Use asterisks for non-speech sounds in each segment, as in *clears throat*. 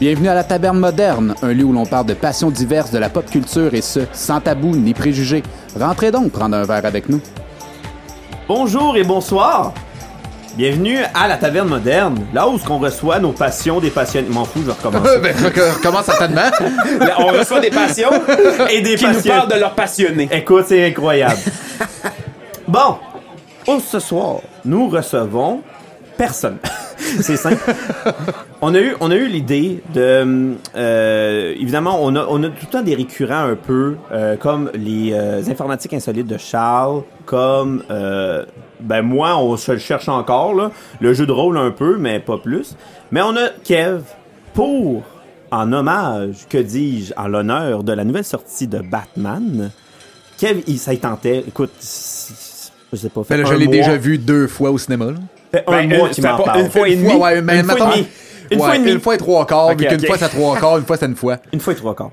Bienvenue à la Taverne Moderne, un lieu où l'on parle de passions diverses de la pop culture et ce, sans tabou ni préjugés. Rentrez donc prendre un verre avec nous. Bonjour et bonsoir. Bienvenue à la taverne moderne, là où ce qu'on reçoit nos passions des passionnés. M'en fous, je vais *laughs* recommencer. ben, recommence certainement. Là, Ben, on reçoit *laughs* des passions Et des qui nous passionnés. parlent de leurs passionnés. Écoute, c'est incroyable. bon, oh, ce soir, nous recevons personne. *laughs* c'est simple. On a eu, on a eu l'idée de, euh, évidemment, on a, on a tout le temps des récurrents un peu, euh, comme les euh, informatiques insolites de Charles, comme, euh, ben moi, on se le cherche encore là, le jeu de rôle un peu, mais pas plus. Mais on a Kev pour, en hommage, que dis-je, en l'honneur de la nouvelle sortie de Batman. Kev, il, ça y tentait. Écoute, c- c- je sais pas. fait Ben, je un l'ai mois- déjà vu euh, deux fois au cinéma. là. fait un Ben, mois une- qu'il m'en c'était pas parle. une fois et demie. Ouais, mais Une fois et mettons- demie. Une Ouais, fois et demie. Une fois et trois quarts, Ok, vu qu'une ok. fois c'est trois quarts, une fois c'est une fois. Une fois et trois quarts.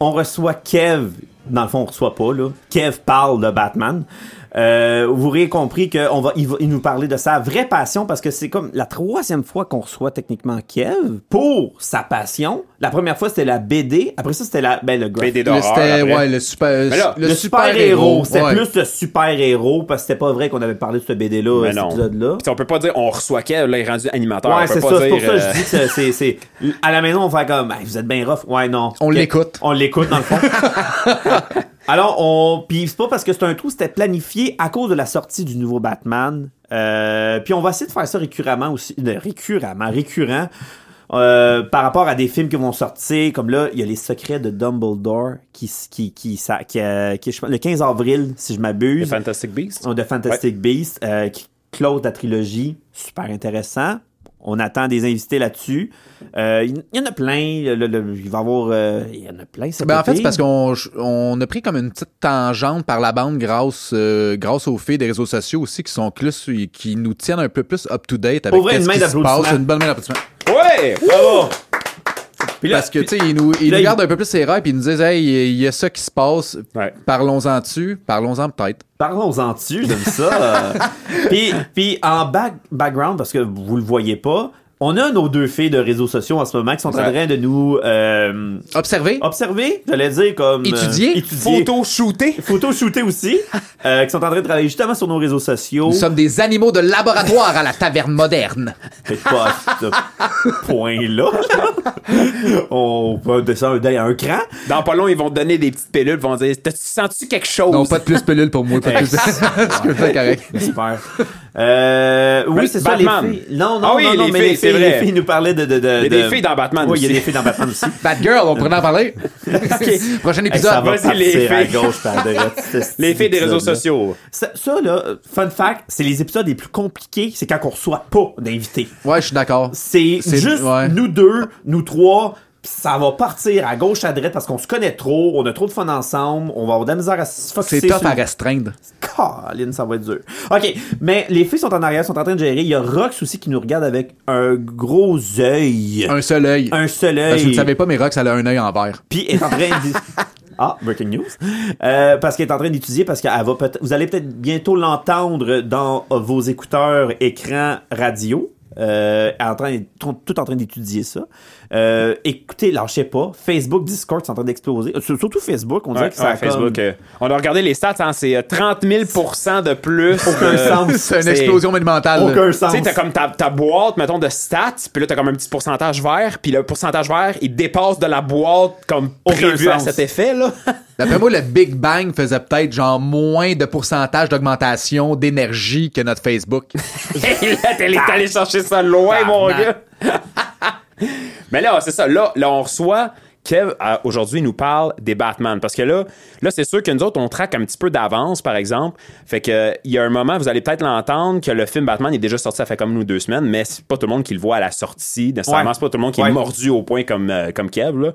On reçoit Kev. Dans le fond, on reçoit pas, là. Kev parle de Batman. Euh, vous aurez compris qu'on va, il va, il nous parler de sa vraie passion parce que c'est comme la troisième fois qu'on reçoit techniquement Kev pour sa passion. La première fois, c'était la BD. Après ça, c'était la, ben, le graphic BD Là, d'horreur. C'était, après. ouais, le super, Mais là, le, super-héros. C'était ouais. plus le super-héros parce que c'était pas vrai qu'on avait parlé de ce BD-là, Mais cet non. épisode-là. Puis on peut pas dire on reçoit Kev, là, il est rendu animateur. Ouais, on peut c'est pas ça. C'est dire, pour ça que euh, je dis que c'est- c'est. À la maison, on fait comme, Hey, vous êtes bien rough. Ouais, non. On Ok. l'écoute. On l'écoute, dans le *laughs* fond. Alors, on. Puis c'est pas parce que c'est un trou, c'était planifié à cause de la sortie du nouveau Batman. Euh, puis on va essayer de faire ça récurremment aussi. de- Récurremment, récurrent. euh, par rapport à des films qui vont sortir, comme là, il y a Les Secrets de Dumbledore qui, s- qui, qui, ça- qui, euh, qui est, je pense, le 15 avril, si je le m'abuse. Fantastic Beast. Oh, de Fantastic Beasts euh, qui clôt la trilogie. Super intéressant. On attend des invités là-dessus. Euh, Il il y en a plein. Le- le- le- il va y avoir. euh, il y en a plein. cet Ben, en fait, été. c'est parce qu'on on a pris comme une petite tangente par la bande grâce, euh, grâce aux filles des réseaux sociaux aussi qui sont plus, qui nous tiennent un peu plus up-to-date avec Pour vrai, une qu'est-ce main qui se d'applaudissement. passe. Une bonne main d'applaudissement. Ouais! Bravo! Puis là, Parce que, puis- tu sais, ils nous, ils là, nous il- gardent un peu plus ses rêves puis ils nous disent, hey, il y a ça qui se passe. Ouais. Parlons-en dessus. Parlons-en peut-être. Parlons-en dessus, j'aime *laughs* ça. Euh, puis, puis en back- background, parce que vous le voyez pas, on a nos deux filles de réseaux sociaux en ce moment qui sont en Exact. train de nous euh, Observez. observer, j'allais dire comme... euh, Étudier. étudier. Photo shooté. Photo shooter *laughs* aussi, euh, qui sont en train de travailler justement sur nos réseaux sociaux. Nous sommes des animaux de laboratoire à la taverne moderne. Peut-être pas à ce point-là. On peut descendre d'un à un cran. Dans pas long, ils vont te donner des petites pilules, ils vont dire T'as-tu senti quelque chose? Non, pas de plus pelule pour moi. Pas de plus *laughs* pelule. C'est correct. J'espère. Euh, oui, Ben, c'est ça, les Batman. filles. Non, non, Ah oui, non, non, les mais filles, les c'est filles, vrai. les filles nous parlaient de... de, de Il y a des filles dans Batman Oui, il y a aussi. des filles dans Batman *laughs* aussi. Bad girl, on pourrait en parler. Prochain Hey, ça épisode. va Vas-y, partir les à filles. gauche, par droite, ce petit Les filles des réseaux épisode-là. sociaux. Ça, ça, là, euh, fun fact, c'est les épisodes les plus compliqués, c'est quand on reçoit pas d'invités. ouais, je suis d'accord. C'est C'est- juste ouais. nous deux, nous trois, pis ça va partir à gauche, à droite, parce qu'on se connaît trop, on a trop de fun ensemble, on va avoir de la misère à se focusser C'est top sur- à restreindre. Colin, ça va être dur. OK, mais les filles sont en arrière, sont en train de gérer. Il y a Rox aussi qui nous regarde avec un gros œil. Un Ben, seul œil. Un, seul Parce que vous ne savez œil. pas, mais Rox, elle a un œil en *laughs* vert. Puis est en train *laughs* de... Ah, breaking news. Euh, parce qu'elle est en train d'étudier, parce qu'elle va peut Vous allez peut-être bientôt l'entendre dans euh, vos écouteurs, écran, radio. Euh, elle est en train, elle est tr- tout en train d'étudier ça. Euh, écoutez, lâchez pas. Facebook, Discord, c'est en train d'exploser. Euh, sur- Surtout Facebook, on dirait Ouais, que ça ouais, a Facebook. comme... euh, on a regardé les stats, hein, c'est euh, 30 000 de plus. Aucun euh, sens. C'est une explosion monumentale. Aucun sens. Tu sais, t'as comme ta, ta boîte, mettons, de stats, puis là, t'as comme un petit pourcentage vert, puis le pourcentage vert, il dépasse de la boîte comme Aucun prévu à sens. cet effet, là. D'après moi, le Big Bang faisait peut-être genre moins de pourcentage d'augmentation d'énergie que notre Facebook. Et là, t'es allé- t'es allé chercher ça loin, mon Tabarnak. gars. *laughs* Mais là, c'est ça. Là, là, on reçoit. Kev, euh, aujourd'hui, nous parle des Batman. Parce que là, là c'est sûr que nous autres, on traque un petit peu d'avance, par exemple. Fait que, euh, il y a un moment, vous allez peut-être l'entendre, que le film Batman est déjà sorti, ça fait comme nous deux semaines, mais c'est pas tout le monde qui le voit à la sortie. Nécessairement, Ouais. c'est pas tout le monde qui Ouais. est mordu au point comme, euh, comme Kev. là.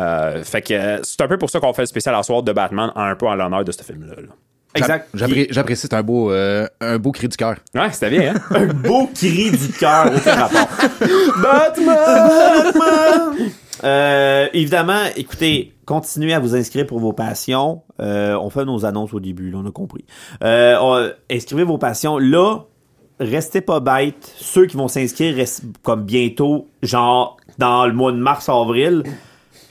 Euh, fait que, euh, c'est un peu pour ça qu'on fait le spécial à soir de Batman, un peu en l'honneur de ce film-là. là. Exact. J'a- j'appré- J'apprécie, c'est un beau, euh, un beau cri du cœur. Ouais, c'était *laughs* bien, hein? un beau cri du cœur aucun rapport. Euh, évidemment, écoutez, continuez à vous inscrire pour vos passions. Euh, on fait nos annonces au début, là, on a compris. Euh, on- inscrivez vos passions. Là, restez pas bêtes. Ceux qui vont s'inscrire rest- comme bientôt, genre dans le mois de mars-avril,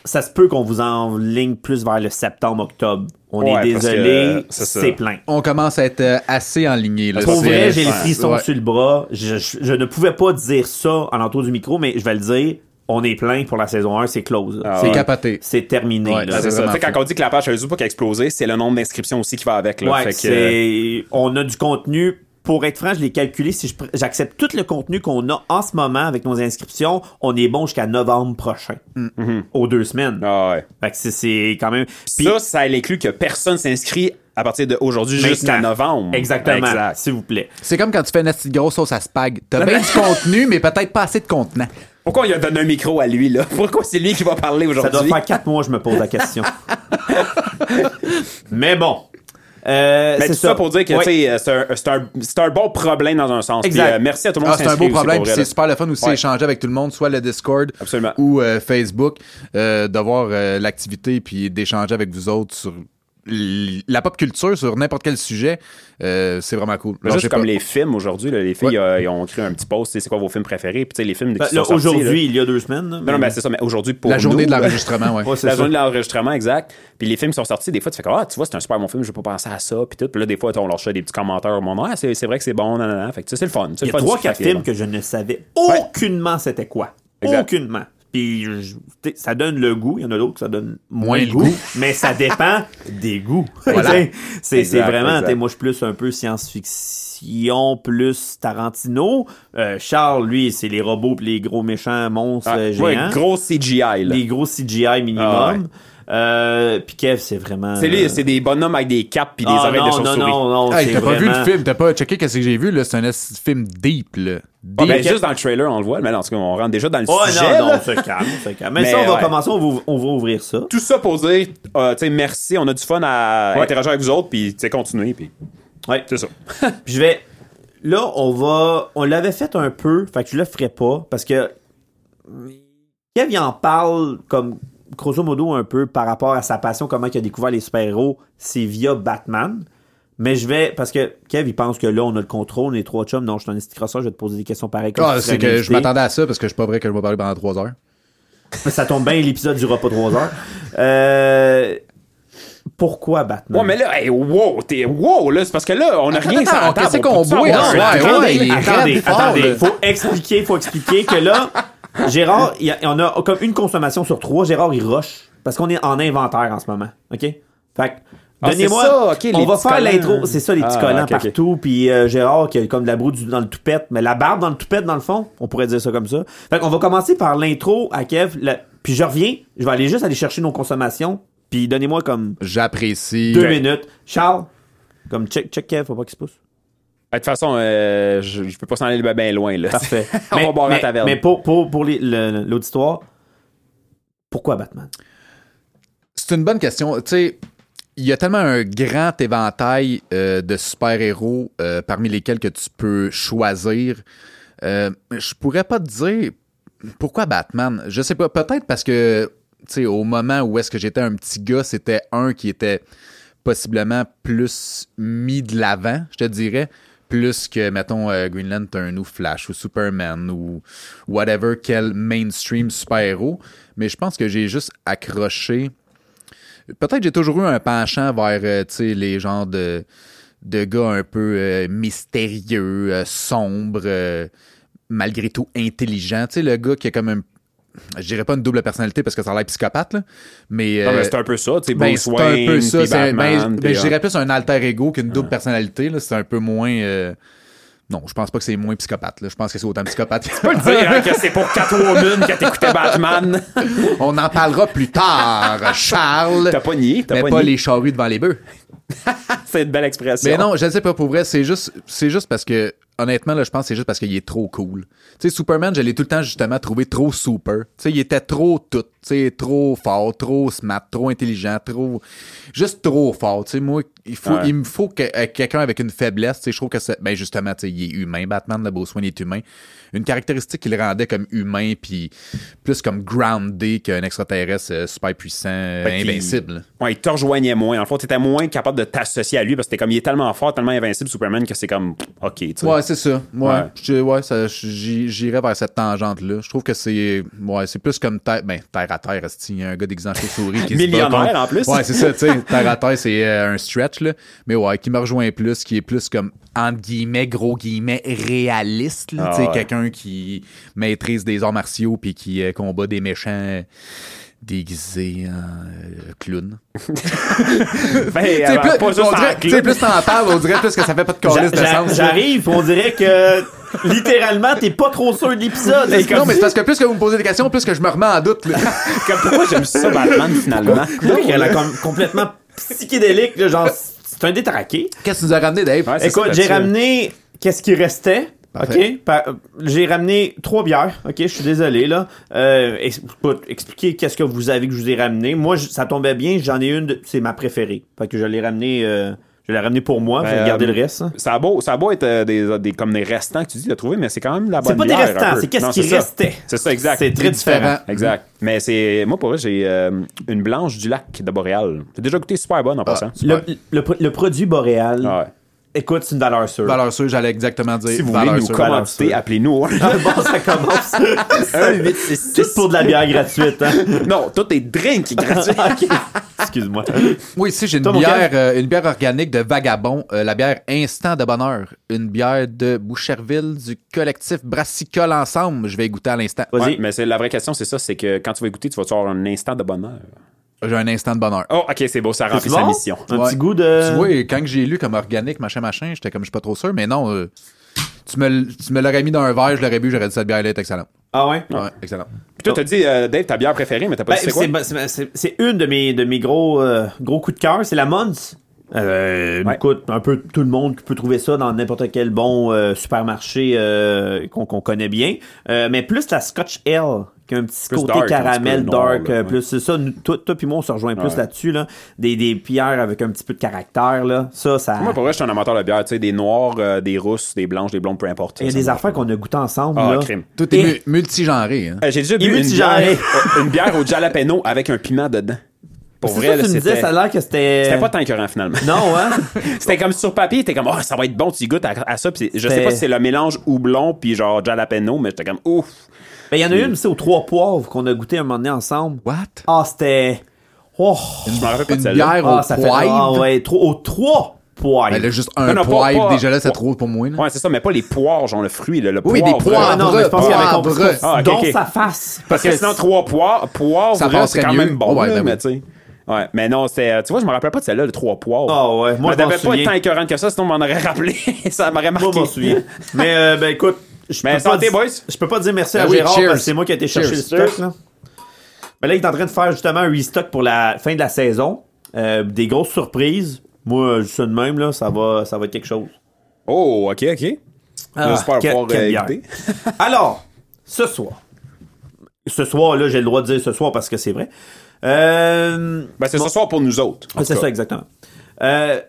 ça se peut qu'on vous en ligne plus vers le septembre-octobre. On est Ouais, parce désolé, que c'est ça. c'est plein. On commence à être euh, assez enligné. là. Pour C'est- vrai, j'ai les ouais. frissons Ouais. sur le bras. Je, je- je ne pouvais pas dire ça en entour du micro, mais je vais le dire. On est plein pour la saison 1, c'est close. Ah C'est- C'est capoté. C'est terminé. Ouais, là. C'est ça. vraiment Tu sais, fou. quand on dit que la page Facebook a explosé, c'est le nombre d'inscriptions aussi qui va avec. Là. Ouais, Fait que, euh, c'est- on a du contenu. Pour être franc, je l'ai calculé. Si je pr- j'accepte tout le contenu qu'on a en ce moment avec nos inscriptions, on est bon jusqu'à novembre prochain, aux deux semaines. Mm. Ah ouais. Fait que c'est- c'est quand même. Puis- ça, ça inclut que personne s'inscrit à partir d'aujourd'hui jusqu'à Maintenant. novembre. Exactement. Exact. S'il vous plaît. C'est comme quand tu fais une petite grosse sauce à spag. T'as bien du contenu, mais peut-être pas assez de contenant. Pourquoi il a donné un micro à lui, là? *laughs* Pourquoi c'est lui qui va parler Ça doit aujourd'hui? faire quatre mois que je me pose la *laughs* question. Mais bon. Euh, Mais c'est tout ça pour dire que Ouais. tu sais, euh, c'est un, c'est un- c'est un bon problème dans un sens. Puis, Exact. euh, merci à tout le monde Ah, qui c'est un s'inscrit beau aussi, problème. pour puis vrai, C'est super le fun aussi Ouais. échanger avec tout le monde, soit le Discord Absolument. ou euh, Facebook, euh, de voir euh, l'activité puis d'échanger avec vous autres sur l- la pop culture, sur n'importe quel sujet. Euh, c'est vraiment cool. là. Non, Juste j'ai comme pas- les films aujourd'hui, là, les filles euh, ils ont créé un petit post, tu sais, c'est quoi vos films préférés, puis tu sais, les films qui Ben, sont là, sortis, aujourd'hui, il y a deux semaines. là, là. Non, non, mais- mais c'est ça, mais aujourd'hui pour La nous, journée de l'enregistrement, *laughs* ouais. Ouais, c'est la ça. journée de l'enregistrement, exact. Puis les films qui sont sortis, des fois, tu fais comme, ah, tu vois, c'est un super bon film, je vais pas penser à ça. Puis tout. Puis là, des fois, on leur fait des petits commentaires au moment, ah, c'est c'est vrai que c'est bon, nanana. Fait que tu sais, c'est le fun. Il y a trois, quatre films que je ne savais aucunement c'était quoi. Exact. Aucunement. Puis je- t'sais, ça donne le goût. Il y en a d'autres que ça donne moins Moins le le goût. goût. mais ça *laughs* dépend des goûts. T'sais, c'est c'est Exact, vraiment... exact. t'sais, Moi, je suis plus un peu science-fiction, plus Tarantino. Euh, Charles, lui, c'est les robots puis les gros méchants monstres euh, géants. Ah, Ouais, gros CGI, là. Les gros CGI minimum. Ah ouais. Euh, puis Kev, c'est vraiment... C'est lui, c'est des bonhommes avec des capes puis des Ah, oreilles non, de non, chauve-souris. non, non, Hey, c'est t'as pas vu vraiment- le film, t'as pas checké qu'est-ce que j'ai vu, là. C'est un esti de film deep, là. Ouais, Deep. ben, juste dans le trailer, on le voit, mais en tout cas, on rentre déjà dans le Oh sujet. non, non, là. on se calme, on se calme. Mais, Mais ça, on va ouais. commencer, on va, on va ouvrir ça. Tout ça pour dire, euh, tu sais, merci, on a du fun à Ouais. interagir avec vous autres, puis tu sais, continuer, puis Ouais. c'est ça. Puis je vais. Là, on va. On l'avait fait un peu, fait que je le ferai pas, parce que. Kev, il en parle comme. Grosso modo, un peu par rapport à sa passion, comment il a découvert les super-héros, c'est via Batman. Mais je vais. Parce que Kev, il pense que là, on a le contrôle, on est trois chums. Non, je suis un esticrosseur, je vais te poser des questions pareilles. comme Ah, tu serais c'est que je invité. m'attendais à ça parce que je suis pas vrai que je vais parler pendant trois heures. Ça tombe bien, l'épisode durera pas trois heures. Euh, Pourquoi Batman? Ouais, mais là, hey, wow, t'es wow, là, c'est parce que là, on a Attends, rien sur la attends, table, qu'est-ce on qu'on peut tout boit avoir à un soir? drink. ouais, ouais, il attendez, est fort, attendez. là. Faut expliquer, faut expliquer que là, *laughs* Gérard, il y a- on a comme une consommation sur trois. Gérard, il rush parce qu'on est en inventaire en ce moment. OK? Fait que, Ah, c'est donnez-moi. ça, OK, on les va petits faire collants. l'intro. C'est ça, les petits Ah, collants OK, OK. partout. Puis euh, Gérard, qui a comme de la broue du- dans le toupette, mais la barbe dans le toupette, dans le fond. On pourrait dire ça comme ça. Fait qu'on va commencer par l'intro à Kev. la- puis je reviens. Je vais aller juste aller chercher nos consommations. Puis donnez-moi comme J'apprécie. deux minutes. Charles, comme check, check Kev, faut pas qu'il se pousse. Ben, De toute façon, euh, je, je peux pas s'en aller bien loin, là. Parfait. on va boire mais, à taverne. mais pour, pour, pour les- le- l'auditoire, pourquoi Batman? C'est une bonne question. Tu sais, il y a tellement un grand éventail euh, de super-héros euh, parmi lesquels que tu peux choisir. Euh, je pourrais pas te dire pourquoi Batman. Je sais pas. Peut-être parce que, tu sais, au moment où est-ce que j'étais un petit gars, c'était un qui était possiblement plus mis de l'avant, je te dirais, plus que, mettons, euh, Green Lantern ou Flash ou Superman ou whatever, quel mainstream super-héros. Mais je pense que j'ai juste accroché. Peut-être j'ai toujours eu un penchant vers, euh, tu sais, les genres de, de gars un peu euh, mystérieux, euh, sombres, euh, malgré tout intelligents. Tu sais, le gars qui a comme un... Je dirais pas une double personnalité parce que ça a l'air psychopathe, là, mais... *laughs* Non, mais euh, c'est un peu ça, tu sais, ben, Bruce c'est Wayne, un peu ça. puis c'est un- Batman, ben, puis, ben, je euh, dirais plus un alter ego qu'une double personnalité. là. C'est un peu moins. euh, Non, je pense pas que c'est moins psychopathe. là. Je pense que c'est *laughs* autant psychopathe. Faut le dire, hein, que c'est pour Catwoman que t'écoutais *laughs* Batman. On en parlera plus tard, Charles. *laughs* T'as pas nié, t'as Mais pas pas, nié. les charrues devant les bœufs. C'est une belle expression. Mais non, je ne sais pas pour vrai. C'est juste, c'est juste parce que, honnêtement, là, je pense que c'est juste parce qu'il est trop cool. Tu sais, Superman, je l'ai tout le temps justement trouvé trop super. Tu sais, il était trop tout. Tu sais, trop fort, trop smart, trop intelligent, trop. Juste trop fort. Tu sais, moi, il, faut, Ouais. il me faut que, euh, quelqu'un avec une faiblesse. Tu sais, je trouve que c'est. Ben, justement, tu sais, il est humain. Batman, le beau soin, il est humain. Une caractéristique qui le rendait comme humain, puis plus comme groundé qu'un extraterrestre euh, super puissant, euh, Fait qu'il- invincible. Ouais, il te rejoignait moins. En fait, t'étais moins capable de t'associer à lui parce que t'es comme, il est tellement fort, tellement invincible, Superman, que c'est comme, OK, tu sais. Ouais, c'est c'est ça. Ouais. Ouais. Je- ouais, ça- j'y- j'irais vers cette tangente-là. Je trouve que c'est ouais, c'est plus comme terre, ben, terre à terre. esti. Il y a un gars d'exemple souris qui se bat Millionnaire, contre- en plus. Ouais, c'est ça. tu sais, terre à terre, c'est euh, un stretch. Là. Mais ouais, qui me rejoint plus, qui est plus comme entre guillemets, gros guillemets, réaliste. là. Ah Tu sais, ouais. Quelqu'un qui maîtrise des arts martiaux puis qui euh, combat des méchants euh, déguisés en euh, clown. Ben, Tu sais, avant, plus- pas juste on en dirait- tu clé. sais, plus t'en parles, on dirait plus que ça *laughs* fait pas de J'a- calice de j'a- sens. là. J'arrive, on dirait que *laughs* littéralement, t'es pas trop sûr de l'épisode. C'est Non, comme- mais c'est parce que plus que vous me posez des questions, plus que je me remets *laughs* en doute. là. Comme, pourquoi j'aime ça Batman finalement? Donc, elle a comme complètement psychédélique, là, genre, c'est un détraqué. *laughs* Qu'est-ce que tu nous as ramené, Dave? Ouais, c'est ça, Écoute, t'as j'ai dit- ramené qu'est-ce qui restait. Parfait. OK? Par- j'ai ramené trois bières. OK, je suis désolé, là. Euh, ex- pour expliquer qu'est-ce que vous avez que je vous ai ramené. Moi, je- ça tombait bien, j'en ai une, de- c'est ma préférée. Fait que je l'ai ramené, euh, je l'ai ramené pour moi, je vais Ben, garder euh, le reste. hein. Ça a beau, ça a beau être euh, des, des- comme des restants que tu dis de trouver, mais c'est quand même de la bonne C'est pas des bière, un restants, peu. c'est qu'est-ce Non, qui ça. restait. C'est ça, exact. C'est très différent. Exact. Mais c'est moi pour vrai, j'ai euh, une blanche du lac de Boréal. J'ai déjà goûté super Ah. bonne en passant. Le, le pr- le produit boréal, Ah ouais. écoute, c'est une valeur sûre. Valeur sûre, j'allais exactement dire. Si vous voulez valeur nous sûre. commanditer, *laughs* appelez-nous. hein. bon, ça commence. Tout pour de la bière gratuite. Hein? *laughs* *laughs* *laughs* non, tout est drink gratuit. Ok. Excuse-moi. Moi, ici, j'ai une Toi, mon bière, euh, une bière organique de Vagabond, euh, la bière Instant de Bonheur, une bière de Boucherville du collectif Brassicole Ensemble. Je vais y goûter à l'instant. Vas-y. Ouais, mais c'est- la vraie question, c'est ça, c'est que quand tu vas goûter, tu vas avoir un instant de bonheur. J'ai un instant de bonheur. Oh, ok, c'est beau, ça remplit C'est sa bon? mission. Un Ouais. petit goût de. Euh. Tu vois, quand que j'ai lu comme organique, machin, machin, j'étais comme je suis pas trop sûr, mais non, euh, tu me, l- tu me l'aurais mis dans un verre, je l'aurais bu, j'aurais dit cette bière-là est excellente. Ah ouais? Ouais, excellent. Puis toi, t'as dit, euh, Dave, ta bière préférée, mais t'as pas Ben, dit c'est quoi? c'est- ben, c'est- c'est- c'est une de mes, de mes gros, euh, gros coups de cœur, c'est la Mons. Euh, Ouais. Écoute, un peu tout le monde peut trouver ça dans n'importe quel bon euh, supermarché euh, qu'on qu'on connaît bien. Euh, mais plus la Scotch Ale, qui a un petit Plus côté dark, un caramel petit peu noir, dark, là, euh, ouais. plus c'est ça. Nous, toi, toi puis moi, on se rejoint plus Ouais. là-dessus. Là. Des, des pierres avec un petit peu de caractère. Là. Ça, ça. Moi, pour vrai, je suis un amateur de bière, tu sais, des noirs, euh, des rousses, des blanches, des blondes, peu importe. Il y a Ça des me- affaires qu'on a goûtées ensemble. Ah, là. crime. Tout est Et- mu- multigenré. Hein. Euh, J'ai déjà Il bu est une bière, multigenré. euh, une bière au jalapeno avec un piment dedans. Pour C'est vrai, ça que là, tu me disais, c'était. ça a l'air que c'était. C'était pas tant écœurant finalement. Non, hein? *laughs* C'était comme sur papier, t'es comme, oh, ça va être bon, tu y goûtes à, à ça. Puis c'est- je sais C'était- pas si c'est le mélange houblon puis genre jalapeno, mais j'étais comme, ouf. Ben, il y en a une, c'est aux trois poivres qu'on a goûté un moment donné ensemble. What? Ah, c'était. Oh! Je m'en rappelle pas de Une celle-là. bière Ah, au ça fait. Ah, poivre. ouais, trois- aux trois poivres. Ben, Elle a juste un Non, non, pas- poivre, pas- déjà là, c'est pas- trop pour moi. là. Ouais, c'est ça, mais pas les poires, genre le fruit, le, le Oui, poivre. des poires. Ah, non, mais je pense qu'il y avait Poivre. compris. Ah, ok, Dont ok. sa face. Parce que sinon, trois poires, poires, Ça vrai, c'est passerait quand mieux. même bon, Oh, ouais, là, ben mais oui. tu sais. Ouais, mais non, c'était. euh, Tu vois, je me rappelle pas de celle-là, le trois poires. Ah, ouais, moi, je je m'en m'en pas souviens. être tant écœurant que ça, sinon on m'en aurait rappelé. *laughs* ça m'aurait marqué. Moi, je m'en souviens. *laughs* Mais, euh, ben, écoute. Je Mais peux pas santé, dire- boys. Je peux pas dire merci à Ben Ah oui, Gérard cheers. parce que c'est moi qui ai été chercher Cheers. le stock, là. Mais là, il est en train de faire justement un restock pour la fin de la saison. Euh, des grosses surprises. Moi, je suis de même, là. Ça va, ça va être quelque chose. Oh, ok, ok. J'espère Ah, quelle- pouvoir quelle euh, bière. écouter. *laughs* Alors, ce soir. Ce soir, là, j'ai le droit de dire ce soir parce que c'est vrai. Euh, Ben, c'est ce soir pour nous autres. en c'est tout ça, cas. exactement. Euh,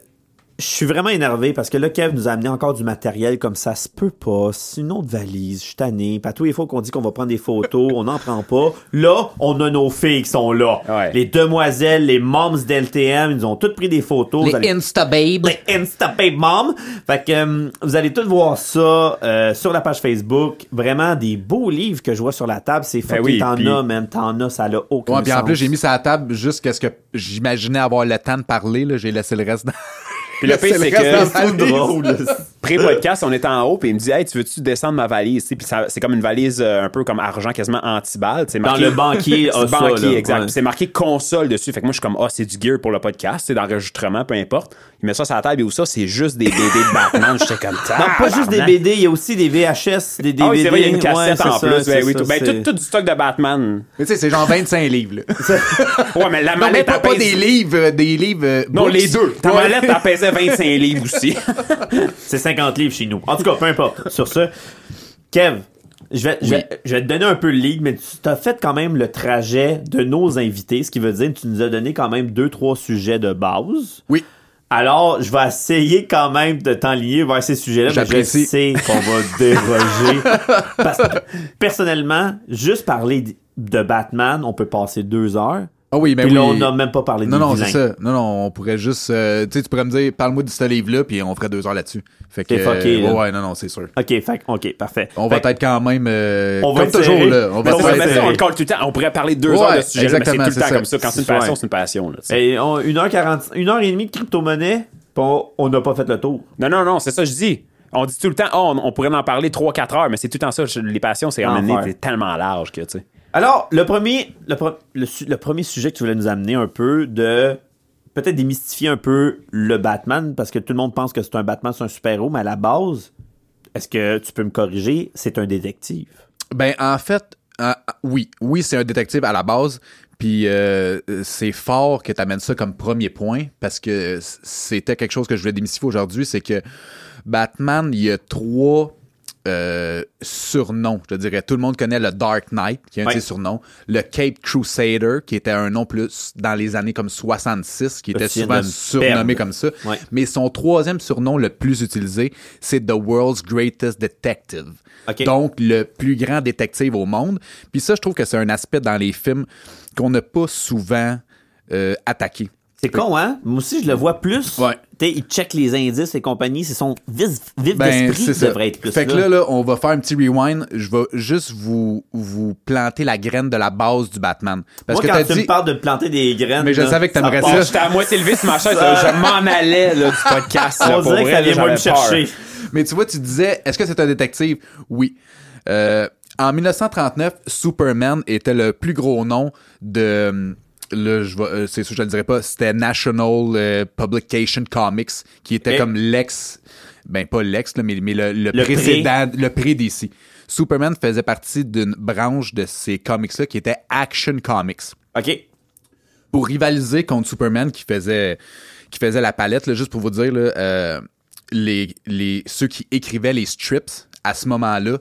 je suis vraiment énervé parce que là, Kev nous a amené encore du matériel comme ça se peut pas. C'est une autre valise. Je suis tanné. Puis à tous les fois qu'on dit qu'on va prendre des photos, on n'en prend pas. Là, on a nos filles qui sont là. Ouais. Les demoiselles, les moms d'LTM, ils nous ont toutes pris des photos. Vous allez- Les Insta Babe. les Insta Babe Mom. Fait que euh, vous allez tous voir ça euh, sur la page Facebook. Vraiment des beaux livres que je vois sur la table. C'est fucking Ben oui, t'en puis- as, man. T'en as, ça n'a aucun Ouais, puis en sens. plus, j'ai mis ça à la table jusqu'à ce que j'imaginais avoir le temps de parler. là. J'ai laissé le reste dans. *laughs* Puis le pire, c'est C'est le reste que dans- Trop drôle. *laughs* pré-podcast, on était en haut, puis il me dit Hey, tu veux-tu descendre ma valise Puis ça- c'est comme une valise euh, un peu comme argent, quasiment anti-balle. tu sais, marqué- Dans le banquier a *laughs* C'est ça, banquier, là, exact. ouais. Puis C'est marqué console dessus. Fait que moi, je suis comme Ah, c'est du gear pour le podcast, c'est d'enregistrement, peu importe. Il met ça sur la table, et où ça, c'est juste des BD de Batman. J'étais comme *laughs* ça. Non, pas juste des BD, il y a aussi des VHS, des DVD. Ah oui, c'est vrai, il y a une cassette Ouais, en c'est plus. ça, ben c'est oui, ça, tout, ben, c'est- tout- tout du stock de *laughs* Batman. Mais tu sais, c'est genre 25 livres. Là. Ouais, mais la non, mais manette, pas, elle pas pèse- des livres, euh, des livres. euh, Non, books. les deux. Ta Ouais. manette, elle *laughs* pesait 25 livres aussi. C'est 50 livres chez nous. En tout cas, peu importe. Sur ce, Kev, je vais, je vais- je vais te donner un peu le lead, mais tu t'as fait quand même le trajet de nos invités, ce qui veut dire que tu nous as donné quand même deux, trois sujets de base. Oui. Alors, je vais essayer quand même de t'enligner vers ces sujets-là, mais je J'apprécie. sais qu'on va *laughs* déroger. Parce que, personnellement, juste parler d- de Batman, on peut passer deux heures. Ah oui, mais Puis oui. là, on n'a même pas parlé de Non, des non, vilains. c'est ça. Non, non, on pourrait juste. euh, tu sais, tu pourrais me dire, parle-moi de ce livre-là, puis on ferait deux heures là-dessus. Fait que. C'est fucké, euh, là. ouais, ouais, non, non, c'est sûr. OK, fait, que- OK, parfait. On Fait va être quand même. euh, On va comme être toujours, serré. là. On va Mais On, on être va mais ça, serré. on le colle tout le temps. On pourrait parler deux Ouais, heures de ce sujet, mais c'est tout exactement, le temps c'est ça. comme ça. Quand c'est une Ouais. passion, c'est une passion. là, tu sais. Et eh, on, 1h40, 1h30 de crypto-monnaie, puis on on n'a pas fait le tour. Non, non, non, c'est ça que je dis. On dit tout le temps, oh, on, on pourrait en parler 3-4 heures, mais c'est tout le temps ça. je- Les passions, c'est un L'enfer. moment donné, c'est tellement large que, tu sais. Alors, le premier, le, pro- le su- le premier sujet que tu voulais nous amener un peu de peut-être démystifier un peu le Batman parce que tout le monde pense que c'est un Batman, c'est un super-héros, mais à la base, est-ce que tu peux me corriger, c'est un détective. Ben, en fait, euh, oui. Oui, c'est un détective à la base. Puis euh, c'est fort que tu amènes ça comme premier point parce que c'était quelque chose que je voulais démystifier aujourd'hui. C'est que Batman, il y a trois euh, surnoms. Je te dirais, tout le monde connaît le Dark Knight, qui est un de Ouais. ses surnoms. Le Cape Crusader, qui était un nom plus dans les années comme 66, qui était Tu viens souvent de me surnommé perdre. comme ça. Ouais. Mais son troisième surnom le plus utilisé, c'est The World's Greatest Detective. Ok. Donc, le plus grand détective au monde. Puis ça, je trouve que c'est un aspect dans les films qu'on n'a pas souvent euh, attaqué. C'est con, hein? Moi aussi, je le vois plus. Ouais. T'sais, il check les indices et compagnie. C'est son vif, vif Ben, d'esprit c'est qui ça. devrait être plus fait que là. là, là, on va faire un petit rewind. Je vais juste vous, vous planter la graine de la base du Batman. Parce Moi, que quand tu t'as dit... me parles de planter des graines... Mais je là, savais que t'aimerais part. ça. J'étais à moitié levé sur ma chaise, je m'en *laughs* allais là, du podcast. là, On pour dirait que vrai, ça là, vient moi me j'avais peur. chercher. Mais tu vois, tu disais, est-ce que c'est un détective? Oui. Euh, en 1939, Superman était le plus gros nom de... Là, je vais- euh, c'est sûr, je le dirais pas. C'était National euh, Publication Comics, qui était Et- comme l'ex... Ben, pas l'ex, là, mais, mais le, le Le pré. précédent, le pré d'ici. Superman faisait partie d'une branche de ces comics-là qui était Action Comics OK. pour rivaliser contre Superman qui faisait qui faisait la palette là, juste pour vous dire là, euh, les, les ceux qui écrivaient les strips à ce moment-là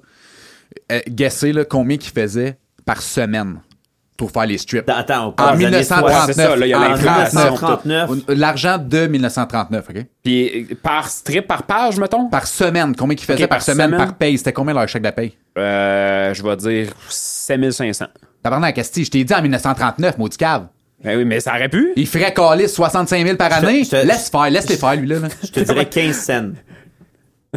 euh, guessez là, combien qu'ils faisaient par semaine pour faire les strips Attends, on en parle des années 1939 c'est ça, là, il y a en l'inflation. 1939. l'argent de 1939 ok Puis euh, par strip, par page, mettons, par semaine combien qu'ils faisaient Ok, par, par semaine, semaine. par paye c'était combien leur chèque de la paye euh, je vais dire 7500. Tabarnak, Castille, je t'ai dit en 1939, maudit cave. Ben oui, mais ça aurait pu. Il ferait caler 65 000 par année. je te- laisse faire, laisse les faire, lui, là. là. Je te dirais 15 scènes.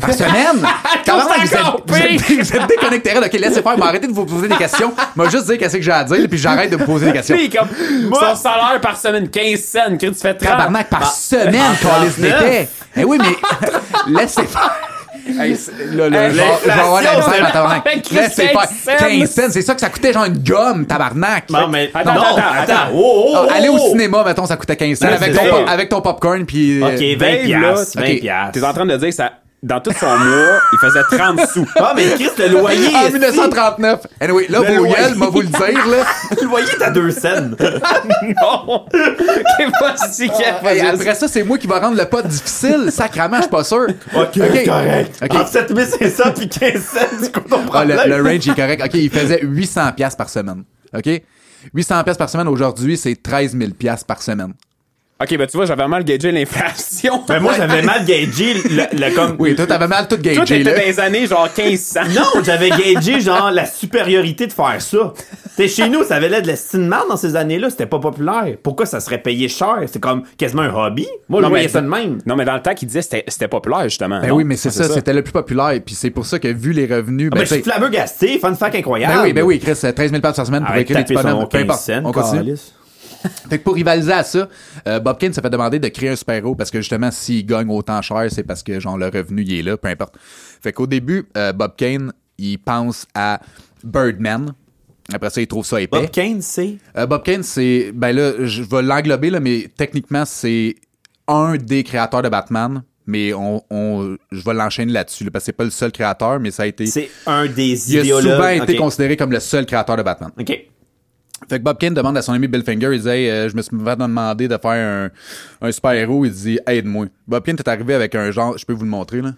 Par semaine? *laughs* Tabarnak, Ah, vous, encore êtes, vous, *laughs* êtes, vous êtes déconnectés. Ok, laissez faire. Mais arrêtez de vous poser des questions. Moi, juste dire qu'est-ce que j'ai à dire, puis j'arrête de vous poser des questions. Lui, comme son salaire par semaine, 15 cents, que tu fais 30. Tabarnak, Ah. par semaine, calice d'été. Eh oui, mais laissez faire. Hey, c'est- là, là, Hey, je vais- je vais avoir la l'inflation, misère, ma c'est- tabarnak. Laissez 15 faire. cents. 15 cents, c'est ça que ça coûtait, genre une gomme, tabarnak. Non, mais... Attends, non, attends, attends. Oh, oh, Ah, oh, Aller au oh. cinéma, mettons, ça coûtait 15 cents. Ouais, Avec Ben, c'est ton, ça. pop- avec ton popcorn, puis. euh, OK, 20 Dave, là, piastres, 20 ok, piastres. T'es en train de dire que ça, dans tout son mois, il faisait 30 *laughs* sous. Ah, mais Chris, le loyer... *laughs* en esti. 1939. Anyway, là, Le vos loyer. gueules, m'a vous le dire, *laughs* là. Le loyer, t'as deux scènes. non! Qu'est-ce que c'est Ah, qu'elle Hey, faisait ça? après ça, c'est moi qui va rendre le pas difficile. Sacrament, je suis pas sûr. OK, correct. Ah, OK. Entre 7500 puis 15 cents, c'est quoi ton Ah, le, problème? le range est correct. OK, il faisait 800 pièces par semaine. OK? 800 pièces par semaine, aujourd'hui, c'est 13 000 pièces par semaine. Ok, ben tu vois, j'avais mal gagé l'inflation. Mais Ben, Ben, moi, *laughs* j'avais mal gagé le, le comme... Oui, toi, t'avais mal tout Tout était gagé, dans là. les années genre 1500. Non, j'avais gagé genre la supériorité de faire ça. T'sais, chez nous, ça avait l'air de la stine marde dans ces années-là, c'était pas populaire. Pourquoi ça serait payé cher? C'est comme quasiment un hobby. Moi, je voyais ça de même. Non, mais dans le temps qu'il disait, c'était c'était populaire, justement. Ben Non? oui, mais c'est Ah, ça, c'était le plus populaire. Puis c'est pour ça que, vu les revenus, Ah, Mais ben, je suis t'sais- flabbergasté, fun fact incroyable. ben oui, ben oui, Chris, 13 000 pièces par semaine pour Arrête de écrire des taper petits son bonhommes. Peu 15 importe. cents, On continue. calice. Fait que pour rivaliser à ça, euh, Bob Kane se fait demander de créer un super-héros parce que justement, s'il gagne autant cher, c'est parce que genre le revenu il est là, peu importe. Fait qu'au début, euh, Bob Kane, il pense à Birdman. Après ça, il trouve ça épais. Bob Kane, c'est... Euh, Bob Kane, c'est. Ben là, je vais l'englober, là, mais techniquement, c'est un des créateurs de Batman. Mais on, on- je vais l'enchaîner là-dessus, là, parce que c'est pas le seul créateur, mais ça a été. C'est un des Il a idéologues. souvent été Ok. considéré comme le seul créateur de Batman. OK. Fait que Bob Kane demande à son ami Bill Finger, il dit Hey, euh, je me suis fait demander de faire un, un super-héros. Il dit Aide-moi. Bob Kane est arrivé avec un genre, je peux vous le montrer là.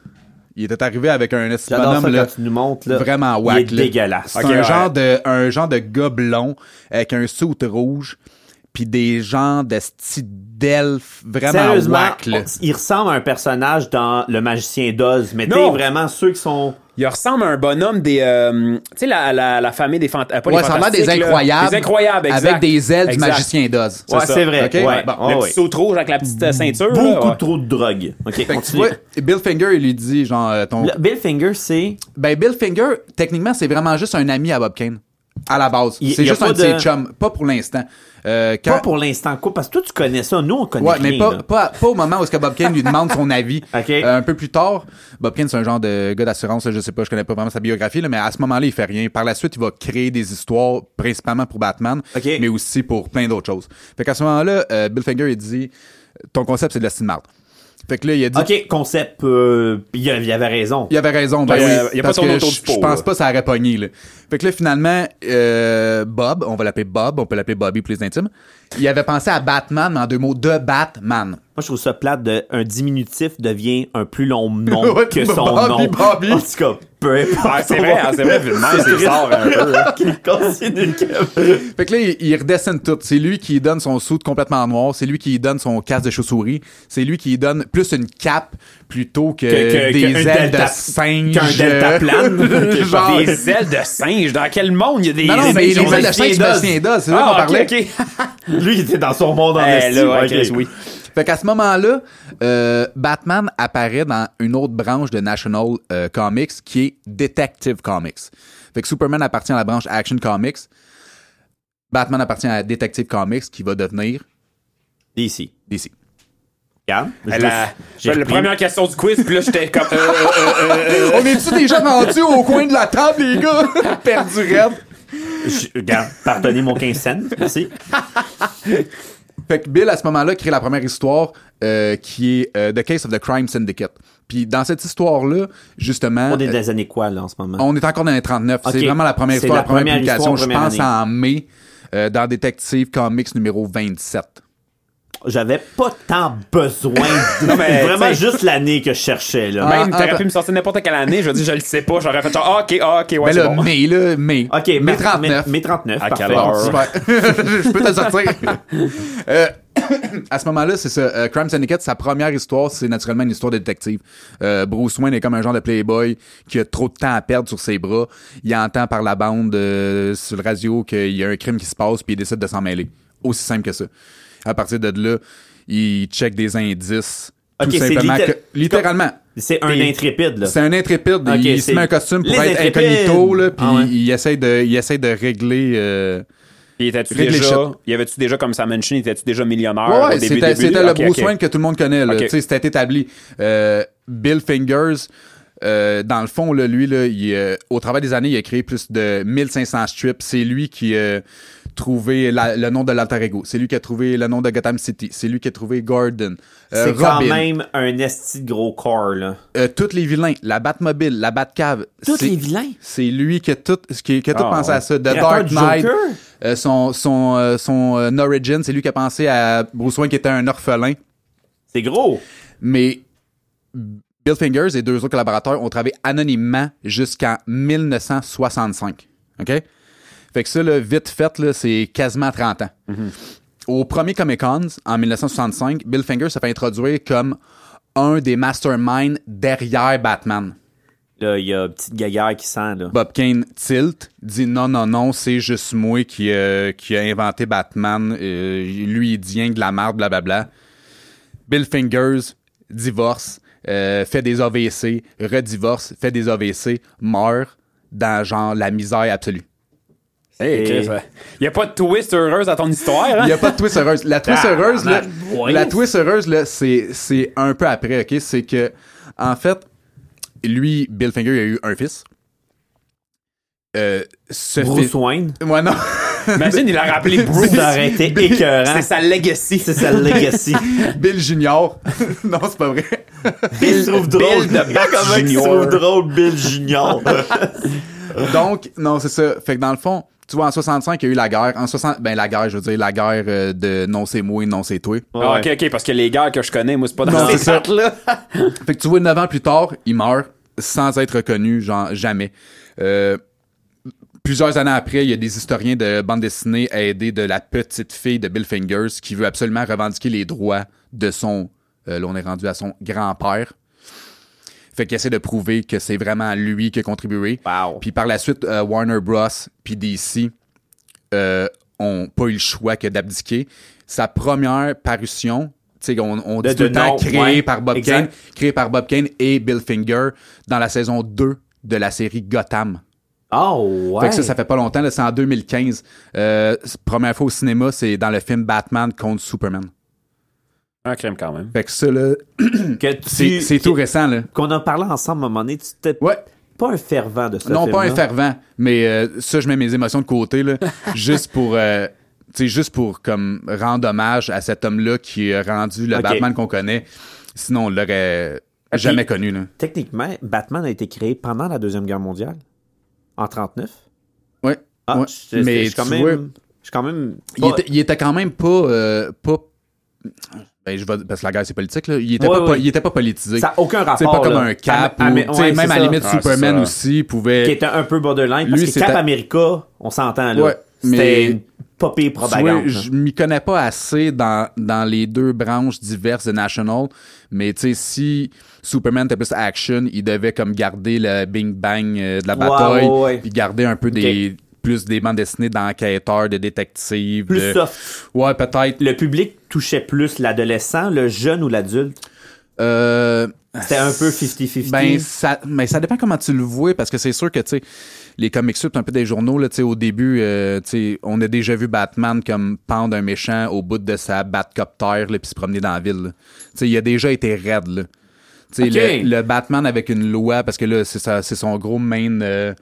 Il était arrivé avec un esti de J'adore ça bonhomme, quand là, tu nous montres, là. vraiment Il wack. est là. dégueulasse. euh, C'est Ok, un, ouais. genre de, un genre de gars blond avec un soute rouge, puis des gens de style d'elfe vraiment Sérieusement, wack. là. on- il ressemble à un personnage dans Le Magicien d'Oz, mais t'es Non. vraiment ceux qui sont Il ressemble à un bonhomme des. euh, tu sais, la, la, la famille des euh, fantasmes. Ouais, ça a des incroyables. Des incroyables, exact. Avec des ailes du Exact. magicien d'Oz. Ouais, ça. c'est vrai. Ok? Ouais. Bon. Ah le oui. petit saut rouge avec la petite euh, ceinture. là, Beaucoup ouais. trop de drogue. OK, Fait que tu continue. vois, Bill Finger, il lui dit, genre, euh, ton. Le- Bill Finger, c'est... Ben, Bill Finger, techniquement, c'est vraiment juste un ami à Bob Kane. À la base. Il- C'est il y a juste un pas de ses de- chums. Pas pour l'instant. Euh, quand- Pas pour l'instant, quoi, parce que toi, tu connais ça. Nous, on connaît Ouais, mais rien, pas, là. pas, pas au moment où est-ce que Bob Kane lui demande son avis. *laughs* Ok. Euh, un peu plus tard, Bob Kane, c'est un genre de gars d'assurance, là, je sais pas, je connais pas vraiment sa biographie, là, mais à ce moment-là, il fait rien. Par la suite, il va créer des histoires, principalement pour Batman, Ok. mais aussi pour plein d'autres choses. Fait qu'à ce moment-là, euh, Bill Finger, il dit, ton concept, c'est de la style marde. Fait que là, il a dit, OK, concept, euh, il y a- il y avait raison. il avait raison. Ben Il y a- oui, il y a pas parce ton que autour du je- pot, Je pense là. pas que ça aurait pogné. Là. Fait que là, finalement, euh, Bob, on va l'appeler Bob, on peut l'appeler Bobby plus intime, il avait pensé à Batman, mais en deux mots, de Batman. Moi, je trouve ça plate. De, un diminutif devient un plus *laughs* long nom Ouais, que son Bobby, nom. Bobby. En tout cas, peu importe. Ah, c'est vrai, hein, c'est *laughs* vrai, vu de même, c'est bizarre un peu. hein. *laughs* Qu'il continue Fait que là, il, il redescend tout. C'est lui qui donne son suit complètement noir. C'est lui qui donne son casque de chauve-souris. C'est lui qui donne plus une cape plutôt que, Que- que- des qu'un ailes delta- de singe. qu'un *laughs* deltaplane. Genre, Des ailes de singe, dans quel monde il y a des non, non, mais les singes? ailes de singe, Sébastien Daz, c'est ça qu'on Ah, ok, parlait. *laughs* ok. Lui, il était dans son monde en Eh, esti. là, ouais, Ok. Chris, oui. Fait qu'à ce moment-là, euh, Batman apparaît dans une autre branche de National euh, Comics qui est Detective Comics. Fait que Superman appartient à la branche Action Comics. Batman *laughs* appartient à Detective Comics qui va devenir Ici. DC. Regarde. je Elle me a- suis- j'ai La repris. première question du quiz, puis là, j'étais comme. euh, euh, euh, euh. On est-tu déjà rendu au coin de la table, les gars? *laughs* Perdu rêve. Je- Regarde, pardonnez mon 15 cents. Merci. Fait que Bill, à ce moment-là, crée la première histoire euh, qui est euh, The Case of the Crime Syndicate. Puis dans cette histoire-là, justement, On est euh, dans les années quoi, là, en ce moment? on est encore dans les 39. Ok. C'est vraiment la première C'est histoire, la la première, première publication. histoire, première je pense en mai, euh, dans Detective Comics numéro 27. J'avais pas tant besoin *laughs* de... mais, Vraiment t'sais- Ben, juste l'année que je cherchais, là. *laughs* Ah, Même, ah, t'aurais bah- pu me sortir n'importe quelle année, je dis, je le sais pas, j'aurais fait genre, ah, ok, ah, ok, ouais, Mais c'est là, bon. mai, là, mai. OK, mai mais 39. Mais, mais 39, À parfait. Ah, quelle heure? Bon, super. *laughs* *laughs* je peux te le sortir. *laughs* Euh, *coughs* à ce moment-là, c'est ça. euh, Crime Syndicate, sa première histoire, c'est naturellement une histoire de détective. Euh, Bruce Wayne est comme un genre de playboy qui a trop de temps à perdre sur ses bras. Il entend par la bande euh, sur le radio qu'il y a un crime qui se passe puis il décide de s'en mêler. Aussi simple que ça. À partir de là, il check des indices. Ok, tout c'est simplement litté- que- littéralement. C'est un Et- intrépide, là. c'est un intrépide. Ok, il se c'est- met un costume pour Les être intrépides! incognito, là, puis Ah ouais. il, essaie de, il essaie de régler... Ah euh, Il était-tu Règle les déjà, shots. il avait-tu déjà, comme ça mentionné, il était-tu déjà millionnaire? Ah Ouais, au ouais, début, c'était début? c'était le Ok, Bruce ok. Wayne que tout le monde connaît. là. Ok. Tu sais, C'était établi. Euh, Bill Fingers, euh, dans le fond, là, lui, là, il, euh, au travers des années, il a créé plus de 1500 strips. C'est lui qui a trouvé la- le nom de l'alter ego. C'est lui qui a trouvé le nom de Gotham City. C'est lui qui a trouvé Gordon. euh, C'est quand Robin. même un esti de gros corps, là. Euh, tous les vilains. La Batmobile, la Batcave. Tous c'est- les vilains? C'est lui qui a tout, qui, qui a tout Ah, pensé ouais. à ça. The Créateur Dark du Knight, Joker? euh, son, son, euh, son euh, origin, c'est lui qui a pensé à Bruce Wayne qui était un orphelin. C'est gros. Mais Bill Fingers et deux autres collaborateurs ont travaillé anonymement jusqu'en 1965. OK? Fait que ça, là, vite fait, là, c'est quasiment 30 ans. Mm-hmm. Au premier Comic Cons, en 1965, Bill Finger se fait introduire comme un des masterminds derrière Batman. Là, il y a une petite gaillard qui sent, là. Bob Kane tilt, dit non, non, non, c'est juste moi qui, euh, qui a inventé Batman. Euh, lui, il dit rien que de la merde, blablabla. Bill Fingers divorce, euh, fait des AVC, redivorce, fait des AVC, meurt dans genre la misère absolue. Hey, Chris, ouais. Il n'y a pas de twist heureuse à ton histoire, hein? *laughs* Il n'y a pas de twist heureuse. La twist Ah, heureuse, là, man, voyons. la twist heureuse, là, c'est, c'est un peu après, OK? C'est que, en fait, lui, Bill Finger, il a eu un fils. Euh, ce Bruce fils- Wayne. Ouais, non. Imagine, il a rappelé Bruce. Ça aurait été écœurant. C'est sa legacy. C'est sa legacy. *laughs* Bill Junior. *laughs* non, c'est pas vrai. Bill trouve drôle de Bat Comment il Junior. trouve drôle Bill *laughs* Junior? Donc, non, c'est ça. Fait que dans le fond, tu vois, en 65, il y a eu la guerre. En 60, ben, la guerre, je veux dire, la guerre euh, de non, c'est moi, non, c'est toi. Ah, ok, ok, parce que les gars que je connais, moi, c'est pas dans Non, ces c'est ça. cartes-là. Fait que tu vois, 9 ans plus tard, il meurt sans être reconnu, genre, jamais. Euh, plusieurs années après, il y a des historiens de bande dessinée aidés de la petite fille de Bill Fingers qui veut absolument revendiquer les droits de son. euh, là, on est rendu à son grand-père. Fait qu'il essaie de prouver que c'est vraiment lui qui a contribué. Wow. Puis par la suite, euh, Warner Bros. puis DC euh, ont pas eu le choix que d'abdiquer. Sa première parution, tu sais, on, on De- dit tout de le temps nom, créée ouais, par Bob exact. Kane, créée par Bob Kane et Bill Finger dans la saison 2 de la série Gotham. Oh, ouais. Fait que ça, ça fait pas longtemps, là, c'est en 2015. Euh, c'est- première fois au cinéma, c'est dans le film Batman contre Superman. Un crime quand même. Fait que ça, là, Que tu- c'est c'est tout récent, là. Qu'on a parlé ensemble à un moment donné, tu t'es Ouais. pas un fervent de ce non, pas film-là. un fervent, mais euh, ça, je mets mes émotions de côté, là, juste pour... euh, tu sais, juste pour comme rendre hommage à cet homme-là qui a rendu le Ok. Batman qu'on connaît. Sinon, on l'aurait euh, jamais connu. Là. Techniquement, Batman a été créé pendant la Deuxième Guerre mondiale, en 39. Ouais. Ah, ouais. je, je- Mais je suis quand tu même... vois, Je suis quand même... il, était, il était quand même pas... euh, pas ben, je vais- parce que la guerre, c'est politique. Là. Il, était Ouais, pas, ouais. il était pas politisé. Ça n'a aucun rapport. C'est pas comme là. un cap. Ah, ou- mais- tu sais, ouais, même c'est à la ça. limite, Ah, c'est Superman ça. aussi pouvait. Qui était un peu borderline. Lui, parce que c'était- Cap America, on s'entend, là. Ouais, mais- C'était une pas pire Tu propagande. vois, je m'y connais pas assez dans, dans les deux branches diverses de National, mais tu sais, si Superman était plus action, il devait comme garder le Bing Bang euh, de la Ouais, bataille, ouais, ouais. puis garder un peu des plus des bandes dessinées d'enquêteurs, de détectives. Plus de- soft. Ouais, peut-être. Le public touchait plus l'adolescent, le jeune ou l'adulte. Euh, C'était un peu 50-50. Ben, ça, mais ça dépend comment tu le vois, parce que c'est sûr que, tu sais, les comics strips, un peu des journaux, là, tu sais, au début, euh, tu sais, on a déjà vu Batman comme pendre un méchant au bout de sa Batcopter, là, puis se promener dans la ville, là. Tu sais, il a déjà été raide, là. Tu sais, Ok. le, le Batman avec une loi, parce que là, c'est ça- c'est son gros main, euh,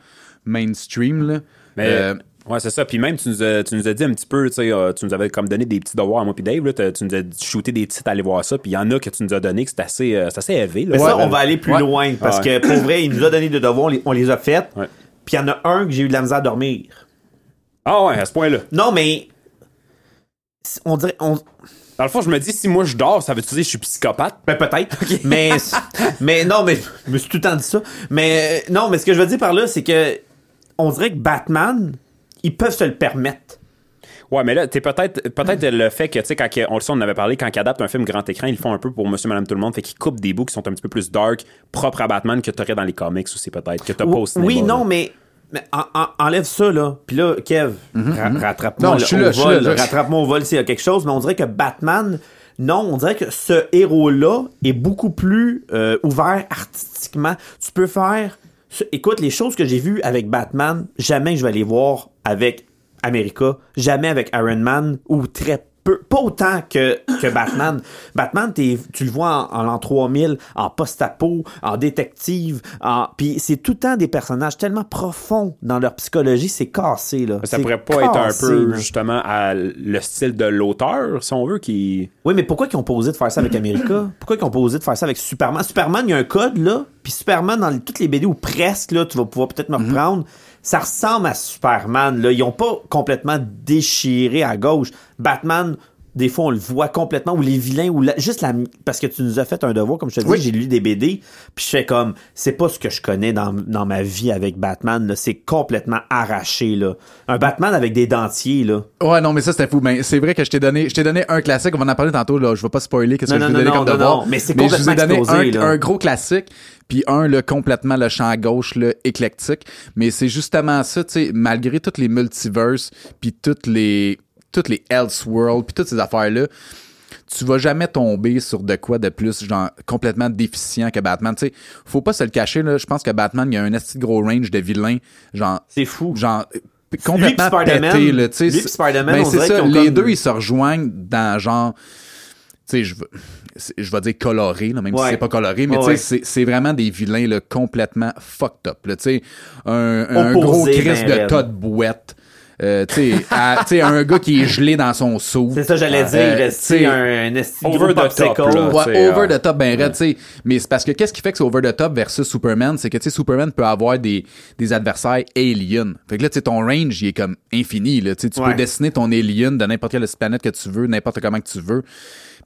mainstream, là. Mais, Euh, ouais, c'est ça. Puis même, tu nous, as, tu nous as dit un petit peu, tu sais, euh, tu nous avais comme donné des petits devoirs à moi puis Dave. Là, T'as- tu nous as shooté des titres à aller voir ça. Puis il y en a que tu nous as donné que c'est assez, euh, c'est assez élevé. Là, Mais ça, Ouais. on va aller plus Ouais. loin parce Ouais. que pour vrai, il nous a donné des devoirs, on les- on les a faites. Ouais. Puis il y en a un que j'ai eu de la misère à dormir. Ah ouais, à ce point-là. Non, mais. c- On dirait. On... Dans le fond, je me dis, si moi je dors, ça veut-tu dire que je suis psychopathe? Ben, *laughs* peut-être. Mais, mais non, mais je me suis tout le temps dit ça. Mais euh, non, mais ce que je veux dire par là, c'est que. On dirait que Batman, ils peuvent se le permettre. Ouais, mais là, t'es peut-être peut-être le fait que, tu sais, quand que- on le sait, on en avait parlé, quand ils adaptent un film grand écran, ils le font un peu pour Monsieur, Madame, tout le monde, fait qu'ils coupent des bouts qui sont un petit peu plus dark, propres à Batman, que t'aurais dans les comics aussi, peut-être, que t'as pas au cinéma. oui, là. non, mais. mais en- en- enlève ça, là. Puis là, Kev, Mhm. ra- rattrape-moi Non, là, je suis au là, je suis vol, là, je- Rattrape-moi au vol s'il y a quelque chose. Mais on dirait que Batman, non, on dirait que ce héros-là est beaucoup plus euh, ouvert artistiquement. Tu peux faire. ce- Écoute, les choses que j'ai vues avec Batman, jamais je vais les voir avec America, jamais avec Iron Man, ou très peu. Pas autant que, que Batman. Batman, t'es- tu le vois en, en l'an 3000, en post-apo, en détective. En... Puis c'est tout le temps des personnages tellement profonds dans leur psychologie, c'est cassé. Là. Ça C'est pourrait pas être un cassé, peu, là. justement, à le style de l'auteur, si on veut, qui. Oui, mais pourquoi ils ont posé de faire ça avec America? Pourquoi ils ont posé de faire ça avec Superman? Superman, il y a un code, là. Puis Superman, dans les- toutes les BD, ou presque, là, tu vas pouvoir peut-être me reprendre. Ça ressemble à Superman, là. Ils ont pas complètement déchiré à gauche. Batman, des fois, on le voit complètement, ou les vilains, ou la- juste la... Parce que tu nous as fait un devoir, comme je te dis, Oui. j'ai lu des BD, puis je fais comme... C'est pas ce que je connais dans, dans ma vie avec Batman, là. C'est complètement arraché, là. Un Batman avec des dentiers, là. Ouais, non, mais ça, c'était fou. Mais c'est vrai que je t'ai donné, je t'ai donné un classique. On va en parler tantôt, là. Je vais pas spoiler qu'est-ce Non, que je non, vous ai non, donné non, comme non, devoir. non, mais c'est je vous ai complètement donné explosé, un, là. un gros classique, puis un, le complètement le champ gauche, le éclectique. Mais c'est justement ça, tu sais, malgré toutes les multiverses, puis toutes les, toutes les Elseworlds, puis toutes ces affaires-là, tu vas jamais tomber sur de quoi de plus genre complètement déficient que Batman. Tu sais, faut pas se le cacher là. Je pense que Batman, il y a un assez gros range de vilains, genre C'est fou. genre euh, complètement Lui pis Spider-Man, pété là, tu sais. lui pis Spider-Man, ben, on c'est dirait ça, qu'ils ont les comme- deux ils se rejoignent dans genre tu sais je veux- c'est- je vais dire coloré là, même Ouais. si c'est pas coloré mais Ouais, tu sais ouais. c'est- c'est vraiment des vilains là, complètement fucked up là, tu sais un, un Opposé, gros ben Christ de raide. tas de boîtes euh, tu sais, à- tu sais, un gars qui est gelé *laughs* dans son seau C'est ça, Ah, j'allais dire. Euh, tu c'est sais, un, un esti de over gros the top, popsicle. là. Ouais, t'sais, over euh, the top, ben raide, t'sais. Mais c'est parce que qu'est-ce qui fait que c'est over the top versus Superman? C'est que, tu sais, Superman peut avoir des, des adversaires aliens. Fait que là, tu sais, ton range, il est comme infini, là. Tu sais, tu Ouais. peux dessiner ton alien de n'importe quelle planète que tu veux, n'importe comment que tu veux.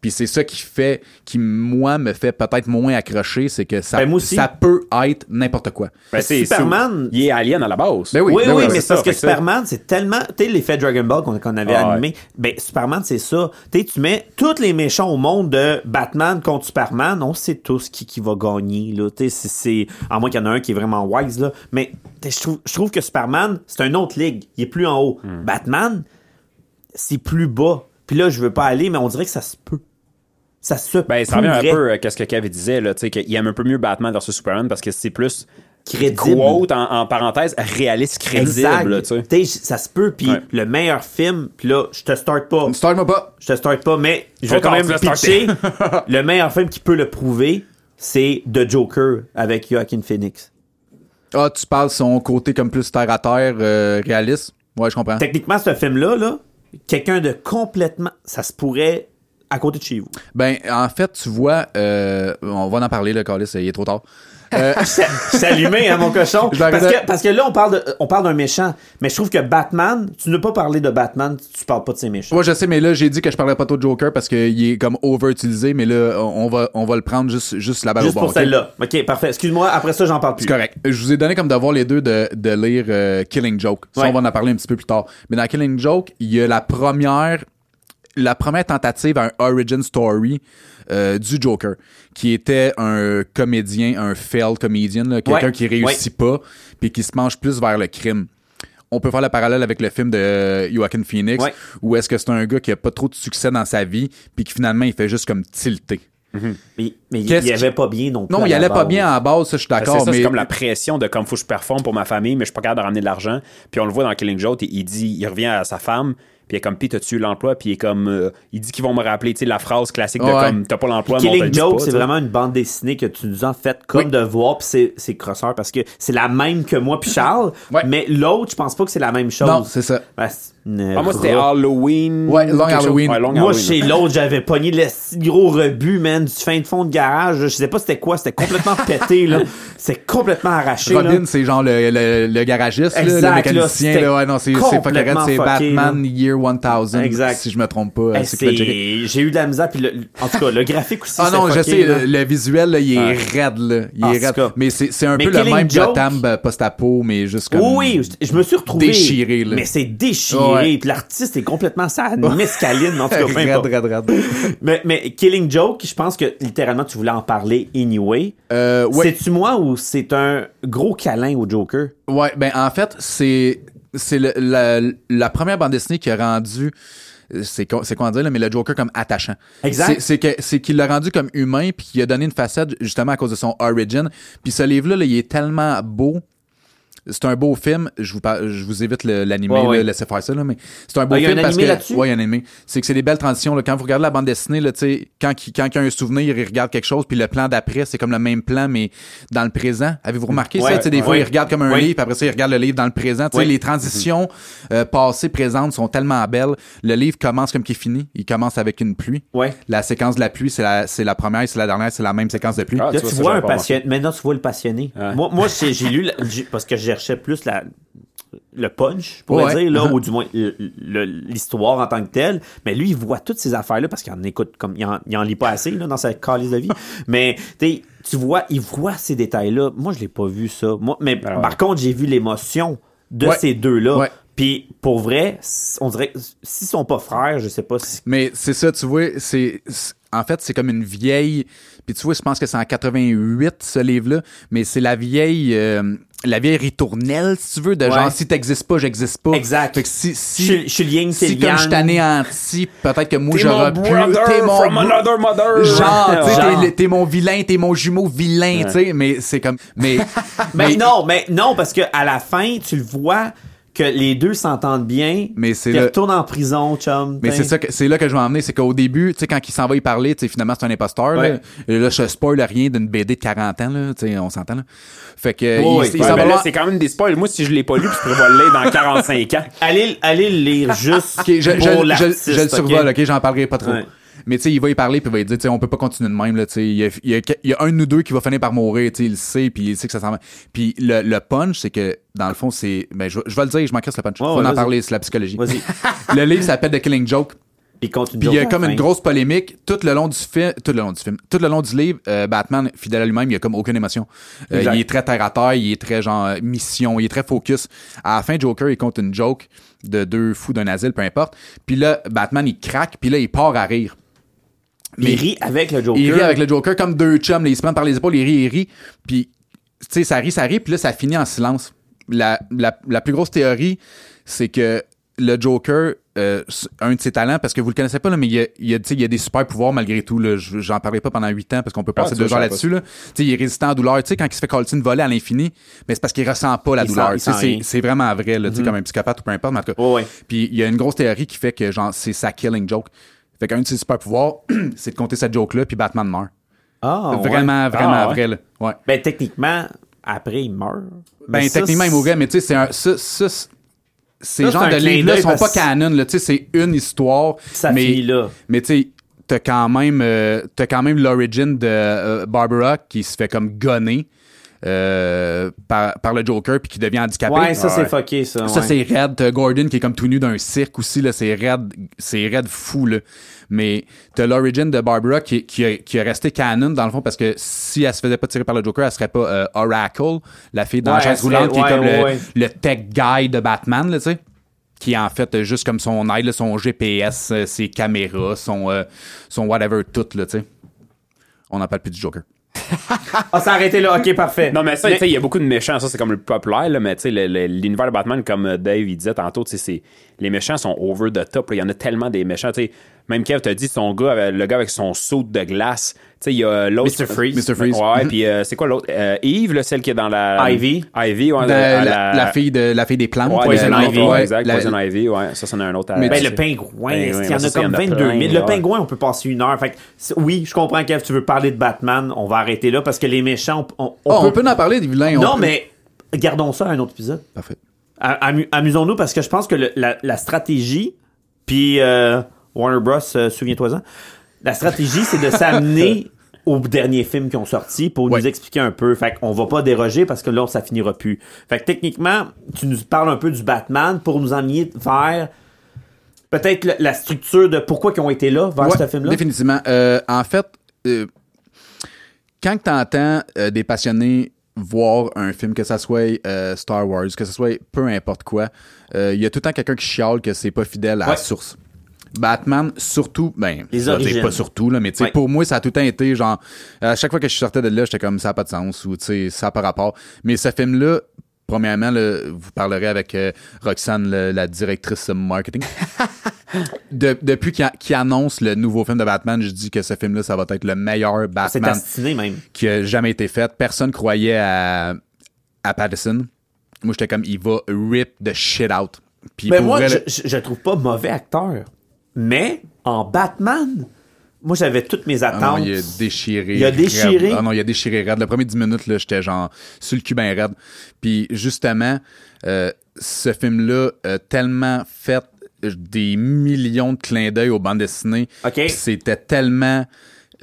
Puis c'est ça qui fait, qui moi me fait peut-être moins accrocher, c'est que ça, Ben, moi aussi. ça peut être n'importe quoi. Ben, c'est- Superman- c'est- Il est alien à la base. Ben oui. Oui, oui, ouais, mais c'est c'est parce ça, que fait que ça- Superman, c'est tellement. Tu sais, l'effet Dragon Ball qu'on qu'on avait Ah, animé. Ben, Superman, c'est ça. Tu sais, tu mets tous les méchants au monde de Batman contre Superman, on sait tous qui, qui va gagner, là. Tu sais, c'est- c'est. À moins qu'il y en a un qui est vraiment wise, là. Mais tu sais, je trouve- je trouve que Superman, c'est une autre ligue. Il est plus en haut. Hmm. Batman, c'est plus bas. Puis là, je veux pas aller, mais on dirait que ça se peut. Ça se Ben, ça revient un pourrait. peu à ce que Kev disait, là, tu sais, qu'il aime un peu mieux Batman versus Superman parce que c'est plus Crédible. quote en, en parenthèse, réaliste crédible, là, tu sais. Exact. Tu sais, ça se peut. Puis Ouais. le meilleur film, puis là, je te start pas. Star-moi pas. je te starte pas, mais je vais Trop quand tard, même tu l'as pitcher. *laughs* le meilleur film qui peut le prouver, c'est The Joker avec Joaquin Phoenix. Ah, tu parles son côté comme plus terre à terre, euh, réaliste. Ouais, je comprends. Techniquement, ce film-là, là, quelqu'un de complètement. Ça se pourrait à côté de chez vous. Ben, en fait, tu vois, euh, on va en parler, le calice, il est trop tard. C'est allumé, hein, mon cochon. Je vais Parce arrêter. que, parce que là, on parle de- on parle d'un méchant. Mais je trouve que Batman, tu n'as pas parlé de Batman, tu parles pas de ses méchants. Ouais, je sais, mais là, j'ai dit que je parlerais pas trop de Joker parce qu'il est comme overutilisé, mais là, on on va, on va le prendre juste, juste la balle Juste au bon. pour celle-là. OK, parfait. Excuse-moi, après ça, j'en parle plus. C'est correct. Je vous ai donné comme devoir les deux de, de lire euh, Killing Joke. Ça, Ouais. on va en parler un petit peu plus tard. Mais dans Killing Joke, il y a la première la première tentative à un origin story euh, du Joker, qui était un comédien, un failed comedian, là, quelqu'un Ouais. qui réussit pas, puis qui se penche plus vers le crime. On peut faire le parallèle avec le film de euh, Joaquin Phoenix, Ouais. où est-ce que c'est un gars qui a pas trop de succès dans sa vie, puis qui finalement il fait juste comme tilter. Mais, mais il Qu'est-ce y avait qui- pas bien non plus. Non, à il la allait pas base. bien à la base, ça Ben, je suis Parce que d'accord, ça, mais c'est comme la pression de comme faut que je performe pour ma famille, mais je suis pas capable de ramener de l'argent. Puis on le voit dans Killing Joke, il, il dit, il revient à sa femme, puis il est comme, pis t'as tué l'emploi, puis il est comme, euh, il dit qu'ils vont me rappeler, tu sais, la phrase classique de Ouais. comme, t'as pas l'emploi, mais on te le Killing dit Joke, pas, c'est tu sais. vraiment une bande dessinée que tu nous as faite comme devoir, puis c'est, c'est crosseur parce que c'est la même que moi puis Charles, *laughs* Ouais. mais l'autre, je pense pas que c'est la même chose. Non, c'est ça. Ben, c'est une Ah, moi, c'était robe. Halloween. Ouais, Long quelque chose. Halloween. Ouais, Long Moi, Halloween. chez l'autre, j'avais pogné le si gros rebut, man, du fin de fond de garage. Je sais pas c'était quoi, c'était *laughs* complètement pété, là. C'était complètement arraché, là. Robin, c'est genre le, le, le garagiste, là, Exact, le là, mécanicien. Là, c'était ouais, non, c'est c'est pas correct, complètement c'est fucké, Batman Year 1000, Exact. si je me trompe pas. euh, Eh, c'est que t'as checké. c'est- J'ai eu de la misère, puis le- en tout cas, le graphique aussi. Ah c'était non, je fucké, sais, là. le, le visuel, là, il est raide. Là. Il Ah, est c'est raide. ça. Mais c'est c'est un Mais peu le Killing même Joke- Gotham ben, post-apo, mais juste comme... Oui, je, je me suis retrouvé. Déchiré, là. Mais c'est déchiré. Ouais. Puis l'artiste est complètement ça, mescaline, *laughs* en tout cas, peu *laughs* raide, importe. raide, raide. *laughs* Mais, mais Killing Joke, je pense que littéralement tu voulais en parler anyway. Euh, ouais, C'est-tu moi ou c'est un gros câlin au Joker? ouais, ben en fait, c'est c'est le- la, la première bande dessinée qui a rendu... C'est con- c'est quoi en dire, là, mais le Joker comme attachant. Exact. C'est- C'est que- c'est qu'il l'a rendu comme humain, puis qu'il a donné une facette justement à cause de son origin. Puis ce livre-là, là, il est tellement beau. C'est un beau film. Je vous, par- je vous évite le- l'animé, Ouais, là, ouais. laissez faire ça, là, mais c'est un beau Ah, il y a film un parce animé que. là-dessus? Ouais, il y a un animé. C'est que c'est des belles transitions. Là. Quand vous regardez la bande dessinée, là, tu sais, quand, qui- quand il y a un souvenir, il regarde quelque chose, puis le plan d'après, c'est comme le même plan, mais dans le présent. Avez-vous remarqué ça? Ouais. Tu sais, des fois, Ouais. il regarde comme un Ouais. livre, puis après ça, il regarde le livre dans le présent. Tu sais, Ouais. Les transitions euh, passées, présentes sont tellement belles. Le livre commence comme qu'il finit. Il commence avec une pluie. Ouais. La séquence de la pluie, c'est la, c'est la première, c'est la dernière, c'est la même séquence de pluie. Ah, Là, tu tu vois, ça, vois j'avais un pas passionné. Maintenant, tu vois le passionné. Moi, moi j'ai j'ai lu, la- j'ai- parce que je cherchais plus la, le punch, je pourrais Ouais. Uh-huh. dire, là, ou du moins le- le- l'histoire en tant que telle. Mais lui, il voit toutes ces affaires-là parce qu'il en écoute, comme il en, il en lit pas assez là, dans sa calice *laughs* de vie. mais tu sais, tu vois, il voit ces détails-là. Moi, je l'ai pas vu ça. Moi, mais Alors, par contre, j'ai vu l'émotion de Ben Ouais. ces deux-là. Ouais. Puis pour vrai, on dirait, s'ils sont pas frères, je sais pas si. Mais c'est ça, tu vois, c'est. c'est- En fait, c'est comme une vieille. Puis tu vois, je pense que c'est en 88, ce livre-là, mais c'est la vieille. euh, la vieille ritournelle, si tu veux, de genre si t'existes pas, j'existe pas. Exact. Fait que si. si Je suis- je suis le yin, t'es Si le comme yang. je t'anéantis, peut-être que moi T'es mon j'aurais pu. brother from bro- another mother. Genre, tu sais, Genre. t'es le- t'es mon vilain, t'es mon jumeau vilain, tu sais, mais c'est comme. *laughs* Mais. Ben Mais, non, mais non, parce que à la fin, tu le vois que les deux s'entendent bien. Mais c'est Ils le- retournent en prison, chum. Mais ben t'sais. c'est ça que c'est là que je vais emmener, c'est qu'au début, tu sais quand il s'en va y parler, tu sais finalement c'est un imposteur là. Ouais. Et là je spoil rien d'une BD de 40 ans là, tu sais on s'entend là. Fait que Oui, il, oui. il s'en Ouais, va mais là, voir- c'est quand même des spoils. Moi, si je l'ai pas lu, puis je prévois le lire dans 45 ans. Allez, allez le lire juste *laughs* Ok, je, je- pour je- l'artiste, je le ok? survole, ok, j'en parlerai pas trop. Ouais. Mais tu sais, il va y parler puis il va lui dire, tu sais, on peut pas continuer de même là. Tu sais, il y, a- il y a- il y a un de nous deux qui va finir par mourir, tu sais, il le sait puis il sait que ça s'en va. Puis le, le punch, c'est que dans le fond, c'est, ben je, je vais le dire, je m'en crisse le punch. Ouais, Faut ouais, en vas-y. *laughs* parler, c'est la psychologie. Vas-y. le livre s'appelle The Killing Joke. Puis continue Puis il y a comme Enfin. une grosse polémique tout le long du film, tout le long du film, tout le long du livre. euh, Batman, fidèle à lui-même, il y a comme aucune émotion. Euh, Exact. il est très terre à terre, il est très genre euh, mission, il est très focus. À la fin, Joker, il compte une joke de deux fous d'un asile, peu importe. Puis là, Batman, il craque, puis là, il part à rire. Il rit avec le Joker. Il rit avec le Joker comme deux chums, là, il se prend par les épaules, il rit, il rit. Puis, tu sais, ça rit, ça rit, puis là, ça finit en silence. La, la- la plus grosse théorie, c'est que le Joker, euh, un de ses talents, parce que vous le connaissez pas, là, mais il y a, il y a, tu sais, il y a des super pouvoirs malgré tout. là. Je- J'en parlais pas pendant huit ans parce qu'on peut Ah, passer tu deux vois, heures je savais là-dessus. Là. Tu sais, Il est résistant à la douleur. Tu sais, quand il se fait coller une volée à l'infini, mais c'est parce qu'il ressent pas la Il douleur. sent- il Tu sais, sent c'est- rien. c'est vraiment vrai, là, tu sais, comme un psychopathe ou peu importe. mais en tout cas. Mhm. Ouais, ouais. Puis il y a une grosse théorie qui fait que genre c'est sa killing joke. Fait qu'un de ses super pouvoirs, *clears throat* c'est de compter cette joke-là, puis Batman meurt. Ah, ouais. vraiment, vraiment Ah, ouais. vrai, là. Ouais. Ben, techniquement, après, il meurt. Ben, Mais ça, techniquement, il c'est- mourait, mais tu sais, c'est un. ça- ça, c'est- ces Ça, genres c'est de un clin livres-là d'œil sont pas parce- canon, là. Tu sais, c'est une histoire. Ça mais, finit là. Mais tu sais, t'as quand même, euh, t'as quand même l'origin de euh, Barbara qui se fait comme gonner euh, par, par le Joker, puis qui devient handicapé. Ouais, ça, Ouais. c'est fucké, ça. Ça, ouais. c'est raide. T'as Gordon qui est comme tout nu d'un cirque aussi, là. C'est raide, c'est raide fou, là. Mais t'as l'origin de Barbara qui, qui, a- qui est restée canon, dans le fond, parce que si elle se faisait pas tirer par le Joker, elle serait pas euh, Oracle, la fille dans la Ouais, chaise elle serait- roulante, qui est ouais, comme le- ouais. le, tech guy de Batman, là, tu sais. Qui est en fait euh, juste comme son aide, là, son GPS, euh, ses caméras, son, euh, son whatever, tout, là, tu sais. On n'en parle plus du Joker. Ah, ça a arrêté là. OK, parfait. Non, mais ça, tu sais, il y a beaucoup de méchants. Ça, c'est comme le plus populaire, là, mais tu sais, le- le- l'univers de Batman, comme euh, Dave, il disait tantôt, tu sais, c'est- les méchants sont over the top. là. Il y en a tellement des méchants. tu sais. Même Kev t'a dit son gars, avec- le gars avec son saut de glace. Tu sais, il y a l'autre. Mr. Freeze. Mr. Freeze. Ouais, puis euh, c'est quoi l'autre Euh, Yves, là, celle qui est dans la. Ivy. Ivy, Euh, ouais, De- la, Euh, la, la- la fille de, la fille des plantes. Ouais, Poison la- Ivy. ouais, ouais, exact, la- Poison Ivy, ouais. Ça, c'en est un autre. à- Mais Ben, tu- le pingouin, Ben, est-ce ouais, qu'il y en ça, a ça, il y comme en a 22 000? plein, ouais. Le pingouin, on peut passer une heure. Fait que, c'est- oui, je comprends, Kev, tu veux parler de Batman. On va arrêter là parce que les méchants, on, on- on Oh, peut... on peut en parler des vilains. on Non, peut- mais gardons ça à un autre épisode. Parfait. A- amu- Amusons-nous parce que je pense que le- la, la stratégie, puis euh, Warner Bros, euh, souviens-toi-en, la stratégie, c'est de *laughs* s'amener aux derniers films qui ont sorti pour Ouais. nous expliquer un peu. Fait qu'on va pas déroger parce que là, ça finira plus. Fait que techniquement, tu nous parles un peu du Batman pour nous amener vers peut-être le- la structure de pourquoi ils ont été là vers Ouais, ce film-là. Définitivement. Euh, en fait, euh, quand tu entends euh, des passionnés voir un film, que ça soit euh, Star Wars, que ça soit peu importe quoi, euh, il y a tout le temps quelqu'un qui chiale que c'est pas fidèle à la Ouais. source. Batman, surtout, ben, Les je vais dire origines. pas surtout, là, mais tu sais, Ouais. pour moi, ça a tout le temps été genre, à chaque fois que je sortais de là, j'étais comme ça n'a pas de sens ou tu sais, ça par rapport. Mais ce film-là, premièrement, là, vous parlerez avec euh, Roxane, le- la directrice *laughs* marketing. De- depuis qu'il qu'il annonce le nouveau film de Batman, je dis que ce film-là, ça va être le meilleur C'est Batman destiné même. qui a jamais été fait. Personne croyait à, à Pattinson. Moi, j'étais comme, il va rip the shit out. Puis Mais Ben pour moi, vrai, je, là- je, je le trouve pas mauvais acteur. Mais en Batman, moi j'avais toutes mes Ah attentes. non, il a déchiré. Il a déchiré. raide. Ah non, il a déchiré raide. Le premier 10 minutes, là, j'étais genre sur le cul ben raide. Puis justement, euh, ce film-là a tellement fait des millions de clins d'œil aux bandes dessinées. OK. Puis C'était tellement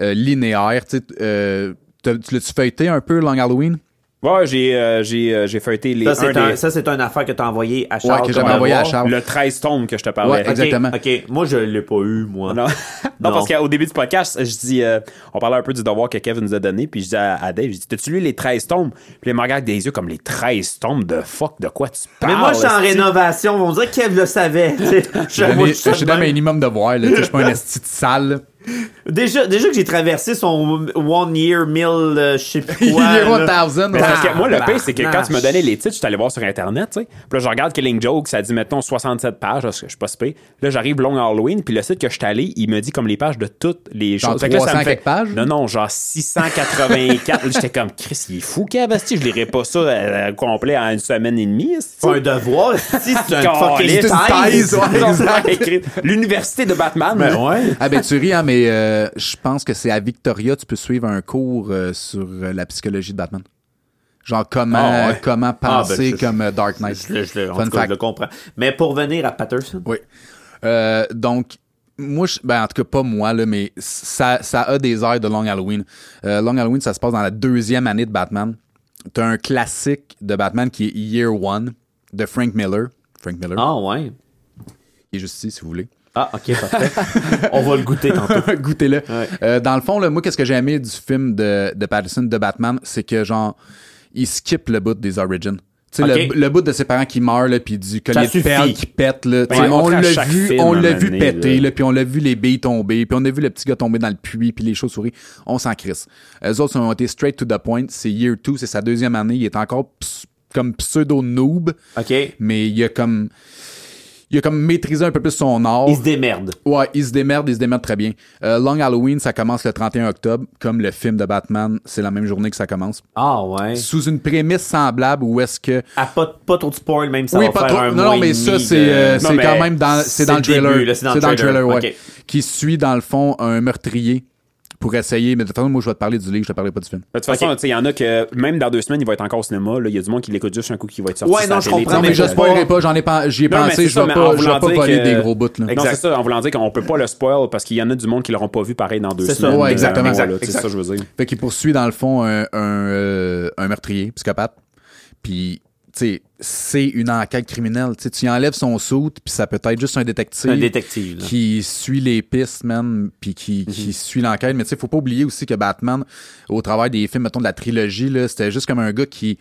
euh, linéaire. Tu sais, euh, t'as- tu l'as-tu feuilleté un peu, Long Halloween? Ouais, j'ai euh, j'ai, euh, j'ai feuilleté les. Ça, un c'est des- un- ça, c'est une affaire que t'as envoyé à Charles. que comme j'avais envoyé à avoir. Charles. Le 13 tomes que je te parlais. Ouais, Exactement. OK, ok. moi, je l'ai pas eu, moi. Non. *laughs* non, Non. parce qu'au début du podcast, je dis, euh, on parlait un peu du devoir que Kevin nous a donné, puis je dis à, à Dave, je dis, t'as-tu lu les 13 tombes? Puis il me regarde avec des yeux comme les 13 tombes de fuck, de quoi tu parles? Mais moi, je suis en esti? rénovation. On dirait qu'Eve le savait. *laughs* Tu sais, je- Ben, moi, Ah, je Je suis suis de un même. minimum de voir. là. Tu sais, Je suis *laughs* pas un esti de sale. déjà, déjà que j'ai traversé son One Year Mill, euh, je sais *laughs* plus quoi. Il est là. 1000. Mais parce Ah, que moi, le pire, c'est que quand barnache. tu me donnais les titres, je suis allé voir sur Internet, tu sais. Puis là, je regarde Killing Joke, ça dit, mettons, 67 pages, parce que je suis pas spé. Là, j'arrive Long Halloween, puis le site que je suis allé, il me dit comme les pages de toutes les Genre choses. Fait que là, ça 300 me fait- quelques pages? Non, non, genre 684. Là, J'étais comme, Chris, il est fou, Cavasti. Je lirai pas ça euh, complet en une semaine et demie, esti. C'est un devoir. Si c'est un fucking Caliste. thèse. thèse, *laughs* ouais, Non, exact. c'est écrit. L'université de Batman. Ben ouais. Ah ben tu ris, hein, mais euh, je pense que c'est à Victoria, tu peux suivre un cours euh, sur euh, la psychologie de Batman. Genre comment, Ah ouais. comment penser Ah, ben, je- comme euh, Dark Knight. Je, le- je le- en Fun tout cas, fact. je le comprends. Mais pour venir à Patterson, Oui. Euh, donc, moi, je- ben, en tout cas, pas moi, là, mais ça, ça a des airs de Long Halloween. Euh, Long Halloween, ça se passe dans la deuxième année de Batman. T'as un classique de Batman qui est Year One de Frank Miller. Frank Miller, ah ouais. qui est juste ici, si vous voulez. Ah, ok, *laughs* parfait. On va le goûter tantôt. Goûtez-le. Ouais. Euh, dans le fond, là, moi, qu'est-ce que j'ai aimé du film de, de Patterson, de Batman, c'est que, genre, il skip le bout des origins. Tu sais, Ok. le, le bout de ses parents qui meurent, là, puis du collier de suffit. perles qui pète. Là, Tu sais, il on montre à l'a chaque vu, film, on à un l'a moment vu donné, péter, là. là, puis on l'a vu les billes tomber, puis on a vu le petit gars tomber dans le puits, puis les chauves-souris. On s'en crisse. Eux autres ont été straight to the point. C'est year two, c'est sa deuxième année. Il est encore ps- comme pseudo-noob, Ok. mais il a comme... Il a comme maîtrisé un peu plus son art. Il se démerde. Ouais, ils se démerdent, ils se démerdent très bien. Euh, Long Halloween, ça commence le 31 octobre, comme le film de Batman, c'est la même journée que ça commence. Ah ouais. Sous une prémisse semblable où est-ce que. Ah, pas, pas trop de spoil, même si ça oui, va pas faire trop. un Non, mois non, et mais demi ça, de- c'est euh, Non, c'est mais quand même dans, c'est dans le début, trailer. là, c'est dans le trailer, ouais. ok. Qui suit, dans le fond, un meurtrier pour essayer. Mais de toute façon, moi, je vais te parler du livre, je te parlerai pas du film. De toute façon, tu sais, il y en a que même dans deux semaines, il va être encore au cinéma. là. Il y a du monde qui l'écoute juste un coup qui va être sorti. Ouais, sur la non, je télé, comprends, tu sais, Non, mais mais je je- spoilerai pas, j'en ai, pas- j'y ai Non, mais pensé, c'est je ça, vais mais pas, en je vais voulant pas dire voler que- des gros bouts, là. Non, Exact. c'est ça, en voulant dire qu'on peut pas le spoil parce qu'il y en a du monde qui l'auront pas vu pareil dans deux C'est ça. semaines. Ouais, euh, exactement, un mois, là, exact, tu sais, C'est ça, que je veux dire. Fait qu'il poursuit dans le fond un, un, euh, un meurtrier, psychopathe. Puis, tu sais, c'est une enquête criminelle. Tu sais, tu y enlèves son soute, puis ça peut être juste un détective. Un détective, là. Qui suit les pistes, man, puis qui, Mhm. qui suit l'enquête. Mais tu sais, faut pas oublier aussi que Batman, au travers des films, mettons, de la trilogie, là, c'était juste comme un gars qui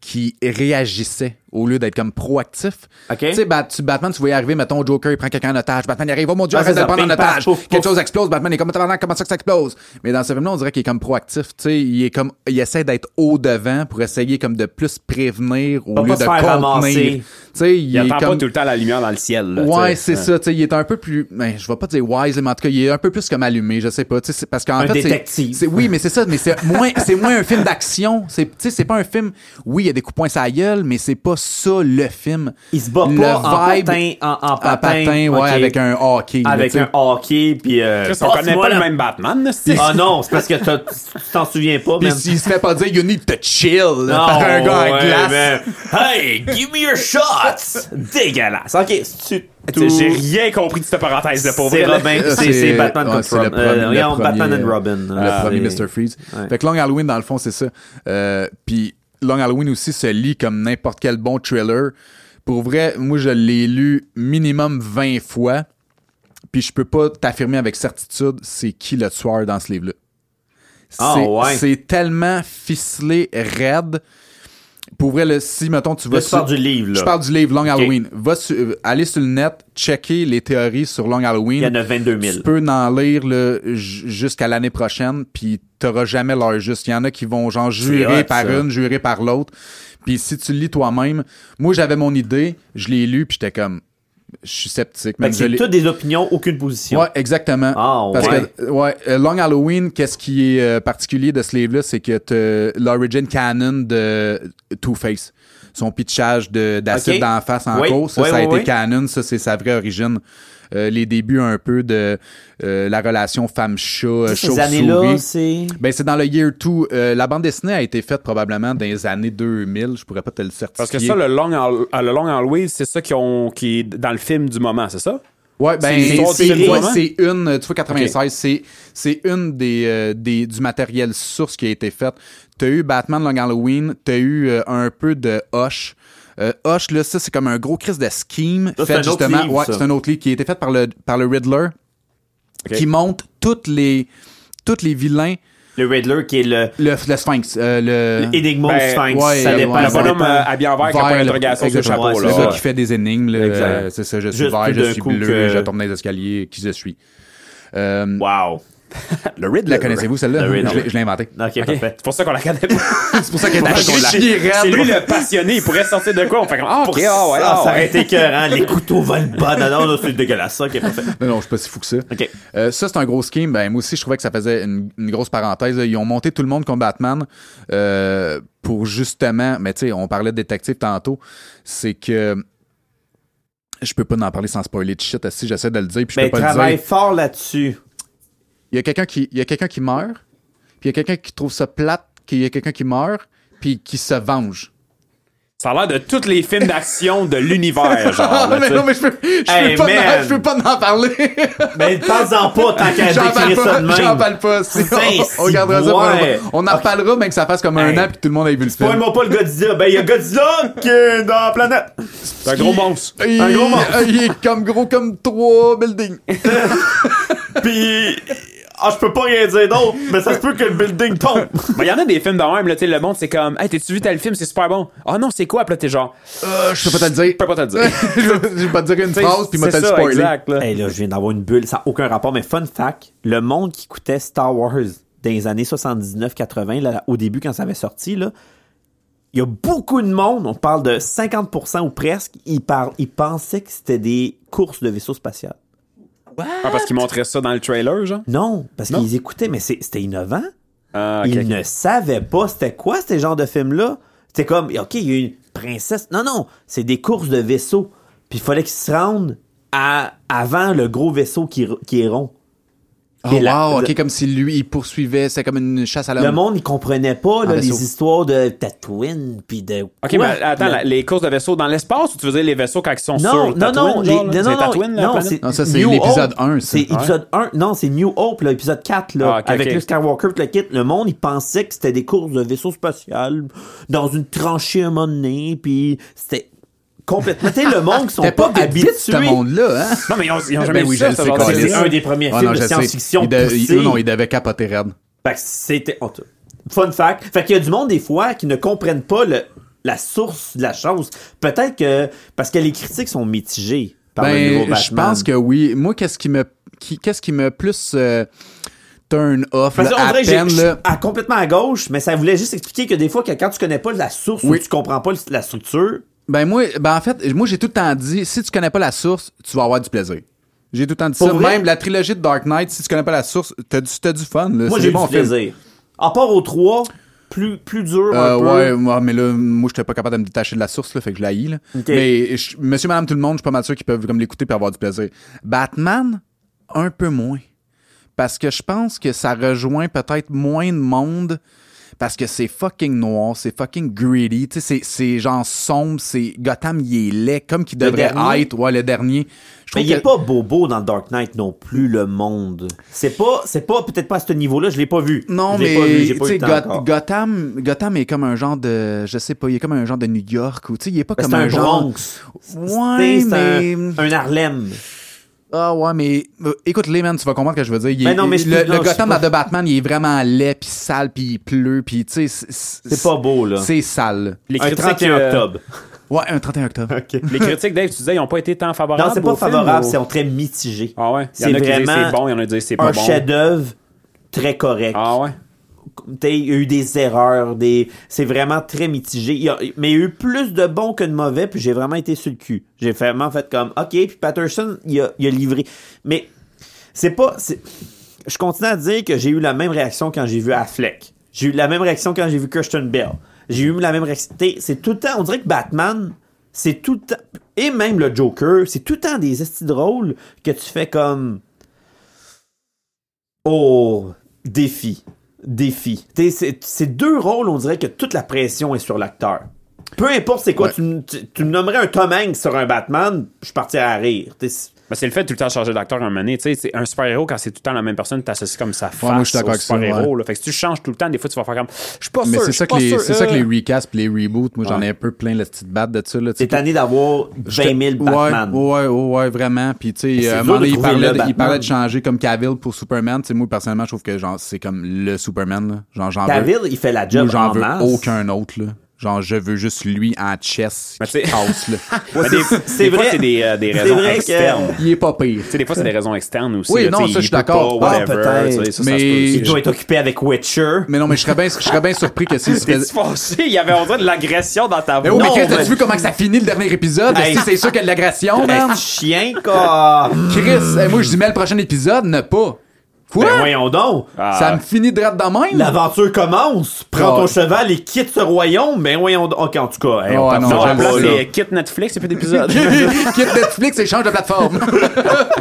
qui réagissait au lieu d'être comme proactif. Ok. Tu sais, Bat- tu- Batman, tu voyais arriver, mettons, Joker, il prend quelqu'un en otage. Batman, il arrive, oh mon dieu, Ah, arrête c'est de le ça, prendre ping, en pang, otage. pouf, pouf. Quelque chose explose, Batman est comme tabarnak, comment ça que ça explose? Mais dans ce film-là, on dirait qu'il est comme proactif, tu sais, il est comme, il essaie d'être au-devant pour essayer comme de plus prévenir au Pas lieu se de faire contenir. ramasser. Tu sais, il, Il est attend pas comme... tout le temps la lumière dans le ciel. là, tu Ouais, sais. c'est ça. tu sais, il est un peu plus. Ben, je vais pas dire wise, mais en tout cas, il est un peu plus comme allumé. Je sais pas. tu sais, c'est- Parce qu'en Un fait, c'est- détective. c'est- oui, mais c'est ça. *laughs* Mais c'est moins, c'est moins un film d'action. C'est, tu sais, c'est pas un film. Oui, il y a des coups de poing sur la gueule, mais c'est pas ça le film. Il se bat Le pas en vibe- patin, en, en patin. en patin, ouais, ok. avec un hockey. là, tu Avec sais. un hockey, puis... Euh, Chris, On connaît passe-moi pas le la- même Batman. là, c'est- Ah non, c'est parce que t'as- tu t'en souviens pas, Puis même. s'il se fait pas dire, you need to chill, là, Non, par *laughs* un gars en ouais, glace. mais- euh, Hey, give me your *laughs* shots! Dégueulasse. Ok, c'est Tu sais, J'ai rien compris de cette parenthèse de pauvre. C'est Robin, Euh, c'est c'est Batman ouais, contre c'est le Robin. premier- Euh, le regarde, premier, Batman and euh, Robin. Le Ah, premier c'est- Mr. Freeze. Ouais. Fait que Long Halloween, dans le fond, c'est ça. Euh, Puis Long Halloween aussi se lit comme n'importe quel bon thriller. Pour vrai, moi, je l'ai lu minimum 20 fois. Puis je peux pas t'affirmer avec certitude c'est qui le tueur dans ce livre-là. Ah, C'est- ouais. C'est tellement ficelé, raide. Pour vrai, le, si, mettons, tu vas Là, tu parles du livre, là. Je parle du livre Long Halloween. Va su- euh, aller sur le net, checker les théories sur Long Halloween. Il y en a 22 000. Tu peux en lire là, j- jusqu'à l'année prochaine, puis t'auras jamais l'heure juste. Il y en a qui vont genre jurer hot, par ça. une, jurer par l'autre. Puis si tu le lis toi-même, moi j'avais mon idée, je l'ai lu, puis j'étais comme, je suis sceptique. Fait même que je c'est l'ai- toutes des opinions, aucune position. Ouais, exactement. Ah, Parce ouais. que, euh, ouais, euh, Long Halloween, qu'est-ce qui est euh, particulier de ce livre-là, c'est que t'as l'origin canon de Two-Face. Son pitchage de- d'acide Ok. dans la face en Oui. cours, ça, Oui, ça a oui, été oui. canon, ça, c'est sa vraie origine. Euh, les débuts un peu de euh, la relation femme-chat, euh, Tu sais, Ces années-là, chauve-souris. c'est... Ben, c'est dans le year 2. la bande dessinée a été faite probablement dans les années 2000, je pourrais pas te le certifier. Parce que ça, le long, Hall- euh, le long Halloween, c'est ça qui, ont, qui est dans le film du moment, c'est ça? Ouais, ben, C'est une histoire c'est du film ouais, vraiment? c'est une, euh, tu vois, 96, c'est, c'est une des, euh, des, du matériel source qui a été fait. T'as eu Batman Long Halloween, t'as eu euh, un peu de Hush. Euh, Hush, là, ça, c'est comme un gros crise de scheme. Ça, c'est fait un autre justement, livre, ouais, ça. c'est un autre livre qui a été fait par le, par le Riddler, Ok. qui monte toutes les, toutes les vilains, Le Riddler qui est le... le, le Sphinx, euh, le, Enigma Ben, Sphinx. ouais, ça le- dépend. le ça bonhomme, dépend. euh, habillé en vert qui a Vert, pas d'interrogation sur le exactement, chapeau. C'est Là, le gars ouais. qui fait des énigmes, là, Exact. euh, c'est ça, je suis Juste vert, tout je d'un suis coup bleu, que- je tombe dans les escaliers, qui je suis. Euh, Wow. Le Riddler. La connaissez-vous celle-là? Le Riddler. Je l'ai- je l'ai inventée. hein? Ok, parfait. C'est pour ça qu'on la connaît pas. C'est pour ça qu'elle est Parce qu'on la- Bah, C'est lui le passionné, il pourrait sortir de quoi? On fait comme, ah, ok, ah, ouais, Ah, ah, ça ouais. aurait été écœurant. Les *laughs* couteaux volent pas. Non, non, non, c'est dégueulasse. ça. Ok, parfait. Non, non, je suis pas si fou que ça. Ok. Euh, ça, c'est un gros scheme. Ben, moi aussi, je trouvais que ça faisait une, une grosse parenthèse. là. Ils ont monté tout le monde contre Batman euh, pour justement. Mais tu sais, on parlait de détective tantôt. C'est que. Je peux pas en parler sans spoiler de shit. Si j'essaie de le dire, puis je Ben, peux pas le travaille dire. fort là-dessus. Il y a quelqu'un qui, il y a quelqu'un qui meurt, *laughs* puis il y a quelqu'un qui trouve ça plate, qu'il y a quelqu'un qui meurt, puis qui se venge. Ça a l'air de tous les films d'action de l'univers, genre. Ah, là, mais tu sais. non, mais je peux, je peux Hey, pas, man. en- je peux pas en parler. Mais Ben, parle-en pas tant qu'à J'en parle décrire ça de pas. J'en même. parle pas. si Putain, on, on si, gardera ça pour un ouais. moment. On en parlera, mais que ça fasse comme Hey. un an puis tout le monde a vu le film. Parle-moi pas le Godzilla. Ben, il y a Godzilla qui est dans la planète. C'est un gros monstre. Il- Un gros monstre. *laughs* Il est comme gros comme trois buildings. Pis. Ah, je peux pas rien dire d'autre, mais ça se peut que le building tombe. Mais Ben, il y en a des films de même, là, tu sais, le monde, c'est comme, hey, t'es-tu vu tel film, c'est super bon. Ah non, c'est quoi? Puis là, t'es genre, Euh, je peux pas te le je *laughs* peux dire. pas te le dire. je vais- je vais pas te dire *laughs* une Tu sais, phrase puis m'a te c'est le ça, spoiler. exact, *laughs* là. Hey, là, je viens d'avoir une bulle, ça n'a aucun rapport, mais fun fact, le monde qui coûtait Star Wars dans les années 79-80, là, au début quand ça avait sorti, là, il y a beaucoup de monde, on parle de 50% ou presque, ils, parlent, ils pensaient que c'était des courses de vaisseaux spatial. Ah, parce qu'ils montraient ça dans le trailer, genre. Non, parce Non. qu'ils écoutaient, mais c'est- c'était innovant. Ah, ok, Ils ok. ne savaient pas c'était quoi ces genres de films-là. C'était comme, OK, il y a une princesse. Non, non, c'est des courses de vaisseaux. Puis il fallait qu'ils se rendent à, avant le gros vaisseau qui, qui est rond. Oh, Et la- wow, le- ok, comme si lui, il poursuivait, c'est comme une chasse à l'homme. Le monde, il comprenait pas là, Un les Ah, vaisseau. histoires de Tatooine puis de. Ok, quoi. mais attends, Le- la- les courses de vaisseaux dans l'espace ou tu veux dire les vaisseaux quand ils sont Non, sur non, non, Tatooine, genre, les- là? non, C'est non, Tatooine, la non, planète? c'est Non, Ah, ça, c'est New l'épisode Hope. un, ça. C'est épisode 1, non, c'est New Hope, là, épisode 4, là, Ah, ok, avec ok. le Skywalker pis le kit. Le monde, il pensait que c'était des courses de vaisseaux spatial dans une tranchée à un moment donné, puis c'était complètement... tu sais, le monde, ils sont T'es pas, pas habitué habitués. de ce monde-là, hein? Non, mais ils ont, ils ont Ben jamais oui, vu je ça, le ce sais, genre de Colin. C'est film. un des premiers Ah films non, de je sais. science-fiction Il de- il- poussés. Non, il devait capoter raide. Fait que c'était en tout- Fun fact. Fait qu'il y a du monde des fois qui ne comprennent pas le- la source de la chose. Peut-être que parce que les critiques sont mitigées par le Ah, nouveau Ben, Batman. je pense que oui. Moi, qu'est-ce qui me, qui- qu'est-ce qui me plus euh, turn off Parce là, qu'on à dirait que j'ai- peine je- là? à- complètement à gauche, mais ça voulait juste expliquer que des fois que quand tu connais pas la source Oui. ou tu comprends pas le- la structure, Ben moi, ben en fait, moi j'ai tout le temps dit, si tu connais pas la source, tu vas avoir du plaisir. J'ai tout le temps dit Pour ça. vrai? Même la trilogie de Dark Knight, si tu connais pas la source, t'as du, t'as du fun. Là. moi C'est j'ai eu des bons du plaisir. films. À part aux trois, plus plus dur Euh, un peu. ouais, ouais, mais là, moi, j'étais pas capable de me détacher de la source, là, fait que je la haïs, là. Ok. Mais je- monsieur, madame, tout le monde, je suis pas mal sûr qu'ils peuvent comme l'écouter pour avoir du plaisir. Batman, un peu moins. Parce que je pense que ça rejoint peut-être moins de monde. Parce que c'est fucking noir, c'est fucking greedy, tu sais, c'est- c'est genre sombre, c'est Gotham, il est laid, comme qu'il devrait dernier? être, ouais, le dernier. Je Mais trouve il est que- pas bobo dans Dark Knight non plus le monde. C'est pas c'est pas peut-être pas à ce niveau-là, je l'ai pas vu. Non, Je l'ai mais pas vu, j'ai pas tu eu sais, le temps Goth- encore. Gotham, Gotham est comme un genre de, je sais pas, il est comme un genre de New York, ou tu sais, il est pas Ben, comme un, c'est un genre. Bronx. Ouais, C'est mais. un, un Harlem. Ah ouais, mais euh, écoute les man, tu vas comprendre ce que je veux dire. Il Mais est- Ben non, mais je- le, non, le je Gotham sais pas. de Batman, il est vraiment laid puis sale puis il pleut puis tu sais c'est- C'est pas beau, là. C'est sale. Les Un critiques, 31 euh, *laughs* octobre. Ouais, un 31 octobre. Les critiques, Dave, tu disais, ils n'ont pas été tant favorables. Non, c'est pas au Ah, film, favorable, ou- c'est très mitigé. Ah ouais. Il y C'est en a qui disent vraiment c'est bon, il y en a qui disent c'est pas Un bon. chef-d'œuvre très correct. Ah ouais. T'sais, Il y a eu des erreurs, des... c'est vraiment très mitigé. Il y a- Mais il y a eu plus de bons que de mauvais, puis j'ai vraiment été sur le cul. J'ai vraiment fait comme, OK, puis Patterson, il a, il a livré. Mais c'est pas... c'est- Je continue à dire que j'ai eu la même réaction quand j'ai vu Affleck. J'ai eu la même réaction quand j'ai vu Christian Bell. J'ai eu la même réaction. t'sais, C'est tout le temps... On dirait que Batman, c'est tout le temps... Et même le Joker, c'est tout le temps des estis drôles que tu fais comme... Oh, défi. Défi. T'es- C'est c'est deux rôles, on dirait que toute la pression est sur l'acteur. Peu importe c'est quoi, Ouais. tu, me- tu- tu me nommerais un Tom Hanks sur un Batman, je partirais à rire. T'es- Mais c'est le fait de tout le temps changer d'acteur un moment donné. Tu sais, c'est un super-héros, quand c'est tout le temps la même personne, t'associes comme sa face moi, je suis d'accord au avec ça, super-héros. ouais. là. Fait que si tu changes tout le temps, des fois, tu vas faire comme. Je suis pas Mais sûr. c'est je suis ça que pas les sûr, c'est ça que euh. *laughs* les recasts puis les reboots, moi j'en ai un peu plein la petite batte de ça là, tu sais, T'es tanné d'avoir 20 000 Batman. Ouais, ouais, ouais, ouais, vraiment. Puis, tu sais, euh, c'est à un dur moment de donné, il trouver le parlait, de, il Batman. parlait de changer comme Cavill pour Superman. Tu sais, moi, personnellement, je trouve que genre, c'est comme le Superman. Là. Genre, j'en veux- David, il fait la moi, job j'en en veux masse. aucun autre. Là. Genre, je veux juste lui en chess Mais qui tu sais- casse. Là. Mais des- c'est des fois, vrai. C'est des, euh, des C'est raisons vrai que- externes. Tu Il est pas pire. sais, des fois, c'est des raisons externes aussi. Oui, là, tu non, sais, ça, il je suis peut d'accord. pas, Ah, whatever, peut-être. tu sais, ça, ça se Mais- peut aussi. Il doit être occupé avec Witcher. *laughs* Mais non, mais je serais bien je serais bien surpris que s'il se T'es faisait... fâché, il y avait on dirait de l'agression dans ta Mais voix. oh, mais Non, Chris, t'as-tu mais- vu comment que ça finit le dernier épisode? Hey. Si c'est sûr qu'il y a de *laughs* l'agression, Hey, man. c'est chien, quoi! Eh, ah, Chris, hey, moi, je dis, mais le prochain épisode, ne pas. Quoi? Ben voyons donc! Ça me finit de de *laughs* même? L'aventure commence! Prends ton Ouais. cheval et quitte ce royaume! Ben voyons donc! Ok, en tout cas, hey, on Ouais, parle non, pas Non, à la là, j'aime place, pas, là. c'est quitte Netflix, c'est plus d'épisode. Quitte Netflix et change de plateforme.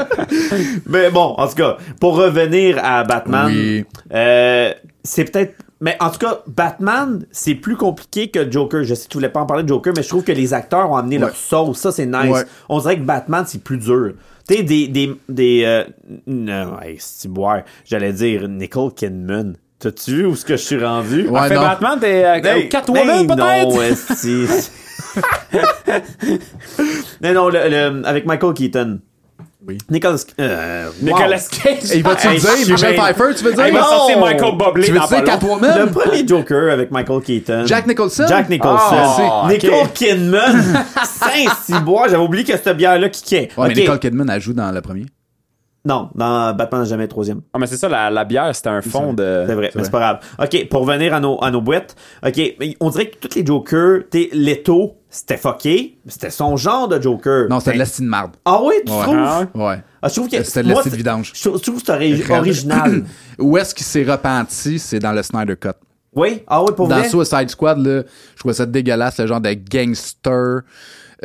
*laughs* Mais bon, en tout cas, pour revenir à Batman, Oui. euh, c'est peut-être Mais en tout cas, Batman, c'est plus compliqué que Joker. Je sais que tu voulais pas en parler de Joker, mais je trouve que les acteurs ont amené leur sauce. Ça, c'est nice. Ouais. On dirait que Batman, c'est plus dur. Tu sais, des. des, des euh, non, hey, c'est boire. J'allais dire Nicole Kidman. T'as-tu vu où ce que je suis rendu? *laughs* Ouais, fait non. Batman, t'es euh, Hey, Catwoman, hey, peut-être? Ben, Non, *laughs* esti. Mais non, le- le- avec Michael Keaton. Oui. Nicolas. euh, wow. Nicolas Cage. Et il va-tu Hey, le je suis dire, Michel bien- Pfeiffer, tu veux Ah, il dire? va non! sortir Michael Bublé Tu veux dans dire pas long. Le Catwoman? premier Joker avec Michael Keaton. Jack Nicholson? Jack Nicholson. Ah, Nicole ok. *laughs* Kidman. Saint-Cybois. J'avais oublié que cette bière-là kickait. Ok. Ouais, mais Nicole Kidman, elle joue dans le premier. Non, dans Batman jamais troisième. Ah, mais c'est ça, la, la bière, c'était un fond de. C'est vrai, mais c'est pas grave. OK, pour revenir à nos, à nos boîtes, OK, mais on dirait que tous les Jokers, t'es Leto, c'était fucké, c'était son genre de Joker. Non, c'était Mais- de l'estime marde. Ah oui, tu Ouais. trouves? Ah Ouais. Ah, je trouve que C'était de la moi, petite c'est- vidange. Je trouve je trouve que c'est ori- *clears throat* original. Où est-ce qu'il s'est repenti? C'est dans le Snyder Cut. oui, ah oui, pour Dans vrai. Suicide Squad, là, je trouvais ça dégueulasse, le genre de gangster.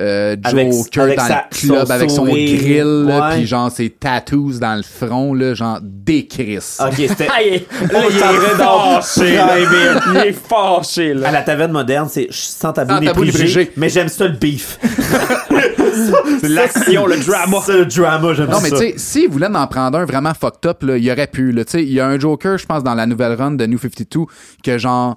euh, Avec- Joker avec dans sa- le club son avec son sourire. grill, là, Ouais. puis genre ses tattoos dans le front, là, genre décris. OK, c'était *laughs* Ah, il est, là, On il est s'en redonne. fâché, *laughs* là, Emile. Il est fâché, à là. la taverne moderne, c'est je- sans tabou Sans ni tabou ni préjugé, préjugé. mais j'aime ça le *laughs* beef. C'est l'action, le drama. C'est le drama, j'aime ça. Non, mais tu sais, s'il voulait en prendre un vraiment fucked up, là, il aurait pu. là. Tu sais, il y a un Joker, je pense, dans la nouvelle run de New 52, que genre.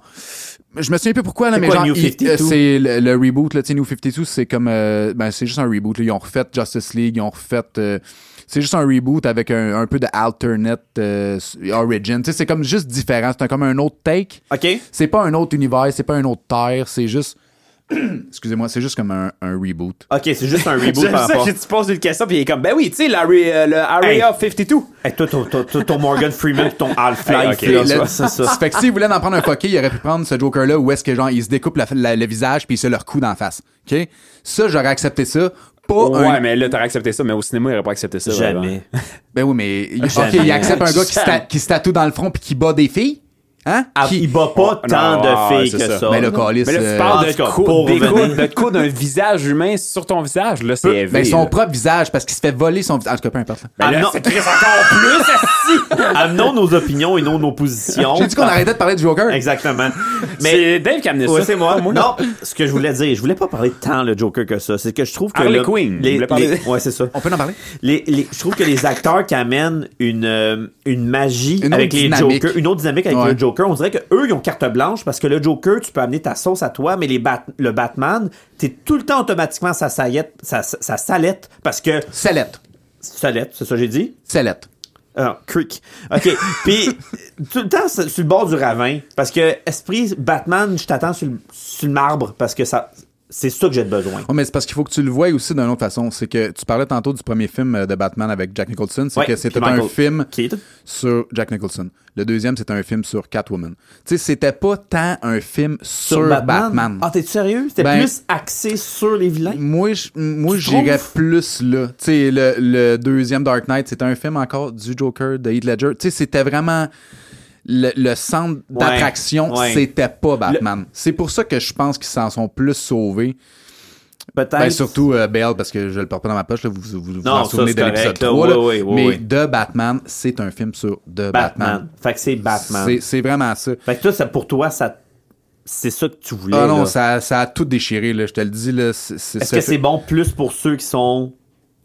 Je me souviens plus pourquoi, là, mais quoi, genre. New il- 52? euh, c'est le, le reboot, là. Tu sais, New 52, c'est comme. euh, ben, c'est juste un reboot, là. Ils ont refait Justice League, ils ont refait. euh, c'est juste un reboot avec un, un peu de alternate euh, origin. Tu sais, c'est comme juste différent. C'est un- comme un autre take. OK. C'est pas un autre univers, c'est pas un autre terre, c'est juste. *clears throat* Excusez-moi, c'est juste comme un, un reboot. OK, c'est juste un reboot *laughs* J'aime par ça rapport. que tu poses une question, puis il est comme, ben oui, tu sais, l'Area euh, le Area Hey. 52. Hey, toi, ton, ton- ton- ton Morgan Freeman, ton Half-Life, Hey, ok, là, là, c'est ça. Fait que s'il voulait en prendre un fucké, il aurait pu prendre ce Joker-là où est-ce que genre il se découpe la- la- le visage puis il se le recoue d'en face. OK? Ça, j'aurais accepté ça. Pas Ouais, un. mais là, t'aurais accepté ça, mais au cinéma, il aurait pas accepté ça. vraiment. Jamais. Ben oui, mais. OK, Jamais. il accepte un gars qui, se ta- Jamais. qui se tatoue dans le front puis qui bat des filles. Hein? Ah, Qui- Il bat pas Oh, tant non, de filles c'est que ça. ça. Ben le calice. Mais là, euh, tu en parles tout de cas, coup, pour des revenir. coups- de coup d'un visage humain sur ton visage, là, c'est élevé. ben, son là. propre visage parce qu'il se fait voler son visage. En tout cas, peu importe. là. Ben là, Amenons- c'est triste encore plus. Ah, *laughs* Amenons nos opinions et non nos positions. J'ai dit qu'on arrêtait de parler du Joker. Exactement. Mais C'est Dave qui a amené Ouais, ça. c'est moi. Pas Non, ce que je voulais dire, je voulais pas parler tant le Joker que ça. C'est que je trouve que Harley là, Quinn. les- Je voulais parler- les- ouais, c'est ça. On peut en parler? Les, les- je trouve que les acteurs qui amènent une, euh, une magie Une autre avec les dynamique. Jokers, une autre dynamique avec Ouais. le Joker, on dirait que eux ils ont carte blanche parce que le Joker, tu peux amener ta sauce à toi, mais les Bat- le Batman, t'es tout le temps automatiquement sa saillette, sa, sa- sa salette parce que Salette. salette, c'est ça que j'ai dit. Salette. Ah, creek. *laughs* OK. Puis, tout le temps, sur sur le bord du ravin. Parce que, esprit, Batman, je t'attends sur, le- sur le marbre. Parce que ça, c'est ça que j'ai de besoin. Ouais, mais c'est parce qu'il faut que tu le vois aussi d'une autre façon. C'est que tu parlais tantôt du premier film euh, de Batman avec Jack Nicholson. C'est Ouais, que puis c'était Michael un film Keaton. sur Jack Nicholson. Le deuxième, c'était un film sur Catwoman. Tu sais, c'était pas tant un film sur, Batman. Ah, t'es sérieux? C'était Ben- plus axé sur les vilains? Moi, je- moi Tu j'irais trouves? plus là. Tu sais, le, le deuxième Dark Knight, c'était un film encore du Joker, de Heath Ledger. Tu sais, c'était vraiment le, le centre d'attraction, ouais. c'était pas Batman. C'est pour ça que je pense qu'ils s'en sont plus sauvés. Peut-être. Ben, surtout euh, Bale, parce que je le porte pas dans ma poche, là, vous vous, vous, vous Non, en ça, souvenez c'est de l'épisode correct, là, 3. oui, là. oui, oui, mais oui. The Batman, c'est un film sur The Batman. Batman. Fait que c'est Batman. C'est- C'est vraiment ça. Fait que toi, ça, pour toi, ça, c'est ça que tu voulais. Ah non, là. ça, ça a tout déchiré, là, je te le dis. là, c'est- Est-ce ça que fait- c'est bon plus pour ceux qui sont,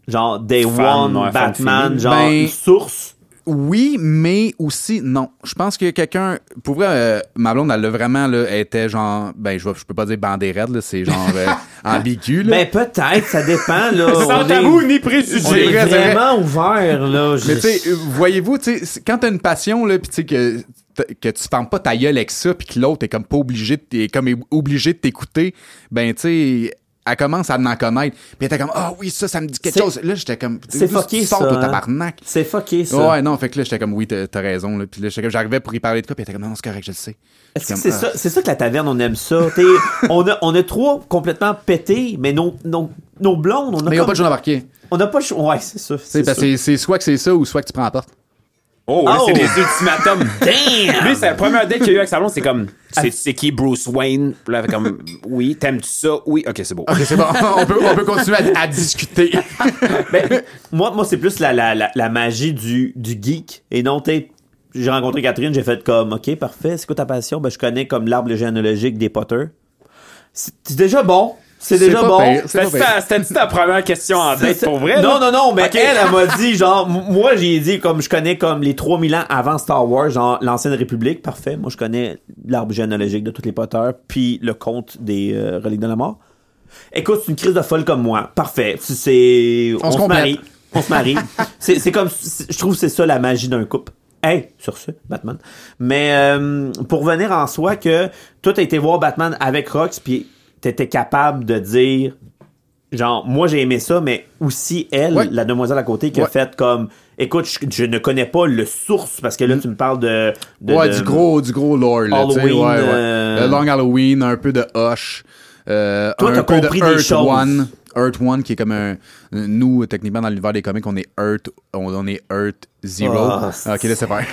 genre, Day Fan, One, ouais, fan Batman, fini. genre, Ben- une source? Oui, mais aussi non. Je pense que quelqu'un. Pour vrai, euh, ma blonde, elle l'a vraiment, là, elle était genre. Ben, je, vais- je peux pas dire bandé raide, là, c'est genre *laughs* euh, ambigu, là. Ben, peut-être, ça dépend, *laughs* là. Sans On est- tabou ni On est C'est préjugé. vrai, c'est vraiment ouvert, là. Je- Mais tu sais, euh, voyez-vous, tu sais, c'est- quand t'as une passion, là, pis tu sais que, t- que tu fermes pas ta gueule avec ça, pis que l'autre est comme pas obligé, de t'es- comme est obligé de t'écouter, ben tu sais, elle commence à en connaître. Pis elle était comme, ah oui, ça, ça me dit quelque C'est- chose. Là, j'étais comme, C'est D'où fucké, tu sors, ça, toi, hein? tabarnak. C'est fucké, ça. Ouais, non, fait que là, j'étais comme, oui, t'as t'as raison, là. Pis là, j'étais comme, j'arrivais pour y parler de quoi, pis elle était comme, non, non, c'est correct, je le sais. Est-ce que Comme, c'est ah. ça, c'est ça que la taverne, on aime ça. *laughs* T'es- on, a, on a trois complètement pétés, mais nos, nos, nos blondes, on a Mais ils ont comme- pas de journal embarqué. On n'a pas le choix. Ouais, c'est ça. Tu sais, C'est parce ça. que c'est soit que c'est ça ou soit que tu prends la porte. Oh, là, c'est Oh. des ultimatums. *laughs* Damn! Lui, c'est la première date qu'il y a eu avec sa blonde, c'est comme, c'est, c'est qui Bruce Wayne? Puis là, elle fait comme, oui, t'aimes-tu ça? Oui, ok, c'est beau. Ok, c'est bon, *laughs* on peut, on peut continuer à, *laughs* à discuter. Ben, moi, moi c'est plus la, la, la, la magie du, du geek et non, t'es j'ai rencontré Catherine, j'ai fait comme, OK, parfait, c'est quoi ta passion? Ben, je connais comme l'arbre généalogique des Potter. C'est c'est déjà bon. C'est C'est déjà pas bon. pire, c'est C'était-tu ta- c'était-tu ta première question en date pour vrai? Non, non, là? non, mais Ok. elle, elle m'a dit, genre, m- moi, j'ai dit, comme je connais comme les 3000 ans avant Star Wars, genre l'ancienne République, parfait. Moi, je connais l'arbre généalogique de tous les Potter, puis le conte des euh, reliques de la mort. Écoute, c'est une crise de folle comme moi. Parfait. C'est- C'est. On se complète. marie. On se *laughs* marie. c'est c'est comme. c'est- Je trouve que c'est ça la magie d'un couple. Hey, sur ce, Batman. Mais euh, pour venir en soi que toi, t'as été voir Batman avec Rox, puis t'étais capable de dire genre moi j'ai aimé ça mais aussi elle Ouais. la demoiselle à côté qui a Ouais. fait comme écoute je, je ne connais pas le source parce que là tu me parles de, de- Mm. ouais, de- du gros, du gros lore, là, tu sais, Halloween, ouais, ouais. euh, Le Long Halloween, un peu de Hush, euh, Toi, t'as un peu de compris des Earth choses. One. Earth One, qui est comme un. Nous, techniquement, dans l'univers des comics, on est Earth, on, on est Earth Zero. Ah, ok, laissez faire.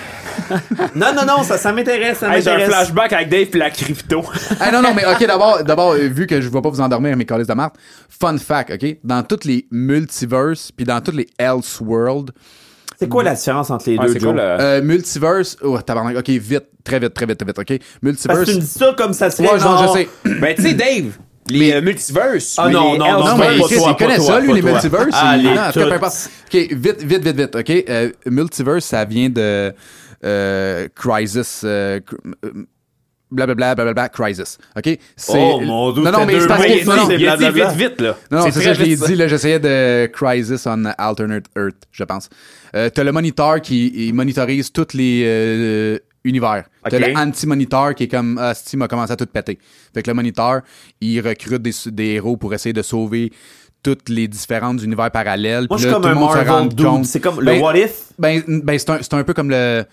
non non non ça, ça m'intéresse ça Hey, j'ai un m'intéresse flashback avec Dave puis la crypto. Ah non, non, mais ok, d'abord, d'abord, euh, vu que je ne vais pas vous endormir, mes collègues de marthe, fun fact, ok? Dans toutes les multiverses, puis dans toutes les Elseworlds, c'est quoi la différence entre les Ouais, deux c'est quoi Joe? le- euh, multiverse, oh, tabarnak, ok, vite, très vite, très vite, très vite, ok? parce que Multiverse. tu me dis ça comme ça serait Ouais, non, genre je sais. ben, tu sais, Dave, les euh, multiverses. Ah, les non, non, Elseworlds. Euh, Non, Pas mais toi, Chris, pas il connaît toi, ça, lui, pas les toi. multiverses. Ah, il- les non, en tout cas, peu toutes. importe. OK, vite, vite, vite, vite, OK. euh, multiverse, ça vient de euh, Crisis... euh, cr- euh, Blablabla, blablabla, crisis. OK? C'est- Oh, mon Dieu, Non, non, c'était mais deux c'est parce mots, que. Non, non, c'est Il a dit blablabla. vite, vite, là. non, non, c'est ça, très je l'ai vite, ça. dit, là, j'essayais de Crisis on Alternate Earth, je pense. Euh, t'as le moniteur qui il monitorise tous les euh, univers. T'as Ok. le anti-moniteur qui est comme, ah, Steam a commencé à tout péter. Fait que le moniteur, il recrute des, des héros pour essayer de sauver tous les différents univers parallèles. moi je Puis suis là, comme tout un le monde se rend Marvel dude compte. c'est comme le Ben, what if ben, ben c'est un, c'est un peu comme le.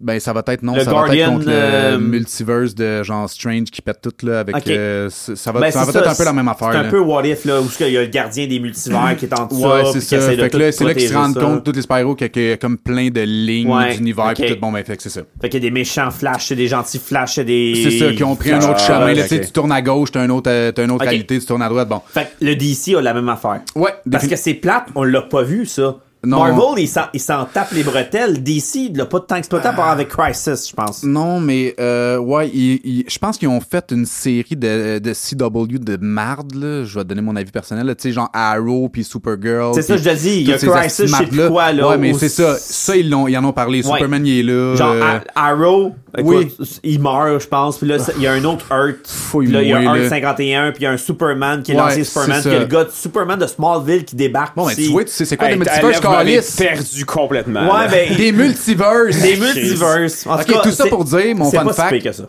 Ben, ça va être non, Le ça Guardian, va être contre euh, le multiverse de genre Strange qui pète tout, là, avec. Ok. euh, c- ça va, Ben, ça c'est va être ça, un peu la même affaire. c'est un là. peu what if là où il y a le gardien des multivers qui est en dessous Ouais, puis c'est qui ça. essaie de Fait que tout là, c'est là qu'ils se protéger rendent ça. compte, tous les Spyro, qu'il y a- qu'il y a comme plein de lignes Ouais, d'univers, puis ok. tout. Bon, ben, fait que c'est ça. fait qu'il y a des méchants flash c'est des gentils flash c'est des C'est ça, qui ont pris un Flash. autre chemin. Là, ok. tu sais, tu tournes à gauche, t'as un autre, euh, t'as une autre Ok. réalité, tu tournes à droite, bon. Fait que le DC a la même affaire. Ouais, Parce défini- que c'est plate, on l'a pas vu, ça. Non. Marvel, il s'en, il s'en tape les bretelles. DC, il l'a pas de temps exploité à part avec Crisis, je pense. Non, mais euh, ouais, ils- ils- je pense qu'ils ont fait une série de, de CW de marde, là. Je vais te donner mon avis personnel, là. Tu sais, genre Arrow, puis Supergirl. C'est ça, puis je te dis, il y a toutes ces Crisis, je sais plus mardes-là. quoi, là, Ouais, mais où c'est ça. c'est- Ça, ils, l'ont, ils en ont parlé. Superman, il est là. Genre, ah, euh, Ar- Arrow, oui. écoute, il meurt, je pense. Puis là, ça- il y a un autre Earth. Faut y Puis là, il y a mouiller, Earth là. 51, puis il y a un Superman qui est Ouais, l'ancien Superman, c'est puis il y a ça. le gars de Superman de Smallville qui débarque. Bon, ben, ici. tu vois, tu sais, c'est quoi Hey, des t'as- multiverses, là, vous m'avez câlisse? perdu complètement. Ouais, là. ben, Des multiverses! des multiverses. En Ok, tout, cas, tout ça c'est- pour dire, mon c'est fun pas si fact. pire que ça.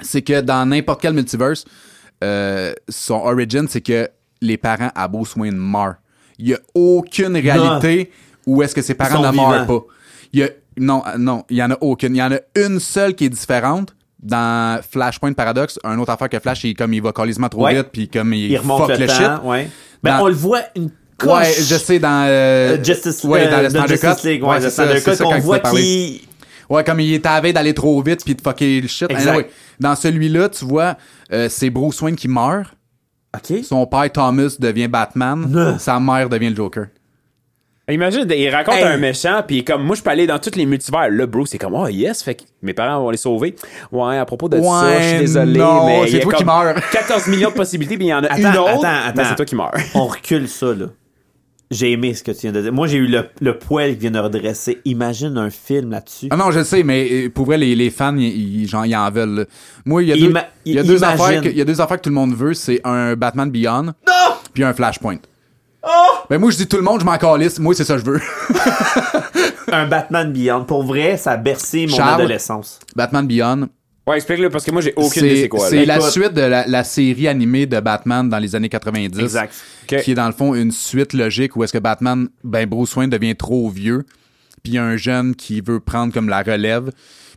c'est que dans n'importe quel multiverse, euh, son origin, c'est que les parents à beau soin de meurent. Il n'y a aucune réalité où est-ce que ses parents sont ne meurent vivants. pas. Il y a, non, euh, non, il n'y en a aucune. Il y en a une seule qui est différente. Dans Flashpoint Paradox, un autre affaire que Flash, il, comme il va calissement trop Ouais. vite, puis comme il, Il remonte fuck le, le, temps. shit. Ouais. Ben, Dans- on le voit une coche. Ouais, je sais, dans... euh, Euh, Justice, ouais, dans euh, le de Snyder Justice Cut. League, ouais, c'est le ça, Snyder c'est Cut, ça, on quand tu voit m'as parlé. qui Ouais, comme il est à la veille d'aller trop vite puis de fucker le shit. Exact. Anyway, dans celui-là, tu vois, euh, c'est Bruce Wayne qui meurt. OK. Son père Thomas devient Batman. Nuh. Sa mère devient le Joker. Imagine, il raconte Hey. un méchant, puis il est comme, moi, je peux aller dans tous les multivers. Là, Bruce, c'est comme, oh yes, fait que mes parents vont les sauver. Ouais, à propos de ça, je suis Ouais, désolé, non, mais. c'est il y a toi qui comme *laughs* meurs. 14 millions de possibilités, puis il y en a une Attends, autre. attends, mais attends. c'est toi qui meurs. On recule ça, là. J'ai aimé ce que tu viens de dire. Moi, j'ai eu le, le poil qui vient de redresser. Imagine un film là-dessus. Ah non, je le sais, mais euh, pour vrai, les, les fans, ils, ils- genre, ils en veulent. là. Moi, il y a deux, Ima- il y a deux imagine. affaires que, il y a deux affaires que tout le monde veut. C'est un Batman Beyond. Puis un Flashpoint. Oh! Ben moi, je dis tout le monde, je m'en calisse. Moi, c'est ça que je veux. *laughs* Un Batman Beyond. Pour vrai, ça a bercé mon Charles. adolescence. Batman Beyond. Ouais, explique-le, parce que moi, j'ai aucune idée C'est c'est quoi. c'est là. la Écoute. suite de la, la série animée de Batman dans les années 90. Exact. Ok. Qui est dans le fond une suite logique où est-ce que Batman, ben Bruce Wayne devient trop vieux, puis il y a un jeune qui veut prendre comme la relève.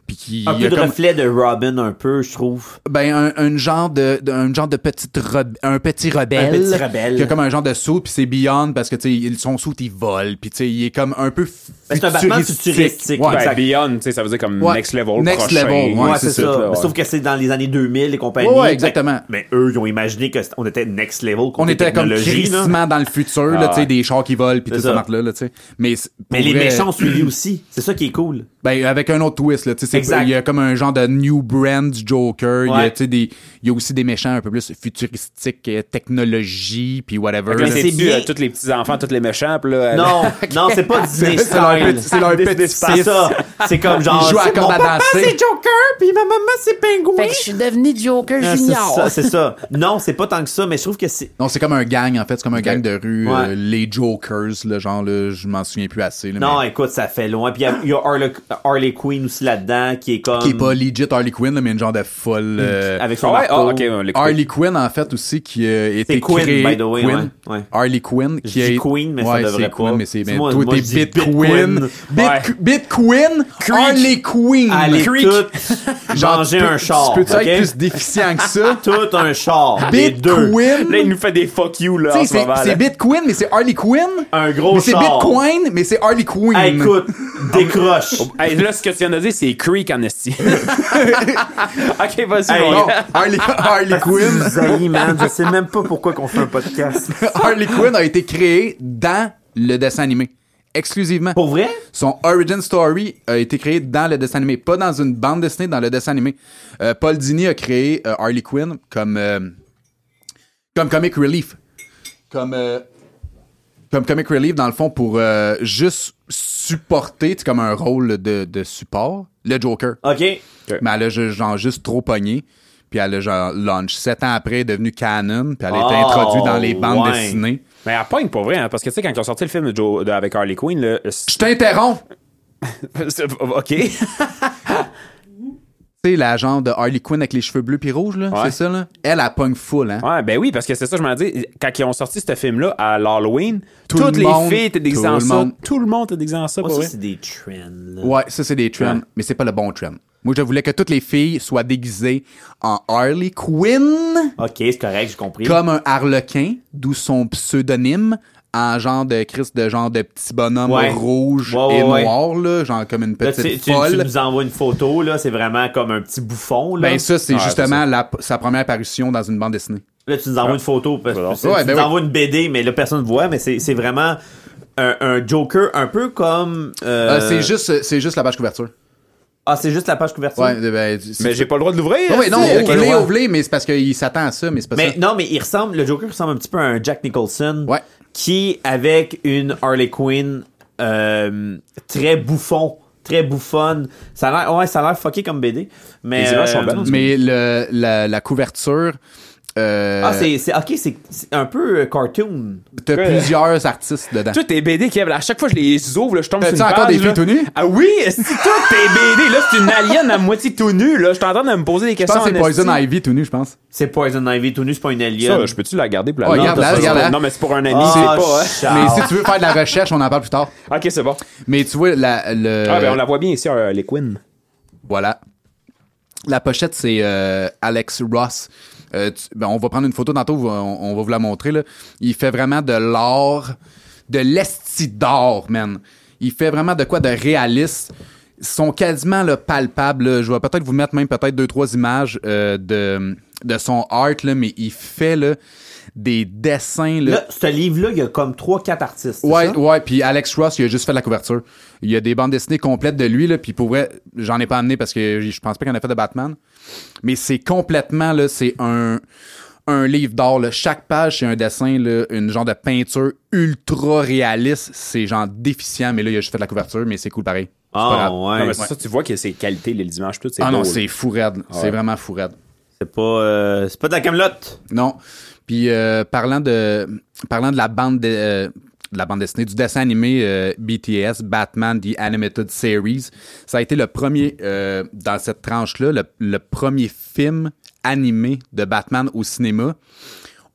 Puis qui. Un il y peu a de comme- reflet de Robin, un peu, je trouve. ben un, un genre de, de- un genre de petite rebe- un petit rebelle Un petit rebelle. qui a comme un genre de saut puis c'est Beyond parce que tu sais son saut il vole puis tu sais il est comme un peu Ben, c'est un Batman futuristique, Ouais. Ben, exact. Beyond, tu sais, ça veut dire comme Ouais. next level. Next prochain. level, ouais, Ouais, c'est c'est ça. ça, ouais. Sauf que c'est dans les années 2000 et compagnie. Ouais, ouais, exactement. Mais eux, ils ont imaginé qu'on était next level. on était comme là. Ah crissement dans le futur là tu sais ouais. des chars qui volent puis C'est tout ça ça. marque là, là tu sais mais c'est- Mais pour les vrai, méchants ont suivi aussi. C'est ça qui est cool. ben avec un autre twist là tu sais c'est- Exact. il y a comme un genre de new brand du Joker il y a Ouais. tu sais des il y a aussi des méchants un peu plus futuristiques euh, technologie puis whatever Là, là. c'est c'est bien. bien. euh, tous les petits enfants, tous les méchants, puis Euh, là. euh, *laughs* *laughs* Non, non, c'est pas Disney C'est leur style. petit- c'est leur Disney, petit c'est pas fils. ça. *laughs* C'est comme genre. Ils jouent à c'est comme mon à papa, danser. c'est Joker, puis ma maman, c'est Pingouin. Fait que je suis devenu Joker Ah, c'est Junior. ça, c'est *laughs* ça. Non, c'est pas tant que ça, mais je trouve que c'est. Non, c'est comme un gang, en fait. C'est comme un gang de rue. Ouais. euh, les Jokers, le genre, là, je m'en souviens plus assez. là, Non, mais- écoute, ça fait loin. Puis il y a- il y a Harley, Harley Quinn aussi là-dedans, qui est comme. Qui est pas legit Harley Quinn, là, mais une genre de folle. euh, euh, Avec son Ah ouais, ah, marteau. ok, on l'écoute. Harley Quinn, en fait, aussi, qui euh, était C'est Quinn, créée- by the way, Quinn. ouais, ouais. Harley Quinn. Qui dis est... Quinn, mais ça devrait pas. c'est Quinn, mais c'est... ben, Moi- toi, moi, t'es je dis Bitcoin. Bitcoin. Bit- Bitcoin, Harley Quinn. Allez, tout. *laughs* Genre, Manger tu peux- un char. Tu peux-tu ok? être plus déficient que *laughs* ça? Tout un char. les deux. Là, il Bitcoin. nous fait des fuck you, là, Tu sais, en ce c'est moment. c'est là. Bitcoin, mais c'est Harley Quinn. Un gros Mais c'est char. Bitcoin, mais c'est Harley Quinn. Hey, *laughs* écoute, décroche. Hey, là, ce que tu viens de dire, c'est Creek en *laughs* esti. *laughs* ok, vas-y, Hey, mon Bon, gars. *laughs* Harley, Harley Quinn. Zali, man, je sais même pas pourquoi qu'on fait un podcast. Harley Quinn a été créée dans le dessin animé. Exclusivement. Pour vrai? Son origin story a été créé dans le dessin animé, pas dans une bande dessinée, dans le dessin animé. Euh, Paul Dini a créé euh, Harley Quinn comme euh, comme comic relief, comme euh, comme comic relief dans le fond pour euh, juste supporter, tu sais, comme un rôle de, de support, le Joker. OK. Mais elle a ju- genre juste trop pogné. Puis elle a genre launch sept ans après, devenue canon. Puis elle a été Oh, introduite dans les bandes ouais. dessinées. Mais elle pogne pour vrai, hein, parce que tu sais, quand ils ont sorti le film de Joe, de- avec Harley Quinn, là. *laughs* Je t'interromps! c'est- ok. Tu sais, la genre de Harley Quinn avec les cheveux bleus puis rouges, là, Ouais. c'est ça, là? Elle, elle pogne full, hein? Ouais, ben oui, parce que c'est ça, je m'en dis. Quand ils ont sorti ce film-là à l'Halloween, Tout toutes le les monde- filles étaient déguisées tout en le ça. monde. Tout le monde était déguisé en ça, Moi, pour ça, vrai. c'est des trends. là. Ouais, ça, c'est des trends, Ouais. mais c'est pas le bon trend. Moi, je voulais que toutes les filles soient déguisées en Harley Quinn, OK, c'est correct, j'ai compris. comme un harlequin, d'où son pseudonyme, en genre de Chris, de genre de petit bonhomme Ouais. rouge Ouais, ouais, et ouais. noir, là, genre comme une Là, tu, petite tu- tu folle. nous envoies une photo, là, c'est vraiment comme un petit bouffon. Là, Ben ça, c'est Ouais, justement la- sa première apparition dans une bande dessinée. là tu nous envoies une photo. Parce, parce que Ouais, tu ben nous oui. envoies une BD, mais là, personne ne voit, mais c'est c'est vraiment un, un Joker un peu comme... euh, Euh, c'est juste, c'est juste la page couverture. Ah, c'est juste la page couverture? Ouais, ben, c'est- Mais j'ai pas le droit de l'ouvrir. Ah ouais, non, esti. ouvrez, ouais. ouvrez, mais c'est parce qu'il s'attend à ça, mais c'est pas Mais ça. non, mais il ressemble, le Joker ressemble un petit peu à un Jack Nicholson. Ouais. Qui, avec une Harley Quinn euh, très bouffon, très bouffonne. Ça a l'air, ouais, ça a l'air fucké comme BD. Mais. euh, Les images sont belles, en tout cas. Mais le, la, la couverture, euh, Ah, c'est, c'est, ok, c'est, c'est un peu euh, cartoon. t'as plusieurs artistes dedans. Toutes tes BD, Kev, là, à chaque fois que je les ouvre, là, je tombe sur T'as-tu une encore page, des filles là. tout nues? Ah oui, *laughs* c'est toutes tes BD, là, c'est une alien à moitié tout nue, là. Je suis en train de me poser des Je questions. pense que c'est en esti. Poison Ivy tout nu, je pense. C'est Poison Ivy tout nu, c'est pas une alien. Ça, je peux-tu la garder pour la Ouais, Non, garde-la, parce que- garde-la. Non, mais c'est pour un ami, Ah, c'est pas, hein. Charles. Mais si tu veux faire de la recherche, on en parle plus tard. Ok, c'est bon. Mais tu vois, la, le, Ah, ben, on la voit bien ici, euh, les Quinn. Voilà. La pochette, c'est euh, Alex Ross. Euh, tu- ben, on va prendre une photo tantôt, on, on va vous la montrer. Là. Il fait vraiment de l'or, de l'esti d'or, man. Il fait vraiment de quoi de réaliste. Ils sont quasiment là, palpables. là. Je vais peut-être vous mettre même peut-être deux, trois images euh, de, de son art, là, mais il fait là, des dessins. Là, Là, ce livre-là, il y a comme 3-4 artistes. c'est Ouais, ça? ouais, puis Alex Ross, il a juste fait la couverture. Il y a des bandes dessinées complètes de lui, là, puis pour vrai, j'en ai pas amené parce que je pense pas qu'il en a fait de Batman. Mais c'est complètement, là, c'est un, un livre d'or, là. Chaque page, c'est un dessin, là, une genre de peinture ultra réaliste. C'est genre déficient, mais là, il a juste fait la couverture, mais c'est cool pareil. C'est pas Ah, grave. ouais. Non, mais c'est ça, tu vois que c'est qualité, les dimanches, tout, c'est Ah beau, non, là. c'est fou raide. C'est vraiment fou raide. C'est pas, euh, c'est pas de la Camelotte. Non. Puis euh, parlant de parlant de la bande de, euh, de la bande dessinée du dessin animé euh, BTS Batman the Animated Series, ça a été le premier euh, dans cette tranche là, le, le premier film animé de Batman au cinéma.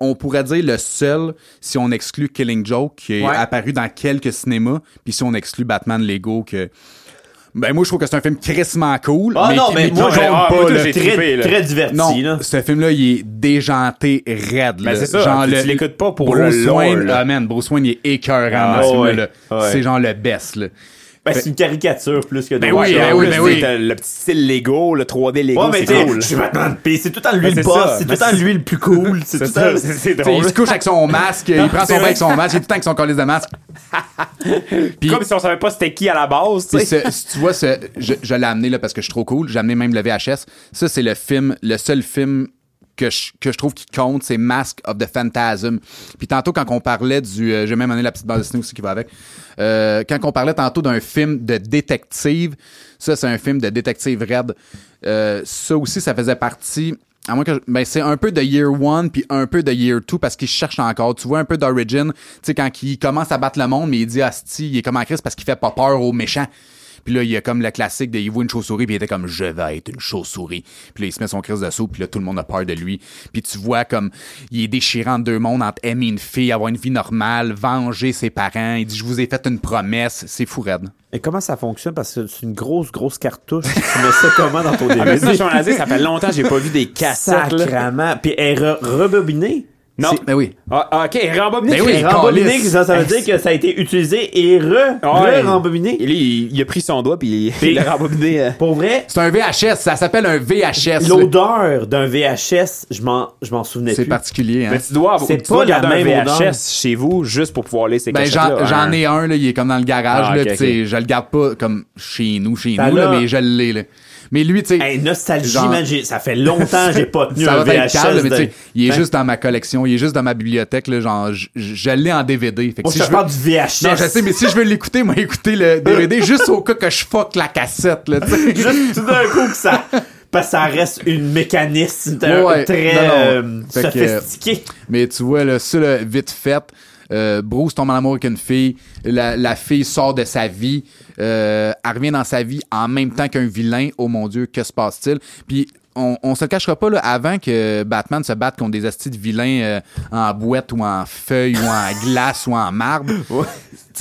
On pourrait dire le seul si on exclut Killing Joke qui est Ouais. apparu dans quelques cinémas, puis si on exclut Batman Lego que Ben moi je trouve que c'est un film crissement cool. Ah non, qui- mais qui moi, compte j'ai- ah, pas, moi, tout, là. j'ai Très, trippé, là. très diverti, Non, là. ce film-là, il est déjanté raide. Mais là. c'est ça, Genre, tu le- l'écoutes pas pour Bruce le lore, Wayne, là. ah, man, Bruce Wayne, il est écœurant Ah, dans ce ouais, film-là. ouais. C'est genre le best. Là. Ben, c'est une caricature plus que Ben d'autres oui, choses. ben oui, ben c'est oui. le- Le petit style Lego, le 3D Lego, Ouais, mais c'est t'sais, *laughs* cool. je suis Batman. Pis c'est tout le temps lui Ben, le c'est boss, ça. c'est tout Ben, le temps lui le plus cool, c'est tout C'est le temps. ça, c'est- c'est T'sais, drôle. il se couche avec son masque, il prend son bain avec son masque, il est tout le temps avec son colisse de masque. Puis- Comme si on savait pas c'était qui à la base, tu Puis sais. ce- si tu vois, ce- je, je l'ai amené là parce que je suis trop cool. J'ai amené même le VHS. Ça, c'est le film, le seul film que je, que je trouve qui compte, c'est Mask of the Phantasm. Puis tantôt, quand on parlait du... euh, J'ai même amené la petite bande dessinée aussi qui va avec. Euh, quand on parlait tantôt d'un film de détective, ça, c'est un film de détective raide. Euh, ça aussi, ça faisait partie... À moins que je- ben, c'est un peu de Year One puis un peu de Year Two parce qu'il cherche encore. Tu vois un peu d'Origin, tu sais, quand il commence à battre le monde, mais il dit Asti, il est comme en crise parce qu'il fait pas peur aux méchants. Puis là, il y a comme le classique de il voit une chauve-souris, puis il était comme je vais être une chauve-souris. Puis là, il se met son crise de saut, puis là, tout le monde a peur de lui. Puis tu vois comme il est déchirant de deux mondes entre aimer une fille, avoir une vie normale, venger ses parents. Il dit je vous ai fait une promesse, c'est fou raide. Et comment ça fonctionne? Parce que c'est une grosse, grosse cartouche. tu mets ça comment dans ton *laughs* Ah, mais ça, je DVD? suis en Asie, ça fait longtemps que j'ai pas vu des cassettes. là. Sacrament. Puis elle est re- rebobinée. Non. C'est- ben oui. Ah, ah, ok, rembobinée. Ben oui. Elle est Calice. Rembobinée, ça, ça veut dire que ça a été utilisé et re, Ah Ouais. re rembobinée. Et là, il, il a pris son doigt puis il l'a rembobiné. euh. Pour vrai, C'est un VHS, ça s'appelle un VHS. là. l'odeur d'un VHS, je m'en, je m'en souvenais C'est plus. particulier. Hein? Mais tu dois, Ben, C'est tu dois pas la garder un même odeur. VHS chez vous juste pour pouvoir laisser Ben, j'en hein. j'en ai un, là, il est comme dans le garage. Ah, là, ok, pis ok. t'sais, Je le garde pas comme chez nous, chez Ben nous, là, là- mais je l'ai. là. Mais lui, tu sais. Hey, nostalgie, Genre- man, j'ai- ça fait longtemps que j'ai pas tenu ça un va être VHS. calme, de- mais tu sais, il est Hein? juste dans ma collection, il est juste dans ma bibliothèque, là, genre, je, je- je l'ai en DVD. Fait que Moi, Oh, je si je te veux- parle du VHS. Non, je sais, mais si je veux l'écouter, moi, écouter le DVD juste au cas que je fuck la cassette, là, *laughs* tu sais. Juste tout d'un coup que ça. Parce que ça reste une mécanisme d'un- Ouais, ouais. très Non, non. euh, Fait que, sophistiqué. Mais tu vois, là, ça, là, vite fait, euh, Bruce tombe en amour avec une fille, la, la fille sort de sa vie, euh, elle revient dans sa vie en même temps qu'un vilain. Oh mon Dieu, que se passe-t-il? Puis on, on se le cachera pas, là, avant que Batman se batte contre des astis de vilains euh, en boîte ou en feuille ou en glace ou en marbre. Tu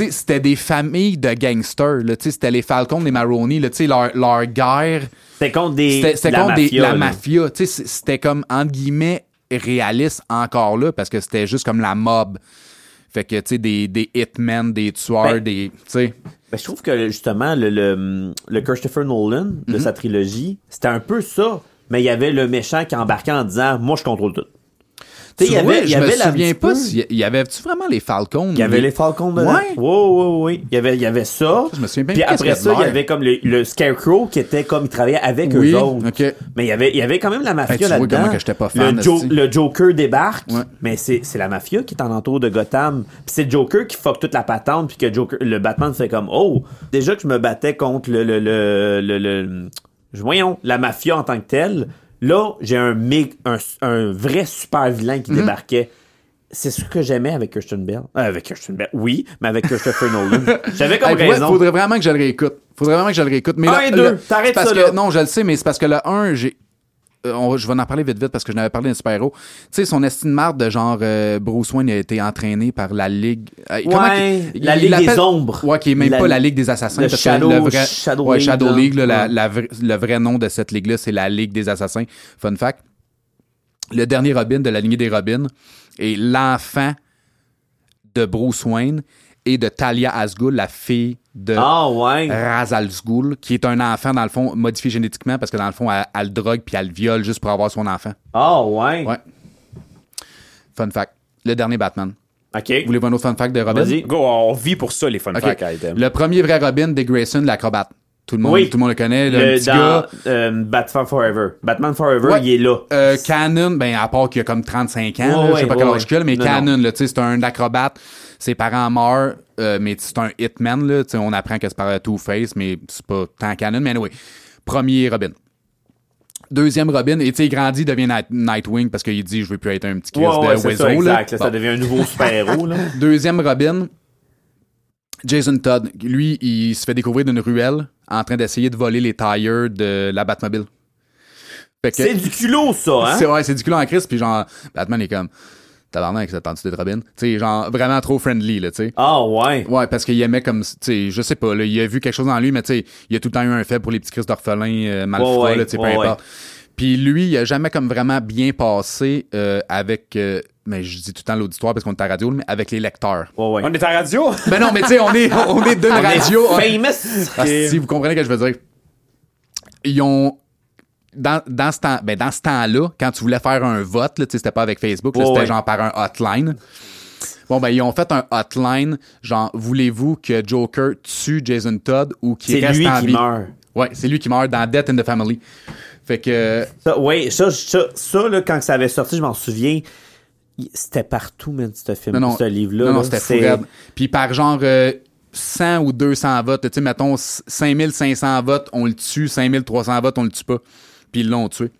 sais, c'était des familles de gangsters, là. Tu sais, c'était les Falcons, les Maroni, là. Tu sais, leur, leur guerre. C'était contre des. C'était c'était la contre des- mafia, la là. mafia. tu sais, c- C'était comme, entre guillemets, réaliste encore là, parce que c'était juste comme la mob. Fait que, tu sais, des, des hitmen, des tueurs, Ben- des. Tu sais. Ben, je trouve que justement, le, le, le Christopher Nolan de Mm-hmm. sa trilogie, c'était un peu ça. Mais il y avait le méchant qui embarquait en disant Moi, je contrôle tout. Tu sais, Tu vois, je me la souviens petite- pas s'il y- il y avait-tu vraiment les Falcons. Il y avait les Falcons dedans. Ouais. Oui, oui, oui. Il y avait, il y avait ça. Je me souviens bien Puis plus après qu'est-ce ça, qu'il y il y avait. avait comme le, le Scarecrow qui était comme, il travaillait avec Oui, eux autres. ok. Mais il y avait, il y avait quand même la mafia Hey, tu vois là-dedans. comment que j'étais pas fan, le, Jo- esti. le Joker débarque, Ouais. mais c'est, c'est la mafia qui est en entour de Gotham. Puis c'est le Joker qui fuck toute la patente, puis que Joker, le Batman fait comme, oh, déjà que je me battais contre le, le, le, le, le- voyons, la mafia en tant que telle. Là, j'ai un, mig- un, un vrai super vilain Mhm. qui débarquait c'est ce que j'aimais avec Christian Bell. Euh, avec Christian Bell, oui, mais avec *laughs* Christopher Nolan. J'avais comme Hey, pour vrai, raison. faudrait vraiment que je le réécoute. Faudrait vraiment que je le réécoute. Mais Un là, et deux, le- t'arrêtes c'est parce ça, que, là. Non, je le sais, mais c'est parce que le 1, j'ai. euh, on- je vais en parler vite vite parce que je n'avais parlé d'un super-héros. Tu sais, son estime marde de genre euh, Bruce Wayne a été entraîné par la Ligue. euh, comment qu'il- la il Ligue des l'appelle- Ombres. Ouais, qui est même La- pas la Ligue des Assassins. le parce que Shadow- le vrai, Shadow ouais, League, Shadow là. League, là, la- Ouais. la vra- le vrai nom de cette ligue-là, c'est la Ligue des Assassins. Fun fact. Le dernier Robin de la lignée des Robins est l'enfant de Bruce Wayne et de Talia Asghul, la fille de Ah ouais. Raz Al Ghul, qui est un enfant, dans le fond, modifié génétiquement parce que, dans le fond, elle, elle drogue puis elle le viole juste pour avoir son enfant. Ah ouais. Ouais. Fun fact. Le dernier Batman. OK. Voulez-vous un autre fun fact de Robin? Vas-y. Go, on vit pour ça, les fun Ok. facts items. Le premier vrai Robin des Grayson, l'acrobate. Tout le monde, Oui. tout le monde le connaît. là, Le, un petit dans gars. euh, Batman Forever. Batman Forever, Ouais. il est là. Euh, Canon, ben, à part qu'il a comme 35 ans, là, Ouais, je sais pas ouais, quel ouais. âge qu'il a, mais Non, Canon, là, tu sais, c'est un acrobate, ses parents meurent, euh, mais c'est un hitman, là, tu sais, on apprend que c'est par Two-Face, mais c'est pas tant Canon, mais anyway. Premier Robin. Deuxième Robin, et tu sais, il grandit, devient Night- Nightwing parce qu'il dit, je veux plus être un petit Chris ouais, ouais, de c'est Wezzo, ça, ben là. exact. là, Bon. Ça devient un nouveau super-héros, *laughs* là. Deuxième Robin, Jason Todd. Lui, il se fait découvrir d'une ruelle en train d'essayer de voler les tires de la Batmobile. Fait que- C'est du culot, ça, hein? c'est ouais, c'est du cul en crise, puis genre, Batman est comme. tabarnak, cette identité de Robin. Tu sais, genre, vraiment trop friendly, là, tu sais. Ah ouais. Ouais, parce qu'il aimait comme, tu sais, je sais pas, là, il a vu quelque chose en lui, mais tu sais, il a tout le temps eu un fait pour les petits cris d'orphelins, euh, malfroids, Ouais, ouais, là, tu sais, peu ouais, importe. Puis lui, il a jamais comme vraiment bien passé euh, avec, euh, mais je dis tout le temps l'auditoire parce qu'on est à la radio, mais avec les lecteurs. Ouais, ouais. On est à la radio? Mais non, mais tu sais, on est, on est d'une radio. on- Famous. ah, si vous comprenez ce que je veux dire. Ils ont. Dans, dans ce temps- ben, dans ce temps-là, quand tu voulais faire un vote, là, tu sais, c'était pas avec Facebook, là, Oh, Ouais, c'était ouais. genre par un hotline. Bon, ben, ils ont fait un hotline, genre, voulez-vous que Joker tue Jason Todd ou qu'il C'est reste lui en qui vie? meurt. Ouais, c'est lui qui meurt dans Death in the Family. Fait que. Ça, ouais, ça, ça, ça, là, quand ça avait sorti, je m'en souviens, il- c'était partout, même, ce film, non, non, ce livre-là. Non, non, là. c'était fou. C'est- raide. Puis par genre euh, 100 ou 200 votes, tu sais, mettons 5500 votes, on le tue, 5300 votes, on le tue pas. Puis ils l'ont tué.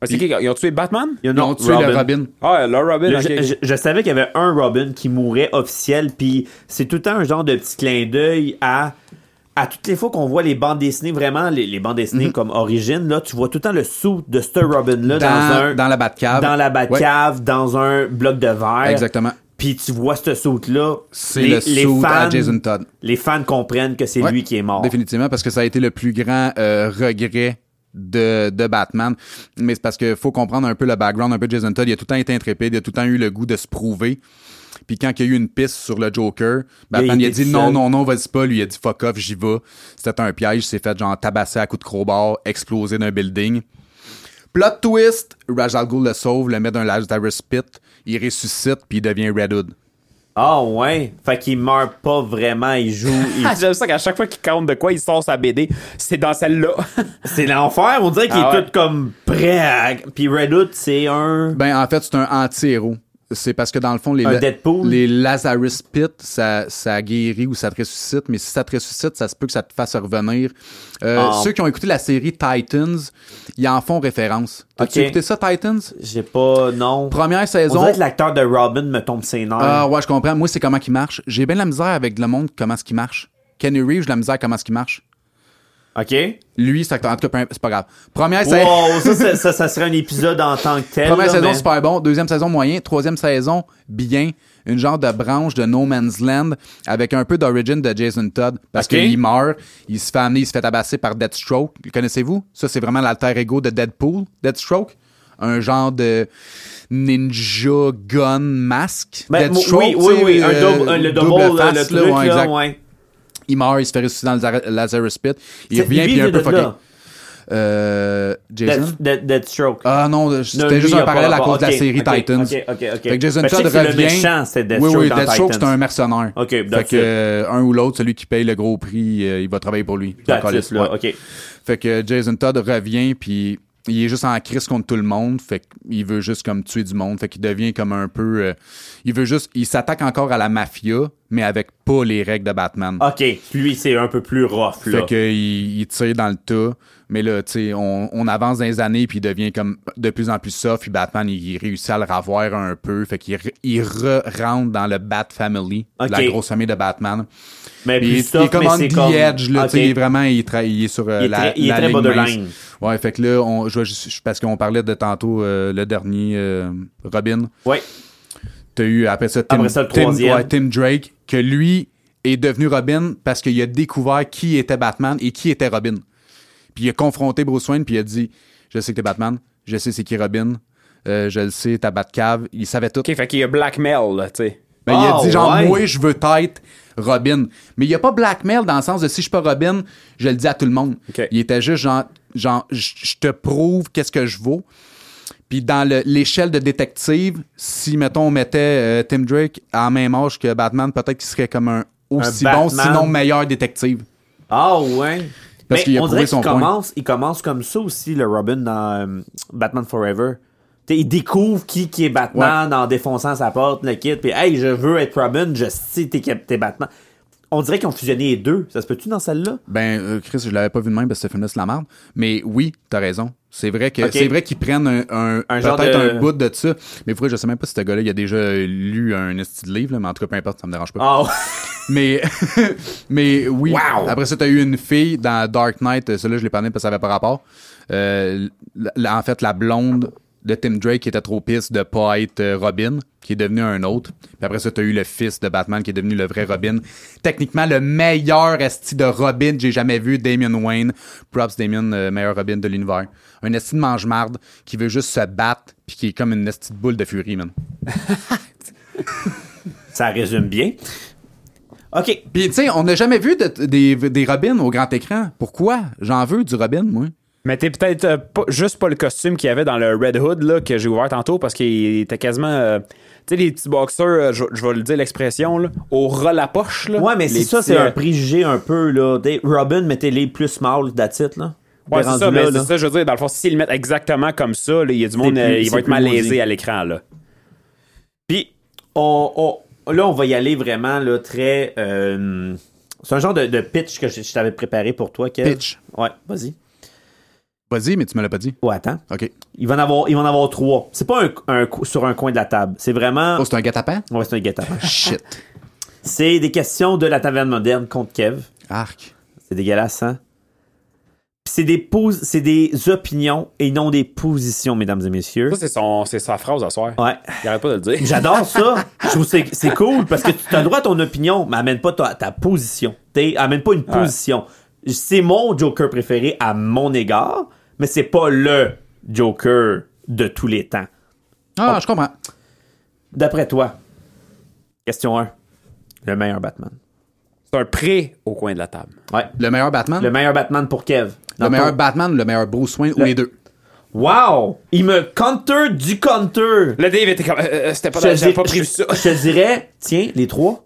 Ah, c'est qui? Ils ont tué Batman? Il y en a- Ils ont tué le Robin. Ah, le Robin, Là, ok. je, je- je savais qu'il y avait un Robin qui mourait officiel, puis c'est tout le temps un genre de petit clin d'œil à à toutes les fois qu'on voit les bandes dessinées, vraiment les, les bandes Mhm. dessinées comme origine, là, tu vois tout le temps le sou de ce Robin-là dans, Dans- un dans la Batcave. dans la Batcave, dans un bloc de verre. Exactement. Puis tu vois ce saut-là. C'est le suit à Jason Todd. Les fans comprennent que c'est Ouais, lui qui est mort. Définitivement, parce que ça a été le plus grand euh, regret de, de Batman. Mais c'est parce qu'il faut comprendre un peu le background, un peu de Jason Todd. Il a tout le temps été intrépide, il a tout le temps eu le goût de se prouver. Puis quand il y a eu une piste sur le Joker, Batman il il a était dit seul. non, non, non, vas-y pas. Lui, il a dit fuck off, j'y vais. C'était un piège, il s'est fait genre tabasser à coups de crowbar, exploser d'un building. Plot twist, Raj Al Ghul le sauve, le met dans un Lazarus Pit, il ressuscite, puis il devient Red Hood. Ah ouais. Fait qu'il meurt pas vraiment, il joue. il- *laughs* Ah, J'aime ça qu'à chaque fois qu'il compte de quoi, il sort sa BD. C'est dans celle-là. *laughs* c'est l'enfer, on dirait qu'il Ah est ouais. tout comme prêt à. Puis Red Hood, c'est un. Ben, en fait, c'est un anti-héros. C'est parce que dans le fond, les, Un la- Deadpool? les Lazarus Pit, ça, ça guérit ou ça te ressuscite, mais si ça te ressuscite, ça se peut que ça te fasse revenir. Euh, Ah. Ceux qui ont écouté la série Titans, ils en font référence. T'as-tu Ok. écouté ça, Titans? J'ai pas. Non. Première On saison. dirait que l'acteur de Robin me tombe ses nerfs. Ah ouais, je comprends. Moi, c'est comment qu'il marche. J'ai bien de la misère avec le monde, comment est-ce qu'il marche. Kenny Reeves, j'ai de la misère comment est-ce qu'il marche. OK? Lui, c'est en tout cas, peu- c'est pas grave. Première saison. Wow, ça, ça, ça, ça serait un épisode en tant que tel. Première là, saison, mais- super bon. Deuxième saison, moyen. Troisième saison, bien. Une genre de branche de No Man's Land avec un peu d'origine de Jason Todd parce Ok. qu'il meurt, il se fait amener, il se fait tabasser par Deathstroke. Le Connaissez-vous? Ça, c'est vraiment l'alter ego de Deadpool, Deathstroke. Un genre de ninja gun masque. Ben, Deathstroke, oui, oui, tu sais, oui, un euh, double, un- le double, double euh, face, le truc, ouais, là, exact. ouais. Il meurt, il se fait ressusciter dans le Zara- Lazarus Pit. Il C'est- revient, lui, puis il est un il peu est de là. fucké. Euh, Jason? Death- Death- Deathstroke. Ah non, le- Non, c'était lui, juste il a un pas parallèle à rapport. cause de Ok, la série ok, Titans. ok, ok, ok. Fait Ben, que Jason je sais Todd que c'est le revient. méchant, c'est Deathstroke oui, oui, dans Deathstroke, c'est Titans. un mercenaire. Ok, fait that's que euh, un ou l'autre, celui qui paye le gros prix, euh, il va travailler pour lui. That's Encore it, les- là, ouais. OK. Fait que Jason Todd revient puis il est juste en crise contre tout le monde, fait qu'il veut juste comme tuer du monde, fait qu'il devient comme un peu euh, il veut juste il s'attaque encore à la mafia mais avec pas les règles de Batman. OK, lui, c'est un peu plus rough, là. Fait qu'il il tire dans le tas. Mais là, tu sais, on, on avance dans les années, puis il devient comme de plus en plus soft. Puis Batman, il, il réussit à le ravoir un peu. Fait qu'il re- il rentre dans le Bat Family, Ok. la grosse famille de Batman. mais Il, plus est- il est soft, comme mais on c'est the comme... edge, là, tu sais, OK. il est vraiment, il, tra- il est sur euh, Il est la, très- il est la très ligne borderline. mince. Ouais, fait que là, on, je, vois juste- je- parce qu'on parlait de tantôt euh, le dernier euh, Robin. Ouais. T'as eu après ça Tim, Après ça, le Tim- troisième. ouais, Tim Drake, que lui est devenu Robin parce qu'il a découvert qui était Batman et qui était Robin. Puis il a confronté Bruce Wayne, puis il a dit Je sais que t'es Batman, je sais c'est qui Robin, euh, je le sais, ta Batcave. Il savait tout. OK, fait qu'il y a Blackmail, là, tu sais. Mais Ben, il a Ah, dit genre, ouais. moi, je veux être Robin. Mais il n'y a pas blackmail dans le sens de si je suis pas Robin, je le dis à tout le monde. Ok. Il était juste genre, genre je je te prouve qu'est-ce que je vaux. Puis dans le- l'échelle de détective, si, mettons, on mettait euh, Tim Drake à la même âge que Batman, peut-être qu'il serait comme un aussi Un bon, Batman. sinon meilleur détective. Ah ouais. Parce Mais qu'il a on prouvé dirait son qu'il point. commence, il commence comme ça aussi, le Robin dans euh, Batman Forever. T'sais, il découvre qui, qui est Batman en défonçant sa porte, le kit, puis hey, je veux être Robin, je sais t'es, cap- t'es Batman. On dirait qu'ils ont fusionné les deux. Ça se peut-tu dans celle-là? Ben, euh, Chris, je l'avais pas vu de même parce que ce film-là, c'est la merde. Mais oui, t'as raison. C'est vrai que Ok. c'est vrai qu'ils prennent un, un, Un genre peut-être de- un bout de ça. Mais pour vrai, je sais même pas si ce gars-là il a déjà lu un style de livre, là, mais en tout cas, peu importe, ça me dérange pas. Ah ouais. Mais, *laughs* mais oui. Wow! Après ça, t'as eu une fille dans Dark Knight. euh, Celle-là, je l'ai pas nommée parce que ça avait pas rapport. Euh, la- la- en fait, la blonde de Tim Drake qui était trop pisse de pas être euh, Robin, qui est devenu un autre. Puis après ça, t'as eu le fils de Batman qui est devenu le vrai Robin. Techniquement, le meilleur esti de Robin que j'ai jamais vu, Damien Wayne. Props Damien, euh, meilleur Robin de l'univers. Un esti de mange-marde qui veut juste se battre puis qui est comme une esti de boule de furie, man. *laughs* Ça résume bien. OK. Puis tu sais, on n'a jamais vu de- des, des Robins au grand écran. Pourquoi? J'en veux du Robin, moi. Mais t'es peut-être euh, pas- juste pas le costume qu'il y avait dans le Red Hood là, que j'ai ouvert tantôt parce qu'il était quasiment. euh, tu sais, les petits boxeurs, euh, je je vais le dire l'expression, là, au ras la poche. Là, Ouais, mais c'est Les ça, petits, c'est euh, un préjugé un peu, là. Des- Robin, mettez-les plus small d'attitude, là. Ouais, Des c'est rendus ça, là, mais là. c'est ça, je veux dire, dans le fond, s'ils le mettent exactement comme ça, là, il y a du monde, plus- euh, il c'est va être plus maudit. malaisé à l'écran, là. Puis, on, on- là, on va y aller vraiment là, très. euh, c'est un genre de, de pitch que je, je t'avais préparé pour toi, Kev. Pitch. Ouais, vas-y. Vas-y, mais tu me l'as pas dit. Ouais, attends. OK. Il va en avoir, il va en avoir trois. C'est pas un, un cou- sur un coin de la table. C'est vraiment. Oh, c'est un guet-apens? Ouais, c'est un guet-apens. Shit. c'est des questions de la taverne moderne contre Kev. Arc. C'est dégueulasse, hein? Puis C'est des, pos- c'est des opinions et non des positions, mesdames et messieurs. Ça, c'est, son, c'est sa phrase à soir. Ouais. Il arrête pas de le dire. J'adore ça. Je trouve que c'est- c'est cool parce que tu as droit à ton opinion, mais amène pas ta, ta position. T'es- amène pas une position. C'est mon Joker préféré à mon égard, mais c'est pas le Joker de tous les temps. Ah, je comprends. D'après toi, question 1. Le meilleur Batman. C'est un pré au coin de la table. Ouais. Le meilleur Batman? Le Le, meilleur Batman pour Kev. Dans meilleur ton- Batman ou le meilleur Bruce Wayne ou les deux? Wow! Il me counter du counter! Le Dave était comme. euh, euh, c'était pas. Je J'avais dis- pas prévu je- ça. je te dirais, tiens, les trois.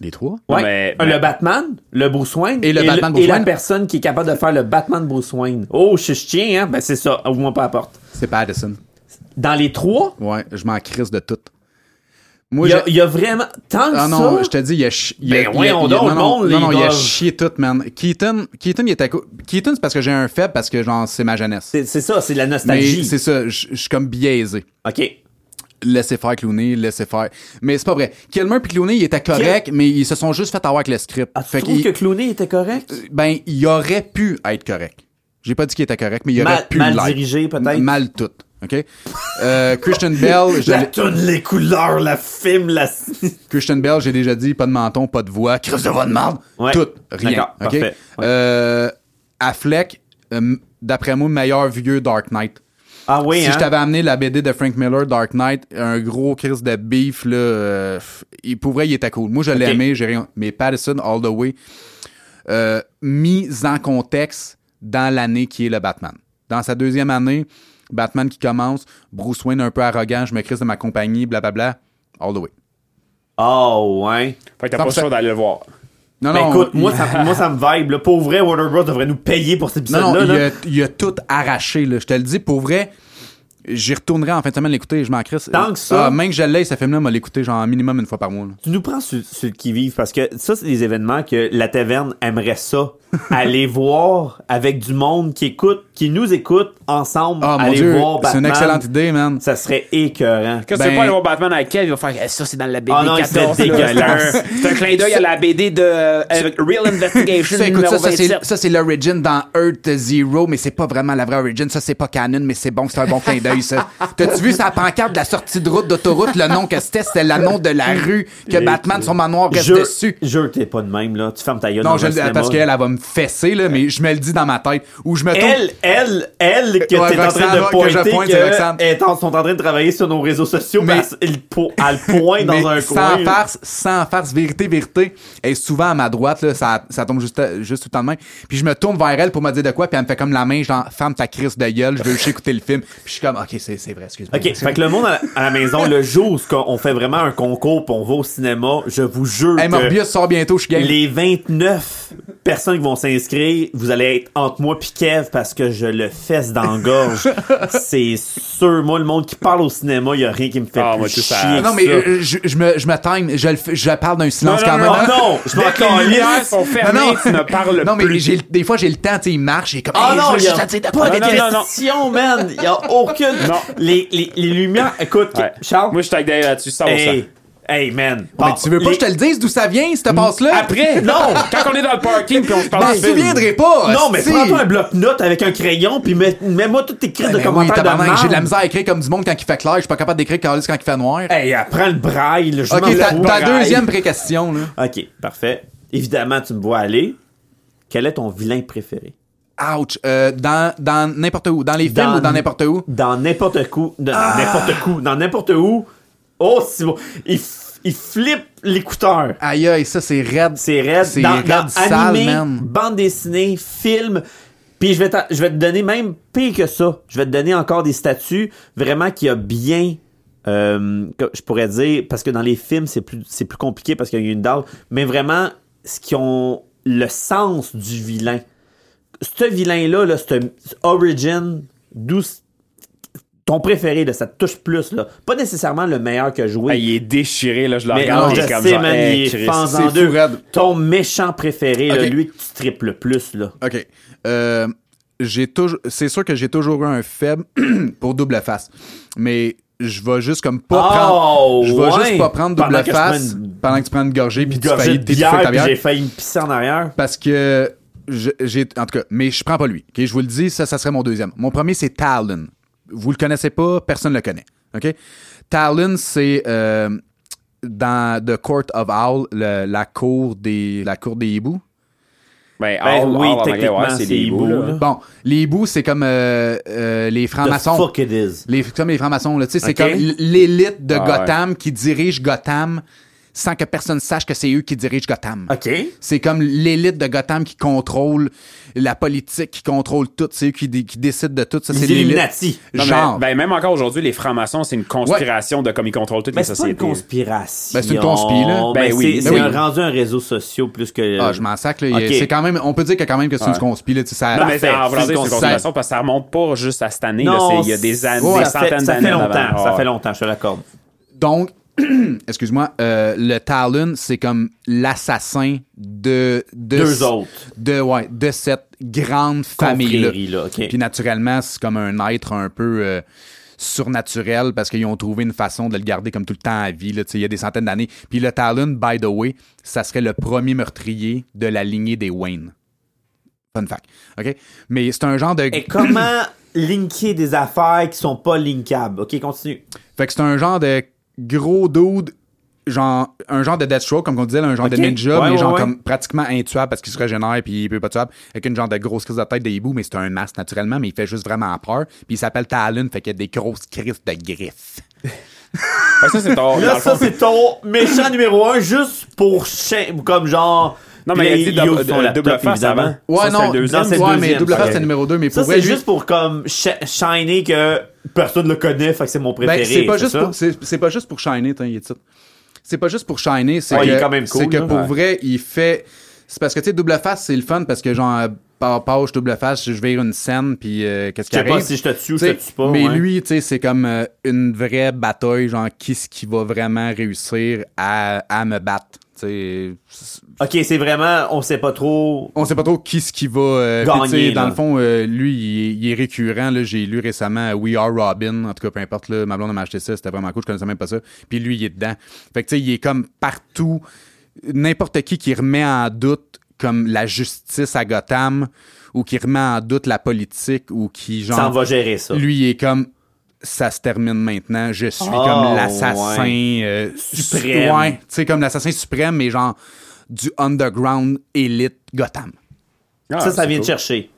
Les trois? Ouais. mais- Euh, mais- Le Batman, le Bruce Wayne. Et le Batman Bruce et la Wayne. personne qui est capable de faire le Batman Bruce Wayne. Oh, je suis chien, hein? Ben, c'est ça. Ouvre-moi pas la porte. C'est Patterson. Dans les trois, Ouais, je m'en crisse de tout. Moi, il y, a- j'ai- il y a vraiment. Tant que Ah non, ça. je te dis, il a chi- il a- Ben il a- voyons il a- donc, non, le non, monde, non, les non, il a doivent. chié tout, man. Keaton, Keaton, il était à co- Keaton, c'est parce que j'ai un faible, parce que genre, c'est ma jeunesse. C'est c'est ça, c'est de la Mais nostalgie. c'est ça, je je suis comme biaisé. OK. Laissez faire Clooney, laissez faire. Mais c'est pas vrai. Kilmer puis Clooney, ils étaient corrects, mais ils se sont juste fait avoir avec le script. Ah, tu Fait trouves qu'ils- que Clooney était correct? ben, il aurait pu être correct. J'ai pas dit qu'il était correct, mais il aurait Mal- pu mal l'être. dirigé, peut-être. M- Mal tout. OK? Euh, Christian Bell, je La l'ai- tonne, les couleurs, la film, la. Christian Bell, j'ai déjà dit, pas de menton, pas de voix, crise de voix de marde. Ouais. Tout, rien. D'accord, OK? parfait. Ouais. Euh, Affleck, euh, d'après moi, meilleur vieux Dark Knight. Ah oui, si hein? je t'avais amené la BD de Frank Miller, Dark Knight, un gros crise de beef, là, euh, f- il, pour vrai, il était cool. Moi, je l'aimais, j'ai rien. Mais Patterson, all the way, euh, mise en contexte dans l'année qui est le Batman. Dans sa deuxième année, Batman qui commence, Bruce Wayne un peu arrogant, je me crise de ma compagnie, blablabla, all the way. Oh, ouais. Fait que t'as pas le choix d'aller le voir. Non, Ben, non, écoute, il- moi *laughs* ça, moi, ça me vibe. Là. Pour vrai, Warner Bros. devrait nous payer pour cet non, non, épisode-là. il, là. a, il a tout arraché, là. Je te le dis, pour vrai, j'y retournerai en fin de semaine l'écouter, je m'en crisse. Tant que ça. Ah, même que je l'ai, ce film-là m'a l'écouté genre minimum une fois par mois, là. Tu nous prends sur, sur le qui-vive parce que ça, c'est des événements que la taverne aimerait *laughs* ça. aller voir avec du monde qui écoute, qui nous écoute ensemble. Ah, mon aller Dieu, voir c'est Batman. une excellente idée, man. Ça serait écœurant. Qu'est-ce que Ben- tu veux pas aller voir Batman avec elle? Il va faire eh, ça, c'est dans la BD Ah non, il 14. serait là. dégueulasse. C'est un- *laughs* C'est un clin d'œil à la BD de euh, *laughs* Real Investigation Ça, écoute, numéro ça, ça, c'est- 27. ça, c'est l'origin dans Earth Zero, mais c'est pas vraiment la vraie origin. Ça, c'est pas canon, mais c'est bon, c'est un bon clin *laughs* d'œil, ça. T'as-tu vu sa pancarte de la sortie de route d'autoroute, le nom que c'était, c'était le nom de la rue que Batman, son manoir, reste Jure, dessus? jure que t'es pas de même, là. Tu fermes ta gueule. Non, dans je un le dis cinéma. parce qu'elle, elle va me fesser, là, mais je me le dis dans ma tête. Ou je me tourne. Elle, elle, elle, que Ouais, t'es en Roxane, train de que je pointer, pointe, que c'est Roxane. elles en- sont en train de travailler sur nos réseaux sociaux, Mais- mais elle, po- *laughs* elle pointe mais dans un sans coin. là. farce, sans farce, vérité, vérité. Elle est souvent à ma droite, là, ça, ça tombe juste, juste tout le temps de main. Puis je me tourne vers elle pour me dire de quoi, puis elle me fait comme la main, genre, ferme ta crise de gueule, je veux juste écouter le film. Puis je suis comme, ok, c'est c'est vrai, excuse-moi. OK, fait que le monde à la, à la maison, le jour où ce qu'on- on fait vraiment un concours pis on va au cinéma, je vous jure Hey, que Morbius sort bientôt, je suis game. euh, les 29 personnes qui vont s'inscrire, vous allez être entre moi pis Kev parce que je le fesse dans la gorge. C'est sûr, moi, le monde qui parle au cinéma, il y a rien qui me fait Ah, plus moi, tout chier ça- que Non, mais ça. euh, je, je me, je me time, je, le fais- je parle d'un silence Non, quand non, même. Oh hein. non, je m'en Dès que les calisse. lumières sont fermées, Non, non. tu ne parles Non, mais plus. j'ai- des fois, j'ai le temps, tu sais, il marche, il est comme, Ah hey, je non, veux il y a juste te dire de pas quoi, de Non, non, non, non. question, man. Il y a aucune... Non. Les, les, les lumières... Écoute, Ouais. Charles... Moi, je suis avec Dave là-dessus, ça Hey, Hey, man. Mais tu veux pas que je te le dise d'où ça vient, Mm, cette passe-là? *laughs* Après, non! Quand on est dans le parking puis on se Ben, parle de je me film. souviendrai pas! Non, mais hostie. prends-toi un bloc-notes avec un crayon, puis mets- mets-moi toutes tes crises Ben de oui, commentaires de tabarnak, J'ai de la merde. misère à écrire comme du monde quand il fait clair. Je suis pas capable d'écrire quand quand il fait noir. Hey, apprends le braille, là, je m'en ok, ta, fous. ta Braille. deuxième pré-question, là. Ok, parfait. Évidemment, tu me vois aller. Quel est ton vilain préféré? Ouch. Euh, dans dans n'importe où. Dans les films ou dans n'importe où. Dans n'importe où. Dans Ah. n'importe où. Dans n'importe où. Oh, c'est bon. Il, f- il flippe l'écouteur. Aïe, aïe, ça, c'est raide. C'est raide. C'est Dans, raide dans sale, animé, man. bande dessinée, film. Puis je vais, t'en- je vais te donner même pire que ça. Je vais te donner encore des statuts vraiment qui a bien. euh, que je pourrais dire, parce que dans les films, c'est plus, c'est plus compliqué parce qu'il y a une dalle. Mais vraiment, ce qui ont le sens du vilain. Ce vilain-là, là, ce origin, d'où c- ton préféré, là, ça te touche plus. Là. Pas nécessairement le meilleur que joué. Hey, Ben, il est déchiré, là, je le Mais regarde. non, je il est comme sais, genre, man, hey, il est Christ. fends c'est en fou, deux. raide. Ton méchant préféré, là, Ok. lui que tu tripes le plus, là. OK. Euh, j'ai toujours c'est sûr que j'ai toujours eu un faible *clears throat* pour double face. Mais je vais juste comme pas Oh, prendre je vais ouais. juste pas prendre Pendant double que je face prends une- pendant que tu prends une gorgée puis tu Gorgée faillis de t'étouffer avec bière, ta puis bière. j'ai failli me pisser en arrière. parce que je- j'ai en tout cas mais je prends pas lui ok je vous le dis ça ça serait mon deuxième mon premier c'est Talon vous le connaissez pas personne le connaît ok Talon c'est euh, dans The Court of Owl le- la cour des la cour des hiboux Ben, Ben all- oui, all en anglais, techniquement, ouais, c'est c'est des hiboux, hibou, là. là. bon les hiboux c'est comme euh, euh, les The francs-maçons fuck it is. les comme les francs-maçons là tu sais c'est Ok. comme l- l'élite de Ah ouais. Gotham qui dirige Gotham sans que personne sache que c'est eux qui dirigent Gotham OK. C'est comme l'élite de Gotham qui contrôle la politique, qui contrôle tout, c'est eux qui, dé- qui décident de tout. Ça, Les c'est l'élite. Illuminati. Non, mais- Genre. ben, même encore aujourd'hui, les francs-maçons, c'est une conspiration de comme ils contrôlent toutes Mais les c'est pas une sociétés. conspiration. Ben, c'est une conspi, Ben, là. Ben oui, oui. ben C'est oui. un- rendu un réseau social plus que... Ah, je m'en sac, là. Il y a- Ok. C'est quand même, on peut dire que quand même que c'est une Ouais. conspi, là, tu sais, ça- Non, mais c'est- Parfait. en vrai, C'est c'est une une conspiration parce que ça remonte pas juste à cette année. là, c'est- Il y a des années, euh, ça des fait- centaines d'années. Ça fait en avant. longtemps, ça Ah. fait longtemps, je te l'accorde. Donc, *clears throat* excuse-moi, euh, le Talon, c'est comme l'assassin de, de. Deux autres. De, ouais, de cette grande famille-là. Confrérie-là, ok. Puis naturellement, c'est comme un être un peu. euh, surnaturel parce qu'ils ont trouvé une façon de le garder comme tout le temps à vie là, tu sais, il y a des centaines d'années puis le Talon by the way ça serait le premier meurtrier de la lignée des Wayne fun fact ok mais c'est un genre de Et comment linker des affaires qui sont pas linkables? OK, continue. Fait que c'est un genre de gros dude, genre un genre de Deathstroke, comme on disait, là, un genre Ok. de ninja, Ouais, mais ouais, genre ouais. comme pratiquement intuable parce qu'il se régénère puis il peut pas tuable, avec une genre de grosse crise de tête de hibou, mais c'est un masque naturellement, mais il fait juste vraiment peur. Puis il s'appelle Talon, fait qu'il y a des grosses crises de griffes. Fait que Ben, Ça, c'est ton- dans Là, le ça, fond, c'est ton méchant *laughs* numéro un, juste pour chien, comme genre. Non, mais il Puis y a ouvre double, euh, son laptop, double face évidemment. avant. Ouais, Ça, c'est non, le deuxième. non, c'est le ouais, mais deuxième, double face, ok. c'est numéro 2, mais Ça, pour c'est vrai, juste pour comme shi- shiner que personne le connaît, fait que c'est mon Ben, préféré. c'est pas, juste ça? pour- c'est- c'est pas juste pour shiner, t'as il est titre. C'est pas juste pour shiner, c'est Ouais, il est que, quand même cool, c'est que là. pour Ouais. vrai, il fait. C'est parce que, tu sais, double face, c'est le fun parce que, genre, par page, double face, je vais une scène, puis euh, qu'est-ce qui Je sais arrive. pas si je te tue ou je T'sais, te tue pas. Mais ouais. lui, tu sais, c'est comme euh, une vraie bataille, genre, qui ce qui va vraiment réussir à, à me battre? Tu sais, Ok, c'est vraiment, on sait pas trop. on sait pas trop qui ce qui va euh, Gagner, puis, tu sais, là. dans le fond euh, lui il est, il est récurrent là, j'ai lu récemment We Are Robin en tout cas peu importe là, ma blonde m'a acheté ça c'était vraiment cool je connaissais même pas ça puis lui il est dedans fait que tu sais il est comme partout n'importe qui qui remet en doute comme la justice à Gotham ou qui remet en doute la politique ou qui genre Ça en va gérer ça. Ah. lui il est comme ça se termine maintenant je suis Oh, comme l'assassin ouais. euh, Suprême. ouais, tu sais comme l'assassin suprême mais genre du underground élite Gotham Ah, ça, ça c'est vient te cool. chercher.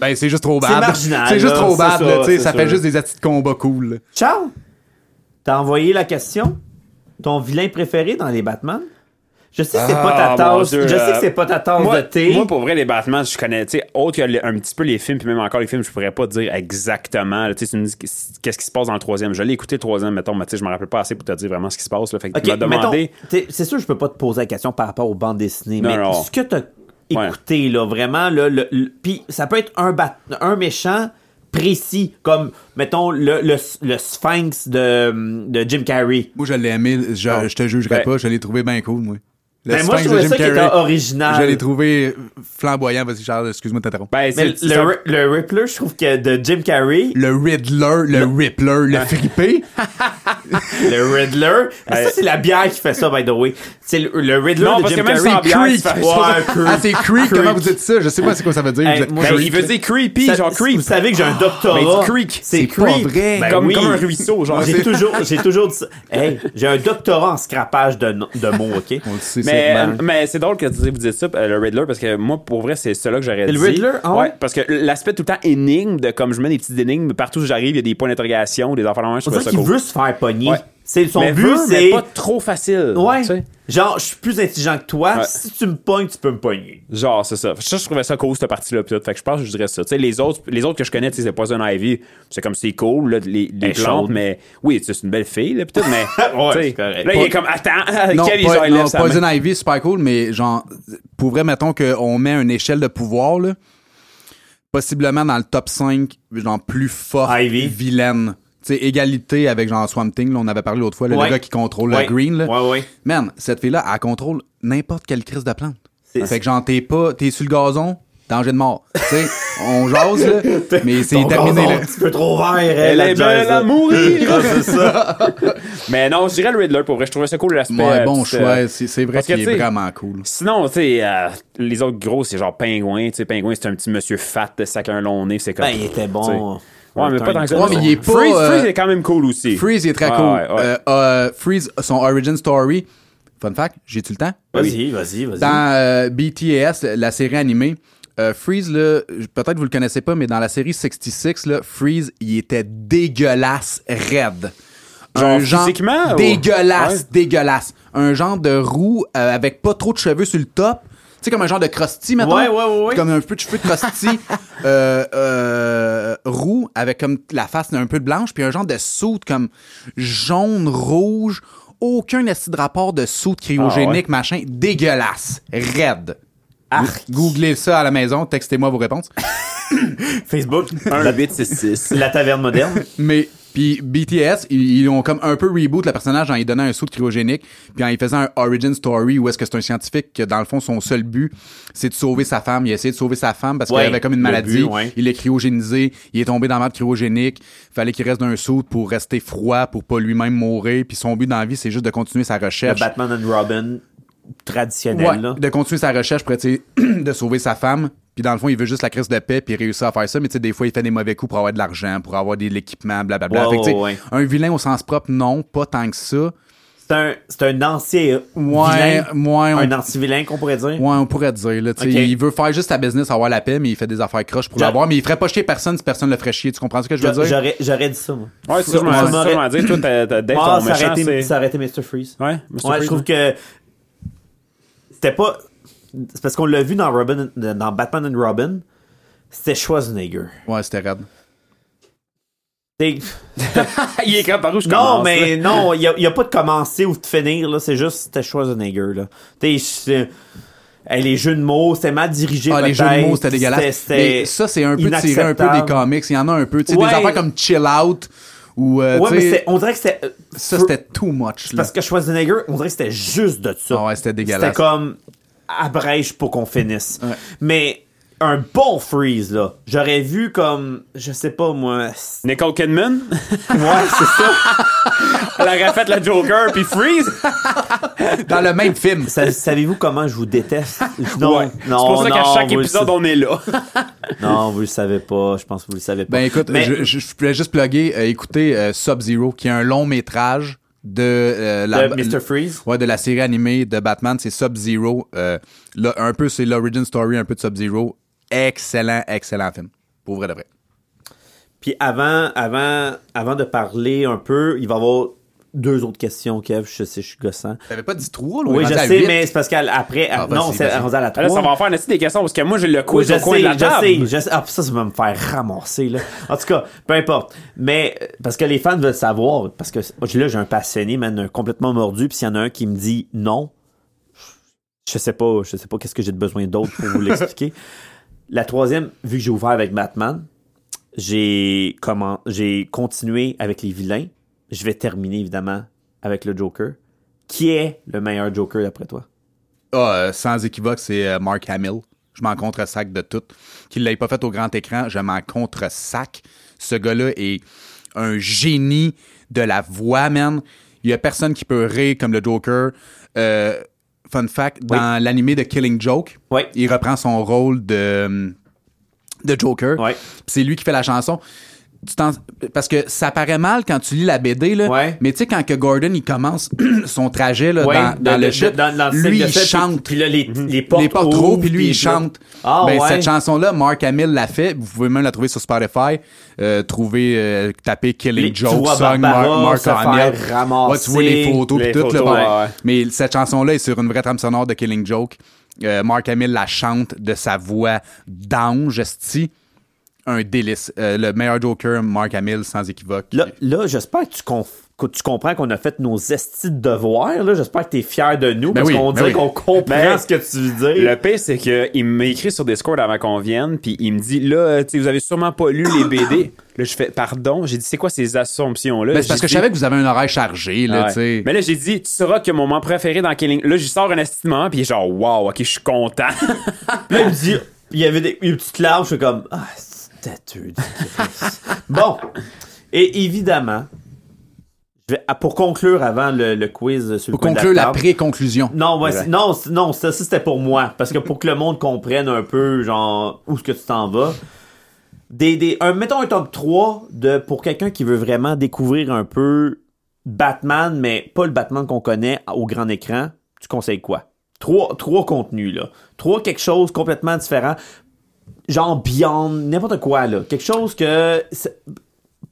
ben, c'est juste trop bad. C'est marginal, C'est juste là, trop c'est bad, ça, là, tu sais. c'est Ça sûr. fait juste des petits combats cool, là. Ciao! T'as envoyé la question? Ton vilain préféré dans les Batman? Je sais que c'est pas ta Ah, tasse. mon Dieu, Je sais que euh, c'est pas ta tasse moi, de thé. moi, pour vrai, les Batman, je connais, tu sais, autre que le- un petit peu les films, puis même encore les films, je pourrais pas dire exactement, là, tu sais, tu me dis qu'est-ce qui se passe dans le troisième. Je l'ai écouté le troisième, mettons, mais tu sais, je me rappelle pas assez pour te dire vraiment ce qui se passe, là. Fait que Ok, tu m'as demandé. mettons, t'es- c'est sûr, je peux pas te poser la question par rapport aux bandes dessinées, Non, mais non. ce que t'as écouté, là, vraiment, là, le, le- puis ça peut être un, bat- un méchant précis, comme, mettons, le, le, le Sphinx de, de Jim Carrey. Moi, je l'ai aimé. Je, Ah. je te jugerai Ben. pas. Je l'ai trouvé bien cool, moi. Le Ben, moi, je Sphinx de trouvais Jim ça qui était Carrey, original. Je l'ai trouvé flamboyant. Vas-y, Charles, excuse-moi de t'interrompre. Ben, Mais c'est- c'est un- le, le Rippler, je trouve que de Jim Carrey, le Riddler, le Rippler, Ah. le Frippé. le Riddler, Ah, Ouais. ça c'est la bière qui fait ça, by the way. C'est le, le Riddler Non, de parce Jim que même Carrey. sans bière, Creep. tu fais- Ouais, Creep. Ah, c'est Creek, comment Creek. vous dites ça? Je sais pas c'est quoi ça veut dire. Hey, vous êtes moi, Creek. Ben, il veut dire creepy, Ça- genre creep. Vous savez que j'ai un doctorat. Ben, du creek. C'est C'est pas creep. vrai. Ben comme, oui. comme un ruisseau, genre. Moi, J'ai toujours, j'ai toujours dit ça. Hey, j'ai un doctorat en scrapage de, no- de mots, OK? On le sait, c'est Mais, euh, mal. mais c'est drôle que tu- vous dites ça, euh, le Riddler, parce que moi, pour vrai, c'est cela que j'aurais Le dit. Riddler, ah ouais? ouais? Parce que l'aspect tout le temps énigme, de comme je mets des petites énigmes, partout où j'arrive, il y a des points d'interrogation, des enfants de même, je On trouve dirait ça qu'il cool. veut se faire pogner. Ouais. C'est son mais but, veut, mais c'est... pas trop facile. Ouais. tu sais. Genre, je suis plus intelligent que toi. Ouais. Si tu me pognes, tu peux me pogner. Genre, c'est ça. Ça, je trouvais ça cool, cette partie-là. pis tout. Fait que je pense que je dirais ça. Tu sais, les autres, les autres que je connais, tu sais, c'est Poison Ivy. C'est comme c'est cool, là, les, les est plantes, chaude. mais oui, tu sais, c'est une belle fille, là, pis tout, mais. *laughs* Ouais, tu sais, c'est correct. Là, il est comme, attends, *laughs* Non, quel pas- genre il non, lève sa main? Poison Ivy, super cool, mais genre, pour vrai, mettons qu'on met une échelle de pouvoir, là, possiblement dans le top 5, genre plus fort, Ivy. vilaine. Tu sais, égalité avec genre Swamp Thing, là, on avait parlé l'autre fois, là, Ouais. le gars qui contrôle Ouais. le green. Là. Ouais, ouais. Man, cette fille-là, elle contrôle n'importe quelle crise de plante. C'est- Fait que genre, t'es pas, t'es sur le gazon, danger de mort. tu sais, on jase, là, mais c'est Ton terminé, gazon, là. Un petit peu trop vert, elle, Elle la est belle Jazz, là. à mourir! Ah, *laughs* c'est ça. *laughs* Mais non, je dirais le Riddler pour vrai. Je trouvais ça cool l'aspect. Ouais, euh, bon petit, choix, euh, c'est c'est vrai parce que, qu'il tu est sais, vraiment cool. Sinon, tu sais, euh, les autres gros, c'est genre Pingouin. Tu sais, Pingouin, c'est un petit monsieur fat de sac à un long nez. C'est comme. Ben, il était bon. tu sais. Ouais, mais pas tant que ça. Ouais, mais il est pas, Freeze, euh, Freeze est quand même cool aussi. Freeze il est très Ouais, cool. ouais, ouais. Euh, euh, Freeze, son origin story, fun fact, j'ai-tu le temps? Vas-y, vas-y, vas-y. Dans euh, BTS, la série animée, euh, Freeze, là, je- peut-être vous le connaissez pas, mais dans la série 66, là, Freeze, il était dégueulasse raide. Genre physiquement, ou- dégueulasse, Ouais. dégueulasse. Un genre de roux euh, avec pas trop de cheveux sur le top. Tu sais, comme un genre de crusty, mettons. Ouais, ouais, ouais, ouais. Comme un peu de cheveux de *laughs* crusty. euh, euh, roux, avec comme la face un peu blanche. Puis un genre de soute comme jaune, rouge. Aucun esti de rapport de soute cryogénique, machin. Dégueulasse. Raide. Arc. Googlez ça à la maison. Textez-moi vos réponses. *laughs* Facebook, Un la, 8, 6, 6. la taverne moderne. Mais puis BTS, ils, ils ont comme un peu reboot le personnage en lui donnant un saut de cryogénique, puis en lui faisant un origin story où est-ce que c'est un scientifique que dans le fond son seul but c'est de sauver sa femme, il a essayé de sauver sa femme parce Ouais, qu'il avait comme une le maladie, but, ouais. il est cryogénisé, il est tombé dans la merde cryogénique, fallait qu'il reste dans un saut pour rester froid pour pas lui-même mourir, puis son but dans la vie c'est juste de continuer sa Le recherche. Batman and Robin traditionnel, Ouais, là. de continuer sa recherche pour essayer *clears throat* de sauver sa femme. Puis dans le fond, il veut juste la crise de paix puis réussir à faire ça. Mais tu sais, des fois, il fait des mauvais coups pour avoir de l'argent, pour avoir de l'équipement, blablabla. Ouais, Fait que, tu sais, ouais, ouais. Un vilain au sens propre, non, pas tant que ça. C'est un, c'est un ancien Ouais, vilain. ouais, on- Un anti-vilain qu'on pourrait dire. Ouais, on pourrait dire. Là, hein, tu sais, Ok. Il veut faire juste sa business, avoir la paix, mais il fait des affaires croches pour J'a- l'avoir. Mais il ferait pas chier personne si personne le ferait chier. Tu comprends ce que je veux J'a- dire? J'aurais j'aurais dit ça, moi. Ouais, c'est ça, je Ouais. m'en- ça, je m'en dis. Toi, t'as- t'as- Dave, Ah, ton ça aurait méchant, été- c'est. ça aurait été Mr. Freeze. Ouais, Mr. Ouais, Freeze, je trouve ouais. que c'était pas. C'est parce qu'on l'a vu dans, Robin, dans Batman and Robin, c'était Schwarzenegger. Ouais, c'était raide. C'est- *laughs* Il est comme par où je Non, commence, mais là. non, il n'y a, pas de commencer ou de finir, là, c'est juste c'était Schwarzenegger. Là. T'sais, c'est- eh, les jeux de mots, c'était mal dirigé. Ah, les jeux de peut-être. mots, c'était dégueulasse. C'était- Mais ça, c'est un peu tiré un peu des inacceptable. comics. Il y en a un peu. tu sais, Ouais. Des affaires comme Chill Out ou. euh, Ouais, tu mais sais, c'est- on dirait que c'était. euh, ça, c'était too much. là. Parce que Schwarzenegger, on dirait que c'était juste de ça. Ah ouais, c'était dégueulasse. C'était comme à brèche pour qu'on finisse. Ouais. Mais un bon freeze, là. J'aurais vu comme, je sais pas moi. c'est- Nicole Kidman, Ouais, *laughs* c'est *laughs* ça. elle aurait fait la Joker, puis Freeze. Dans le même film. Sa- Savez-vous comment je vous déteste? Non, Ouais. non, c'est pour ça qu'à non, chaque vous le épisode, sa- on est là. Non, vous le savez pas. Je pense que vous le savez pas. Ben écoute, Mais- je, je, je voulais juste plugger, euh, écoutez euh, Sub-Zero, qui est un long métrage de euh, la, De Mr. Freeze? Ouais, de la série animée de Batman, c'est Sub-Zero. euh, là, un peu, c'est l'origin story, un peu de Sub-Zero. Excellent, excellent film. Pour vrai de vrai. Puis avant, avant, avant de parler un peu, il va y avoir deux autres questions, Kev. Je sais, je suis gossant. T'avais pas dit trois, là? on est Oui, je rendu à sais, huit. mais c'est parce qu'après, Ah, vas-y, non, c'est vas-y. rendu à la Là, ça troisième. va en faire une des questions, parce que moi, j'ai le Oui, quiz je au coin sais, de la je sais, table. je sais. Ah, ça, ça va me faire ramasser, là. En tout cas, peu importe. Mais, euh, parce que les fans veulent savoir, parce que j'ai- là, j'ai un passionné, man, un complètement mordu, puis s'il y en a un qui me dit non, je sais pas, je sais pas qu'est-ce que j'ai de besoin d'autre pour *laughs* vous l'expliquer. La troisième, vu que j'ai ouvert avec Batman, j'ai comment, j'ai continué avec les vilains. Je vais terminer, évidemment, avec le Joker. Qui est le meilleur Joker d'après toi? Ah, euh, sans équivoque, c'est euh, Mark Hamill. Je m'en contre-sac de tout. Qu'il ne l'ait pas fait au grand écran, je m'en contre-sac. Ce gars-là est un génie de la voix, man. Il y a personne qui peut rire comme le Joker. Euh, fun fact, dans l'animé de Killing Joke, Oui. il reprend son rôle de, euh, de Joker. Ouais. Puis C'est lui qui fait la chanson. Tu t'en- Parce que ça paraît mal quand tu lis la BD, là, Ouais. mais tu sais, quand que Gordon il commence *clears throat* son trajet là, Ouais, dans, dans le shit, dans- dans le lui, set de il fait, puis- chante Mm-hmm. Puis là, les, les portes, les portes trop, ouvrent, puis lui, il chante. Ah, ben, ouais. Cette chanson-là, Mark Hamill l'a fait. Vous pouvez même la trouver sur Spotify. Euh, trouver, euh, taper Killing Les- tu Joke, vois Song, Barbara Mark, se Mark Hamill. faire ramasser. Ouais, tu vois les photos, Les puis tout. là, photos, bon. ouais, ouais. Mais cette chanson-là est sur une vraie trame sonore de Killing Joke. Euh, Mark Hamill la chante de sa voix d'ange, esti. Un délice. Euh, le meilleur Joker, Mark Hamill, sans équivoque. Là, là j'espère que tu, conf- que tu comprends qu'on a fait nos estis de devoirs. là. J'espère que tu es fier de nous Ben parce oui, qu'on ben dirait oui. qu'on comprend Ben, ce que tu veux dire. Le pire, c'est qu'il m'écrit sur Discord avant qu'on vienne, puis il me dit Là, euh, tu sais, vous avez sûrement pas lu les BD. Là, je fais Pardon. J'ai dit C'est quoi ces assumptions-là Ben, c'est parce que je savais que vous avez un horaire chargé, là, Ouais. tu sais. Mais là, j'ai dit, tu sauras que mon moment préféré dans Killing. Là, j'y sors un estimement, puis genre, wow, ok, je suis content. Puis là, il me dit, il y avait des, une petite larme, je suis comme, ah, statue du Christ. *laughs* Bon, et évidemment, je vais, ah, pour conclure avant le, le quiz sur Pour le coin de conclure la table. pré-conclusion. Non, ouais, c'est- non, c'est- non, ça, ça, c'était pour moi. Parce que pour que le monde comprenne un peu, genre, où est-ce que tu t'en vas. Des, des, un, mettons un top 3 de, pour quelqu'un qui veut vraiment découvrir un peu Batman, mais pas le Batman qu'on connaît au grand écran. Tu conseilles quoi? Trois, trois contenus, là. Trois quelque chose complètement différent. Genre Beyond, n'importe quoi, là. Quelque chose que. c'est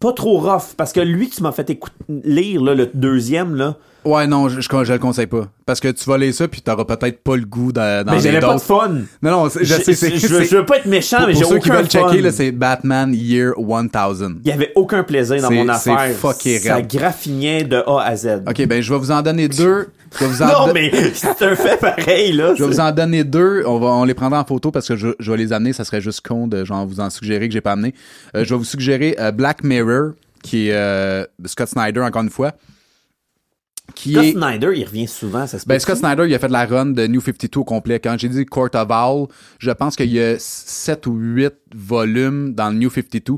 Pas trop rough, parce que lui, tu m'as fait écoute- lire, là, le deuxième, là. Ouais, non, je, je, je le conseille pas. Parce que tu vas lire ça, puis t'auras peut-être pas le goût d'en d'en Mais lire j'avais pas de d'autres. fun. Non, non, c'est- je sais, c'est... je, veux- c'est- je veux pas être méchant, pour mais j'ai pour aucun ceux qui veulent fun. checker, là, c'est Batman Year 1000. Il y avait aucun plaisir dans C'est- mon c'est affaire. fucké Ça raide. graffinait de A à Z. OK, ben je vais vous en donner deux. Je vais vous en, *laughs* Non, don- mais c'est un fait pareil, là. je vais vous en donner deux. On, va, on les prendra en photo parce que je, je vais les amener. Ça serait juste con de genre, vous en suggérer que j'ai pas amené. Euh, je vais vous suggérer euh, Black Mirror, qui est euh, de Scott Snyder, encore une fois. Qui Scott est... Snyder, il revient souvent, ça se Ben, peut-tu? Scott Snyder, il a fait de la run de New 52 au complet. Quand j'ai dit Court of Owl, je pense qu'il y a 7 ou 8 volumes dans le New 52.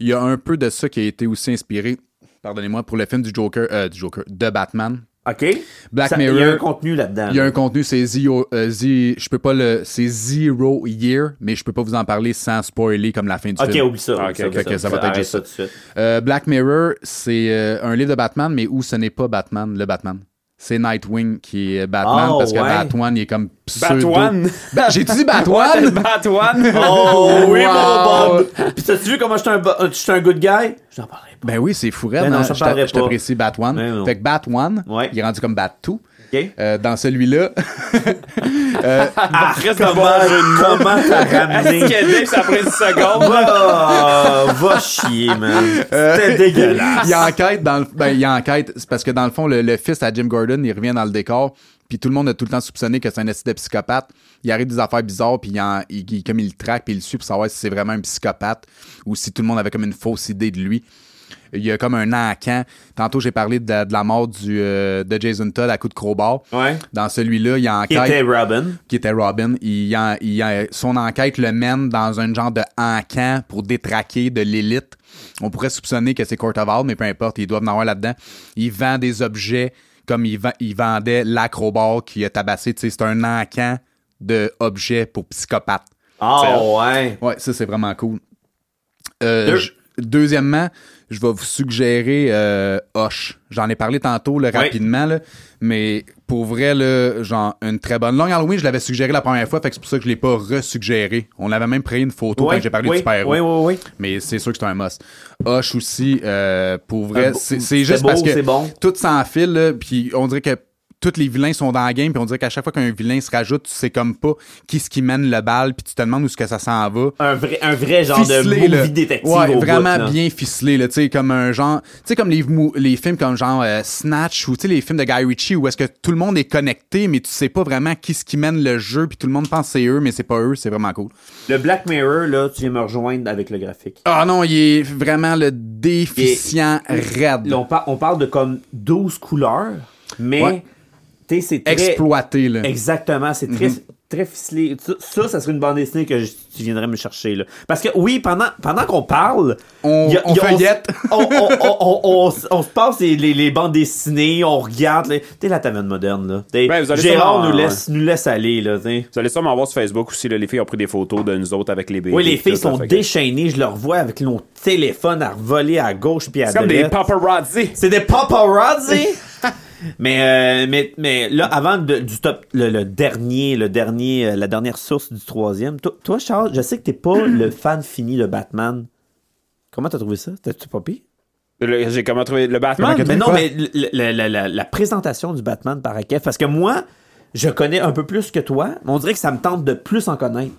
Il y a un peu de ça qui a été aussi inspiré, pardonnez-moi, pour le film du Joker, euh, du Joker, de Batman. OK. Black Ça- Il y a un Mirror, contenu là-dedans. il y a un contenu, c'est Zero, euh, Z- je peux pas le, c'est Zero Year, mais je peux pas vous en parler sans spoiler comme la fin du OK, film. oublie ça. oublie Ah, ok, ça, oublie ok, ça va être Arrête juste ça tout de *laughs* suite. Euh, Black Mirror, c'est euh, un livre de Batman, mais où ce n'est pas Batman, le Batman. C'est Nightwing qui est Batman, Oh, parce que ouais. Batman, il est comme *laughs* pseudo... Batwan. Ba- J'ai Ben, *laughs* dit Batman? Batman! Oh oui, Wow. mon Bob! Puis t'as-tu vu comment je suis un, bo- euh, je suis un good guy? J'en parlerai pas. ben oui, c'est fou raide, Ben non, hein. ça Je parlerait t'a- je pas. t'apprécie Batman. Ben non. fait que Batman, Ouais. il est rendu comme Bat-2. OK? Euh, dans celui-là, Ah, reste Comment, comment t'as ramené? Est-ce *laughs* que Dave, ça prend une seconde? Ah, va chier, man. Euh, C'était *laughs* dégueulasse. il enquête dans le, ben, il enquête, c'est parce que dans le fond, le, le fils à Jim Gordon, il revient dans le décor, puis tout le monde a tout le temps soupçonné que c'est un esti de psychopathe. Il arrive des affaires bizarres, puis il, en- il- il- comme il le traque, puis il le suit pour savoir si c'est vraiment un psychopathe ou si tout le monde avait comme une fausse idée de lui. Il y a comme un an à camp. Tantôt, j'ai parlé de, de la mort du, euh, de Jason Todd à coup de crowbar. Ouais. Dans celui-là, il enquête. Qui était Robin. qui était Robin, il, en- il en- son enquête le mène dans un genre de encan pour détraquer de l'élite. On pourrait soupçonner que c'est Court of Owls, mais peu importe, ils doivent en avoir là-dedans. Il vend des objets comme il, vend- il vendait l'acrobat qui a tabassé. Tu sais, c'est un encan de objets pour psychopathes. Ah ouais. Ouais, ça, c'est vraiment cool. Euh, Deux. je- deuxièmement, je vais vous suggérer euh, Hoche. J'en ai parlé tantôt là, Ouais. rapidement, là, mais pour vrai, là, genre une très bonne. Long Halloween, je l'avais suggéré la première fois, fait que c'est pour ça que je l'ai pas resuggéré. On avait même pris une photo Ouais, quand j'ai parlé oui, du super Oui, oui, oui. Mais c'est sûr que c'est un must. Hoche aussi, euh, pour Un vrai, beau- c'est c'est c'est juste beau, parce que c'est bon. tout s'enfile, là, puis on dirait que tous les vilains sont dans la game, puis on dirait qu'à chaque fois qu'un vilain se rajoute, tu sais comme pas qui ce qui mène le bal, puis tu te demandes où est-ce que ça s'en va Un vrai, un vrai genre de ficelé, movie là. détective. Ouais, au vraiment bout, là. bien ficelé, là, tu sais, comme un genre, tu sais, comme les, mou- les films comme genre euh, Snatch ou, tu sais, les films de Guy Ritchie où est-ce que tout le monde est connecté, mais tu sais pas vraiment qui ce qui mène le jeu, puis tout le monde pense que c'est eux, mais c'est pas eux, c'est vraiment cool. Le Black Mirror, là, tu viens me rejoindre avec le graphique. Ah non, il est vraiment le déficient raide. Là, on, par- on parle de comme 12 couleurs, mais Ouais. Tu sais, c'est très- Exploité, là. Exactement, c'est très, Mhm. très ficelé. Ça, ça, ça serait une bande dessinée que je- tu viendrais me chercher. Là. Parce que oui, pendant, pendant qu'on parle, On- y a- on y a- feuillette. *laughs* On, on, on, on- on s- on se passe les, les, les bandes dessinées, on regarde. là. Tu sais, la taverne moderne. Là. Tu sais, Ouais, vous allez Gérard sûrement- nous laisse, nous laisse aller. Là, tu sais. Vous allez sûrement voir sur Facebook aussi, là, les filles ont pris des photos de nous autres avec les bébés. oui, les et filles tout, là, sont fait que- déchaînées. Je leur vois avec nos téléphones à voler à gauche puis à C'est comme droite. des paparazzi. C'est des paparazzi! *laughs* mais, euh, mais, mais là, avant de- du top, le, le dernier, le dernier, euh, la dernière source du troisième, toi, toi, Charles, je sais que t'es pas *clears throat* le fan fini de Batman. Comment t'as trouvé ça? T'as-tu pas pire? Le- J'ai comment trouvé le Batman. Mais non, quoi? mais le- le- la, la- la présentation du Batman par Akef, parce que moi, je connais un peu plus que toi, mais on dirait que ça me tente de plus en connaître.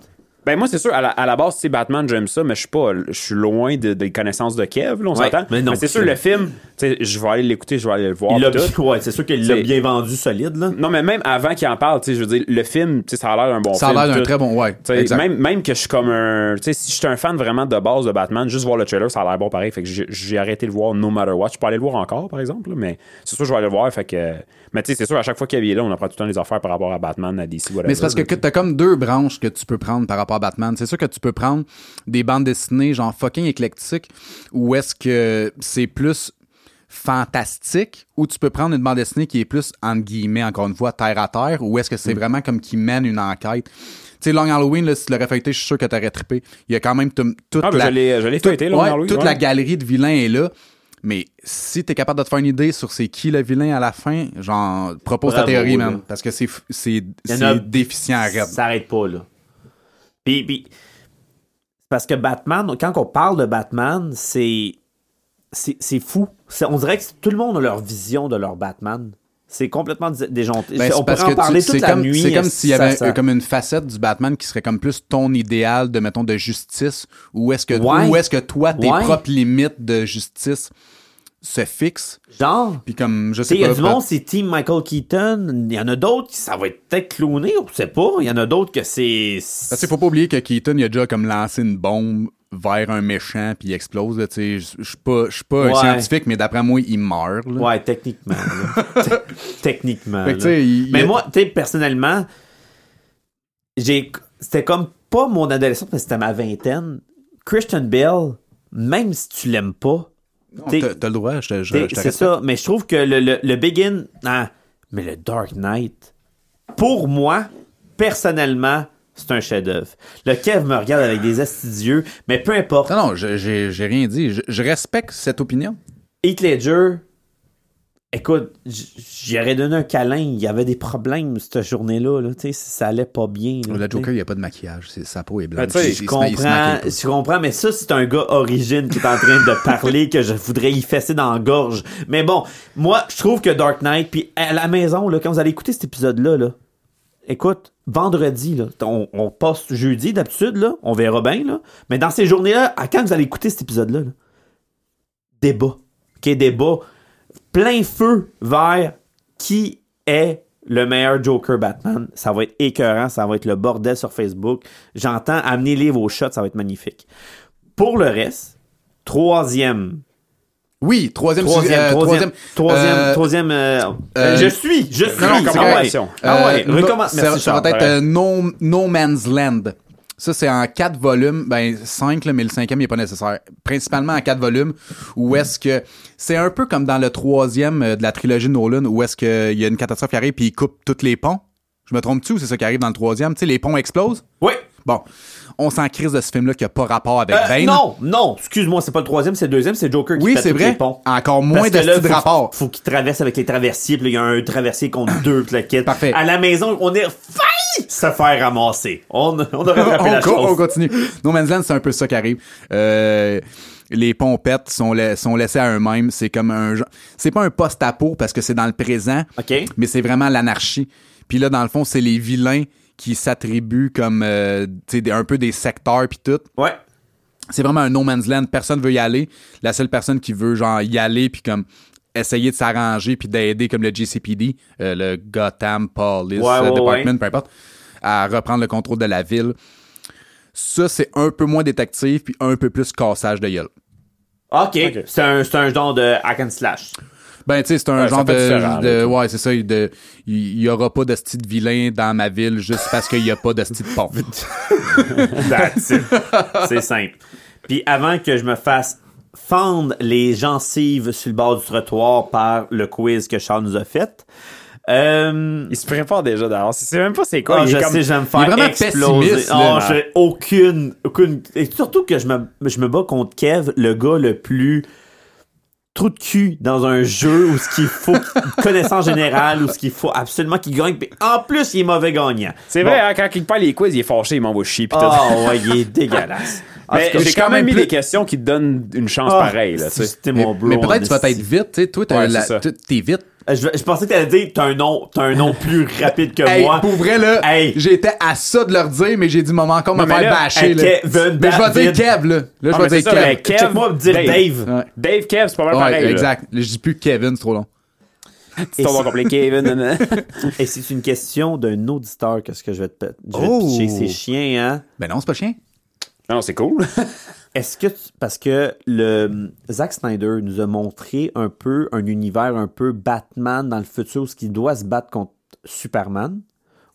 Ben moi, c'est sûr, à la, à la base, c'est Batman, j'aime ça, mais je suis pas. Je suis loin de- des connaissances de Kev, là, on Ouais, s'entend. mais Mais, non, c'est sûr, c'est- le film, tu sais, je vais aller l'écouter, je vais aller le voir. Il l'a pis tout. ouais, c'est sûr qu'il l'a C'est- bien vendu solide, là. Non, mais même avant qu'il en parle, tu sais, je veux dire, le film, tu sais, ça a l'air d'un bon Ça a film. l'air d'un tout. très bon- ouais, Tu sais, exact. Même, même que je suis comme un. Tu sais, si je suis un fan vraiment de base de Batman, juste voir le trailer, ça a l'air bon pareil. Fait que j'ai- j'ai arrêté de le voir no matter what. Je peux aller le voir encore, par exemple, là, mais c'est sûr, je vais aller le voir. Fait que. Mais tu sais, c'est sûr, à chaque fois qu'il est là, on apprend tout le temps les affaires par rapport à Batman, à DC, whatever. Mais c'est parce que, que t'as comme deux branches que tu peux prendre par rapport à Batman. C'est sûr que tu peux prendre des bandes dessinées genre fucking éclectiques ou est-ce que c'est plus fantastique ou tu peux prendre une bande dessinée qui est plus entre guillemets encore une fois terre à terre ou est-ce que c'est Mm. vraiment comme qui mène une enquête. Tu sais Long Halloween là, si tu l'aurais feuilleté, je suis sûr que t'aurais trippé. Il y a quand même tout- toute Ah, ben, la je l'ai- je l'ai tout- feuilleté, Long ouais, Halloween, toute ouais. la galerie de vilains est là. Mais si t'es capable de te faire une idée sur c'est qui le vilain à la fin, genre propose Bravo, ta théorie, là. man. Parce que c'est f- c'est Il y en a- c'est déficient à raide. Ça arrête pas, là. Puis, puis- parce que Batman, quand on parle de Batman, c'est. C'est c'est fou. C'est- On dirait que tout le monde a leur vision de leur Batman. C'est complètement dé- déjanté. Ben, c'est on parce pourrait en que parler tu- toute c'est la comme, nuit. c'est comme est-ce s'il y que avait ça- euh, comme une facette du Batman qui serait comme plus ton idéal de mettons de justice ou est-ce que Ouais. où est-ce que toi tes Ouais. propres limites de justice se fixent Genre. puis comme je Tu sais, sais il y pas a du peut- monde, c'est Team Michael Keaton. Il y en a d'autres qui ça va être peut-être cloné, on sait pas. Il y en a d'autres que c'est. parce qu'il faut pas oublier que Keaton il a déjà comme lancé une bombe vers un méchant puis il explose là, tu sais je je suis pas je suis pas Ouais. un scientifique mais d'après moi il meurt là. Ouais, techniquement. *laughs* là. Te- techniquement. Fait que, là. tu sais, il- Mais il- moi, tu sais, personnellement, j'ai c'était comme pas mon adolescence, mais c'était ma vingtaine. Christian Bell, même si tu l'aimes pas, t'es- T'as t'as le droit, je te je- t'es- je te c'est respecte. ça. Mais je trouve que le, le, le Begin, ah, mais le Dark Knight, pour moi, personnellement, c'est un chef-d'œuvre. Le Kev me regarde avec des astidieux, mais peu importe. Non, non, je- j'ai j'ai rien dit. Je, je respecte cette opinion. Heath Ledger, écoute, j- j'aurais donné un câlin. Il y avait des problèmes cette journée-là. Là, tu sais, ça allait pas bien. là, Le tu sais. Joker, il n'y a pas de maquillage. c'est- Sa peau est Ben, blanche. tu sais, Il- je Je il se ma- il se comprends, maquille pas. je comprends, mais ça, c'est un gars origine qui est en train de parler que je voudrais y fesser dans la gorge. Mais bon, moi, je trouve que Dark Knight, puis à la maison, là, quand vous allez écouter cet épisode-là, là, écoute, vendredi, là, on, on passe jeudi d'habitude, là, on verra bien, là, mais dans ces journées-là, à quand vous allez écouter cet épisode-là, là, débat, OK, débat, plein feu vers qui est le meilleur Joker Batman. Ça va être écœurant, ça va être le bordel sur Facebook. J'entends amener les vos shots, ça va être magnifique. Pour le reste, troisième. Oui, troisième Troisième, sujet, euh, troisième, troisième, euh, troisième, euh, euh, je suis, je suis. non, c'est recommandation. correct. Ah ouais, euh, recommande- ça- Merci, Ça Charles. va être pareil. euh, no, No Man's Land. Ça, c'est en quatre volumes. Ben, cinq, là, mais le cinquième, il n'est pas nécessaire. Principalement en quatre volumes, où est-ce que... C'est un peu comme dans le troisième euh, de la trilogie de Nolan, où est-ce qu'il y a une catastrophe qui arrive, puis il coupe tous les ponts. Je me trompe-tu ou c'est ça qui arrive dans le troisième? Tu sais, les ponts explosent. Oui. Bon, on s'en crise de ce film-là qui n'a pas rapport avec Euh, Bane. non, non, excuse-moi, c'est pas le troisième, c'est le deuxième, c'est Joker qui Ben, Oui, fait c'est tous vrai. les ponts. Encore moins Parce que de là, style de faut- rapport. Ah. Faut qu'il traverse avec les traversiers, puis là, il y a un traversier contre deux, puis le kit. Parfait. À la maison, on est failli se faire ramasser. On, on *laughs* a rattrapé on, la co- on chose. continue. No Man's Land, c'est un peu ça qui arrive. Euh, les pompettes sont, la- sont laissées à eux-mêmes. C'est comme un genre- C'est pas un post-apo parce que c'est dans le présent, OK. mais c'est vraiment l'anarchie. Puis là, dans le fond, c'est les vilains qui s'attribuent comme euh, tu sais, des- un peu des secteurs puis tout. Ouais. C'est vraiment un no man's land. Personne veut y aller. La seule personne qui veut genre y aller puis comme essayer de s'arranger puis d'aider comme le GCPD, euh, le Gotham Police Ouais, euh, ouais, Department, ouais. peu importe, à reprendre le contrôle de la ville. Ça, c'est un peu moins détective puis un peu plus cassage de gueule. OK. C'est un, c'est un genre de hack and slash. Ben, tu sais, c'est un Ouais, ça genre fait de, différent, de- là, Ouais, c'est ça. de- Il n'y aura pas de style vilain dans ma ville juste parce qu'il n'y a pas de style pont. That's *laughs* it. C'est simple. Puis avant que je me fasse fendre les gencives sur le bord du trottoir par le quiz que Charles nous a fait, euh, Il se prépare déjà d'avance. Il sait même pas c'est quoi. ah, il je est comme- sais, je vais me faire il est vraiment exploser. pessimiste, là. Ah, j'ai aucune, aucune. Et surtout que je me, je me bats contre Kev, le gars le plus trou de cul dans un jeu où ce qu'il faut *laughs* connaissance générale ou ce qu'il faut absolument qu'il gagne. Puis en plus, il est mauvais gagnant. C'est vrai, hein, quand il perd les quiz, il est fâché, il m'envoie chier. pis tout. Ah ouais, il est dégueulasse. En *laughs* Mais tout cas, j'ai quand même mis plus- des questions qui te donnent une chance Ah, pareille. Là, tu sais. C'était Mais, mon bro. mais peut-être en tu vas être esti. vite, tu sais. Toi, t'as Ouais, la- c'est ça. t'es- t'es vite. Euh, Je, je pensais que t'allais dire t'as un nom, t'as un nom plus rapide que Hey, moi. pour vrai, là, Hey. j'étais à ça de leur dire, mais j'ai dit, maman, encore me Non, mais faire là, bâcher, hey, là. Kevin Mais je vais David. dire Kev, là. Là, Ah, je mais vais c'est dire ça, mais Kev. Kev. Check-moi me dire Dave. Ouais. Dave Kev, c'est pas mal pareil. Ouais, là. exact. Là, Je dis plus Kevin, c'est trop long. C'est pas compliqué, Kevin. nanana. *laughs* Et c'est une question d'un auditeur que ce que je vais te, je vais te Oh. pitcher. C'est chiant, hein? Ben non, c'est pas chien. non, non, c'est *laughs* cool. Est-ce que tu- parce que le hum, Zack Snyder nous a montré un peu un univers un peu Batman dans le futur, où ce qu'il doit se battre contre Superman,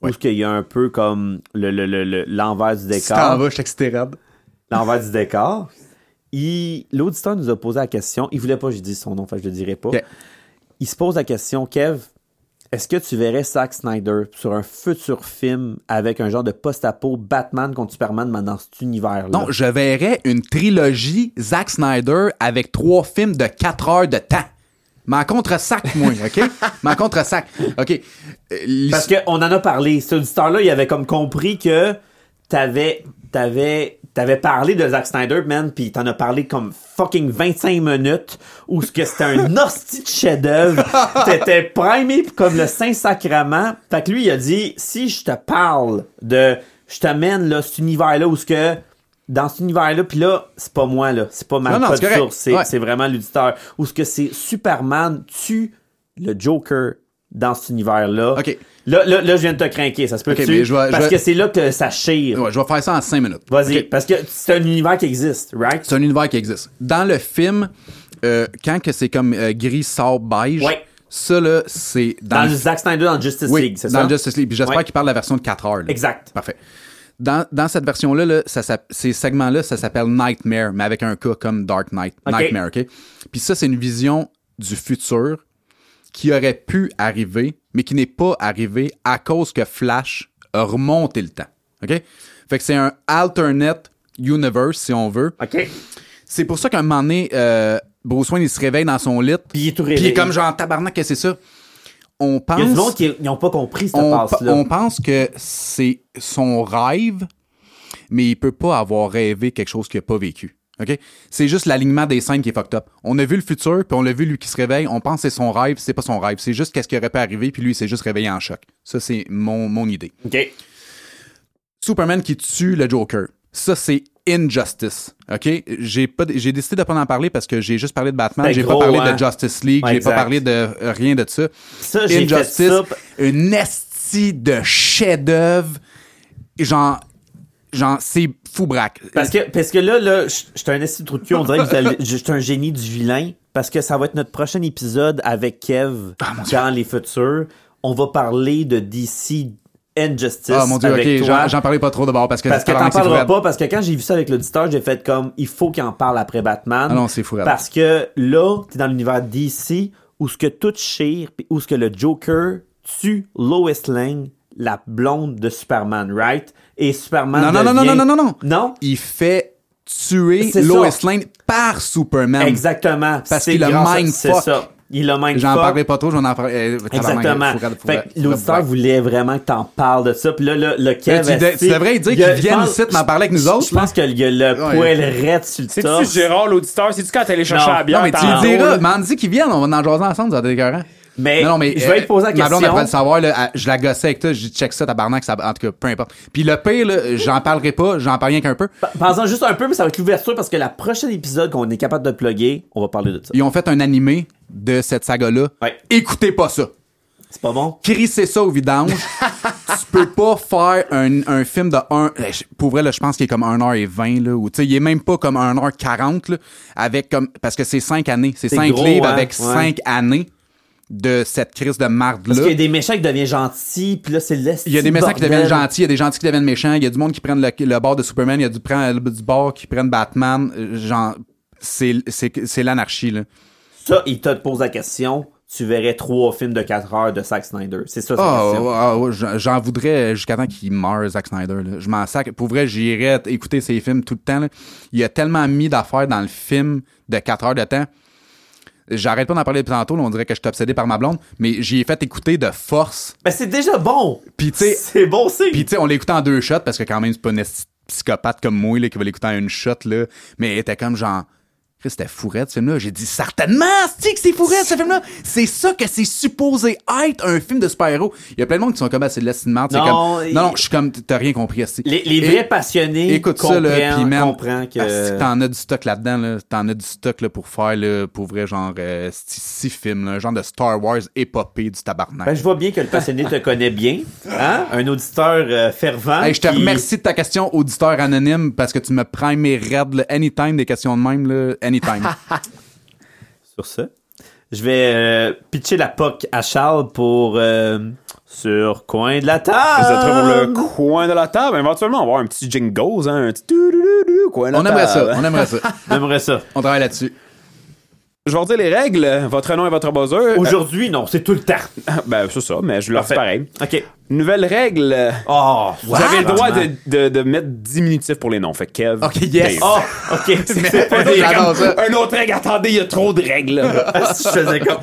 ou ce qu'il y a un peu comme le, le- le- le- l'envers du Si t'en décor. vas, je suis excité, raide. l'envers du décor. Il- L'auditeur nous a posé la question. Il voulait pas que je dise son nom, fait que je le dirai pas. Ok. Il se pose la question, Kev, est-ce que tu verrais Zack Snyder sur un futur film avec un genre de post-apo Batman contre Superman mais dans cet univers-là? Non, je verrais une trilogie Zack Snyder avec trois films de 4 heures de temps. M'en contre *laughs* sac, moi, OK? M'en contre sac. OK. Euh, Parce qu'on en a parlé. Cet auditeur-là, il avait comme compris que t'avais, t'avais, t'avais parlé de Zack Snyder, man, pis t'en as parlé comme fucking 25 minutes, où ce que c'était *laughs* un hostie de chef-d'œuvre. T'étais primé comme le Saint-Sacrement. Fait que lui, il a dit, si je te parle de, je t'amène, là, cet univers-là, où ce que, dans cet univers-là, puis là, c'est pas moi, là. C'est pas ma Non, non, pas c'est de correct. source, C'est, Ouais. c'est vraiment l'auditeur. Où ce que c'est Superman tue le Joker dans cet univers-là. OK. Là, là, là, je viens de te craquer, ça se peut-tu? Ok, mais je vais- je parce vais- que c'est là que ça chire. Ouais, je vais faire ça en 5 minutes. Vas-y, OK. parce que c'est un univers qui existe, right? C'est un univers qui existe. Dans le film, euh, quand que c'est comme euh, gris, sable, beige, Ouais. ça, là, c'est Dans dans, le Zack Snyder, dans le Justice oui, League, c'est dans ça? le Justice League. Puis J'espère Ouais. qu'il parle de la version de 4 heures. là. Exact. Parfait. Dans, dans cette version-là, là, ça s'app- ces segments-là, ça s'appelle Nightmare, mais avec un cas comme Dark Knight. Ok. Nightmare, OK? Puis ça, c'est une vision du futur qui aurait pu arriver, mais qui n'est pas arrivé à cause que Flash a remonté le temps. OK? Fait que c'est un alternate universe, si on veut. OK. C'est pour ça qu'à un moment donné, euh, Bruce Wayne, il se réveille dans son lit. Puis il est tout Puis il réveillé. est comme genre tabarnak, qu'est-ce que c'est ça? On pense Il y a du monde qui n'ont pas compris cette on, passe-là. on pense que c'est son rêve, mais il peut pas avoir rêvé quelque chose qu'il n'a pas vécu. OK? C'est juste l'alignement des scènes qui est fucked up. On a vu le futur, puis on l'a vu lui qui se réveille, on pense que c'est son rêve, c'est pas son rêve. C'est juste qu'est-ce qui aurait pu arriver, puis lui, il s'est juste réveillé en choc. Ça, c'est mon, mon idée. OK. Superman qui tue le Joker. Ça, c'est Injustice. OK? J'ai pas, j'ai décidé de pas en parler parce que j'ai juste parlé de Batman, C'était j'ai pas gros, parlé hein? de Justice League, Ouais, j'ai pas exact. parlé de euh, rien de ça. Ça, j'ai fait Injustice, ça. une estie de chef-d'œuvre. Genre, genre, c'est fou braque. Parce que, parce que là, là, je je suis un esti de trou de cul. On dirait que vous allez- je suis un génie du vilain. Parce que ça va être notre prochain épisode avec Kev Ah, dans les futurs. On va parler de DC Injustice Ah mon dieu, avec ok, toi. j'en- j'en parlais pas trop d'abord parce que Parce que tabarnak, t'en c'est parleras raide. pas, parce que quand j'ai vu ça avec l'auditeur, j'ai fait comme, il faut qu'il en parle après Batman. Ah non, c'est fou raide. Parce que là, t'es dans l'univers DC, où ce que tout chire, puis où ce que le Joker tue Lois Lane, la blonde de Superman, right? Et Superman Non, non, non, non, devient- non, non, non, Non? Il fait tuer C'est Lois ça. Lane par Superman. Exactement. Parce C'est qu'il a grâce à- mindfuck. C'est ça. Il a mindfuck. J'en parlais pas trop, j'en en parlais. euh, tabarnak, Exactement. fou raide, fou Fait raide, que fou l'auditeur raide. voulait vraiment que t'en parles de ça. Puis là, le, le Là, Kev. tu, de- tu esti, devrais dire il y a- qu'ils viennent je ici pense- m'en parler avec nous autres. Je pense que le, le Ouais. poil raide sur le C'est-tu torse. Gérard, l'auditeur? C'est-tu quand t'allais chercher Non. la bière? Non, mais tu t'en- le diras. Mandy qui viennent, on va en jaser ensemble, ça va être écœurant. Mais non, non, mais euh, je vais te poser la Ma blonde, question. après le savoir, là, elle- je la gossais avec toi, j'ai dit, check ça, tabarnak, ça, en tout cas, peu importe. Puis le pire, là, j'en parlerai pas, j'en parle rien qu'un peu. Pensons juste un peu, mais ça va être l'ouverture parce que la prochaine épisode qu'on est capable de plugger, on va parler de ça. Ils ont fait un animé de cette saga-là. Ouais. Écoutez pas ça. C'est pas bon? Crissez ça au vidange. tu peux pas faire un, un film de 1... Pour vrai, là, je pense qu'il est comme 1h20, là, ou tu sais, il est même pas comme 1h40, là, avec comme... Parce que c'est 5 années. C'est 5 gros, livres hein, avec ouais. 5 années. de cette crise de marde là. Parce qu'il y a des méchants qui deviennent gentils, puis là, c'est le Il y a des méchants qui bordel. deviennent gentils, il y a des gentils qui deviennent méchants, il y a du monde qui prennent le, le bord de Superman, il y a du, prend- du bord qui prennent Batman. euh, Genre, c'est c'est- c'est l'anarchie, là. Ça, il te pose la question, tu verrais trois films de 4 heures de Zack Snyder. C'est ça, sa Ah, question. ah, ouais, j'en- j'en voudrais jusqu'à temps qu'il meure, Zack Snyder. là. Je m'en sacre. Pour vrai, j'irais t- écouter ses films tout le temps. là. Il a tellement mis d'affaires dans le film de 4 heures de temps. J'arrête pas d'en parler depuis tantôt. là, on dirait que je suis obsédé par ma blonde. Mais j'y ai fait écouter de force. Mais Ben, c'est déjà bon! Puis, tu sais- C'est bon signe! Puis, tu sais, on l'écoutait en deux shots parce que quand même, c'est pas une esti de psychopathe comme moi là, qui va l'écouter en une shot. Là. Mais elle était comme genre... Chris, C'était fourrette ce film-là. J'ai dit certainement, c'est que c'est fourrette ce film-là. C'est ça que c'est supposé être un film de super-héros. Il y a plein de monde qui sont comme ah, c'est de la cinéma. C'est Non, comme, il- non, non, je suis comme, t'as rien compris. esti. les, les Et- vrais passionnés Écoute ça, comprennent, là, puis ah, man, comprennent que... asti que t'en as du stock là-dedans, là. T'en as du stock, là, pour faire, là, pour vrai, genre, euh, six six films, là, un genre de Star Wars épopée du tabarnak. Ben, je vois bien que le passionné te connaît bien. Hein? Un auditeur euh, fervent. Hey, je te qui- remercie de ta question, auditeur anonyme, parce que tu me prends mes raids, là, anytime, des questions de même, là, *laughs* anytime. Sur ce, je vais euh, pitcher la POC à Charles pour... euh, sur coin de la table! Ça trouve le Euh, coin de la table. Éventuellement, on va avoir un petit jingles, hein, un petit tu-du-du-du, coin de la on aimerait Ah, table. ça, on aimerait ça. J'aimerais ça. On travaille là-dessus. Je vais vous dire les règles. Votre nom et votre buzzer. Aujourd'hui, non, c'est tout *laughs* le temps. Euh, ben, c'est ça, mais je leur fais pareil. OK. Nouvelle règle. euh, Oh, Vous avez le droit de, de- de mettre diminutif pour les noms. Fait que Kev. Ok, Dave. yes. Oh, OK. *laughs* C'est pas des J'adore Comme ça. Un autre règle, attendez, il y a trop de règles. *laughs* là. Si je faisais comme...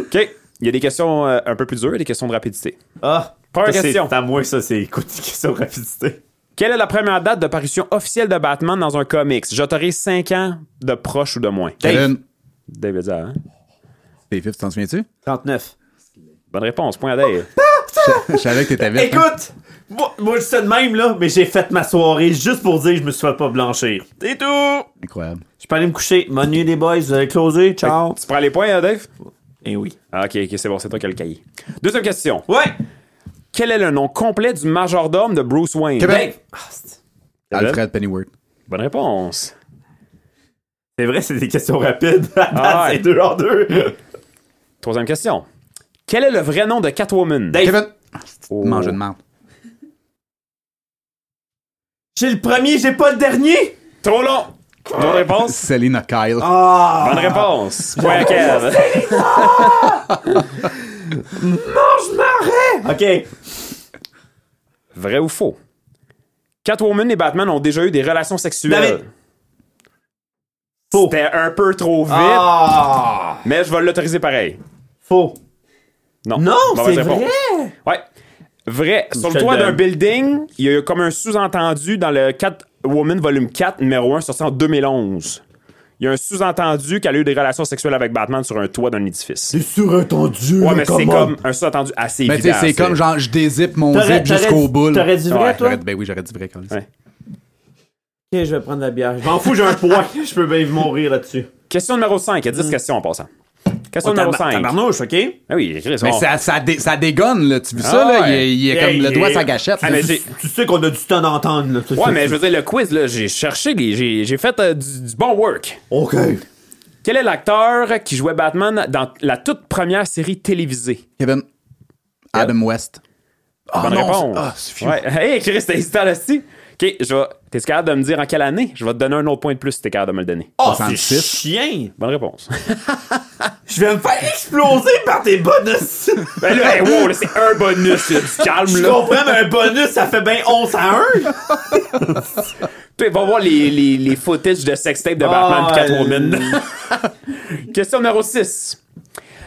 OK. Il y a des questions euh, un peu plus dures et des questions de rapidité. Ah, Première ça, question. c'est À moi, ça, c'est écoute, question rapidité. Quelle est la première date de parution officielle de Batman dans un comics? J'autorise 5 ans de proche ou de moins. Kevin, David Zah, hein? t'es fif, tu t'en souviens-tu? 39. Bonne réponse, point à Dave. Je savais que t'étais avec. hein. Écoute, moi, moi, je sais de même, là, mais j'ai fait ma soirée juste pour dire que je me suis fait pas blanchir. C'est tout! Incroyable. Je peux aller me coucher. Bonne nuit, les boys. Vous allez closer. Ciao. Tu prends les points, hein, Dave? Eh oui. Ah, OK, OK, c'est bon, c'est toi qui as le cahier. Deuxième question. Ouais! Quel est le nom complet du majordome de Bruce Wayne? Québec. Dave! Ah, c'est Alfred Pennyworth. Bonne réponse. c'est vrai, c'est des questions rapides. *laughs* Ah, ouais. C'est deux en deux. Troisième question. Quel est le vrai nom de Catwoman? Dave, Kevin, Oh. mange une merde. j'ai le premier, j'ai pas le dernier! Trop long! Bonne réponse. Selena Kyle. Ah! Bonne réponse. Point à Kev. Ok. Vrai ou faux? Catwoman et Batman ont déjà eu des relations sexuelles. David. Faux. C'était un peu trop vite, Ah! mais je vais l'autoriser pareil. Faux. Non. Non, Mauvaise ben, c'est réponse. vrai! Ouais. Vrai. Sur te le toit le d'un donne. building, il y a eu comme un sous-entendu dans le Catwoman volume 4, numéro 1, sorti en 2011. Il y a un sous-entendu qu'elle a eu des relations sexuelles avec Batman sur un toit d'un édifice. C'est surentendu. Ouais, mais c'est comme un sous-entendu assez Ben, tu sais, évident. c'est comme genre, je dézippe mon T'aurais- zip t'aurais- jusqu'au bout. là. t'aurais dit vrai, Ouais, toi? j'aurais- Ben oui, j'aurais dit vrai, Carlis. Ouais. Ok, je vais prendre la bière. Je m'en fous, j'ai un point. *laughs* Je peux bien mourir là-dessus. Question numéro 5. Il y a 10 Hmm. questions en passant. Question numéro 5. Tabarnouche, ok? Ah oui, Chris, Oh, Mais on- Ben, ça, ça, dé- ça dégonne, là. Tu vu ça, Ah là? ouais. Il, est- il est Hey, comme le doigt à il est- sa gâchette. Ah, là. mais j'ai- Tu sais qu'on a du temps d'entendre, là. Ouais, mais je veux dire, le quiz, là, j'ai cherché, les- j'ai j'ai fait euh, du, du bon work. Ok. Oh, Quel est l'acteur qui jouait Batman dans la toute première série télévisée? Kevin. Adam West. Ah, Bonne non, réponse. c'est- Ah, suffit. ouais. Hey, Chris, t'es hésitant là-dessus? Ok, je vais. T'es capable de me dire en quelle année? Je vais te donner un autre point de plus si t'es capable de me le donner. Oh, c'est 66. chien! Bonne réponse. *laughs* Je vais me faire exploser par tes *laughs* bonus! ben là, hey, wow, là, c'est un bonus, là, du calme, Je là. comprends, mais un bonus, ça fait bien 11 à 1! Puis va voir les, les, les footage de sextape de Batman Ah, euh. pis Catwoman. *laughs* Question numéro 6.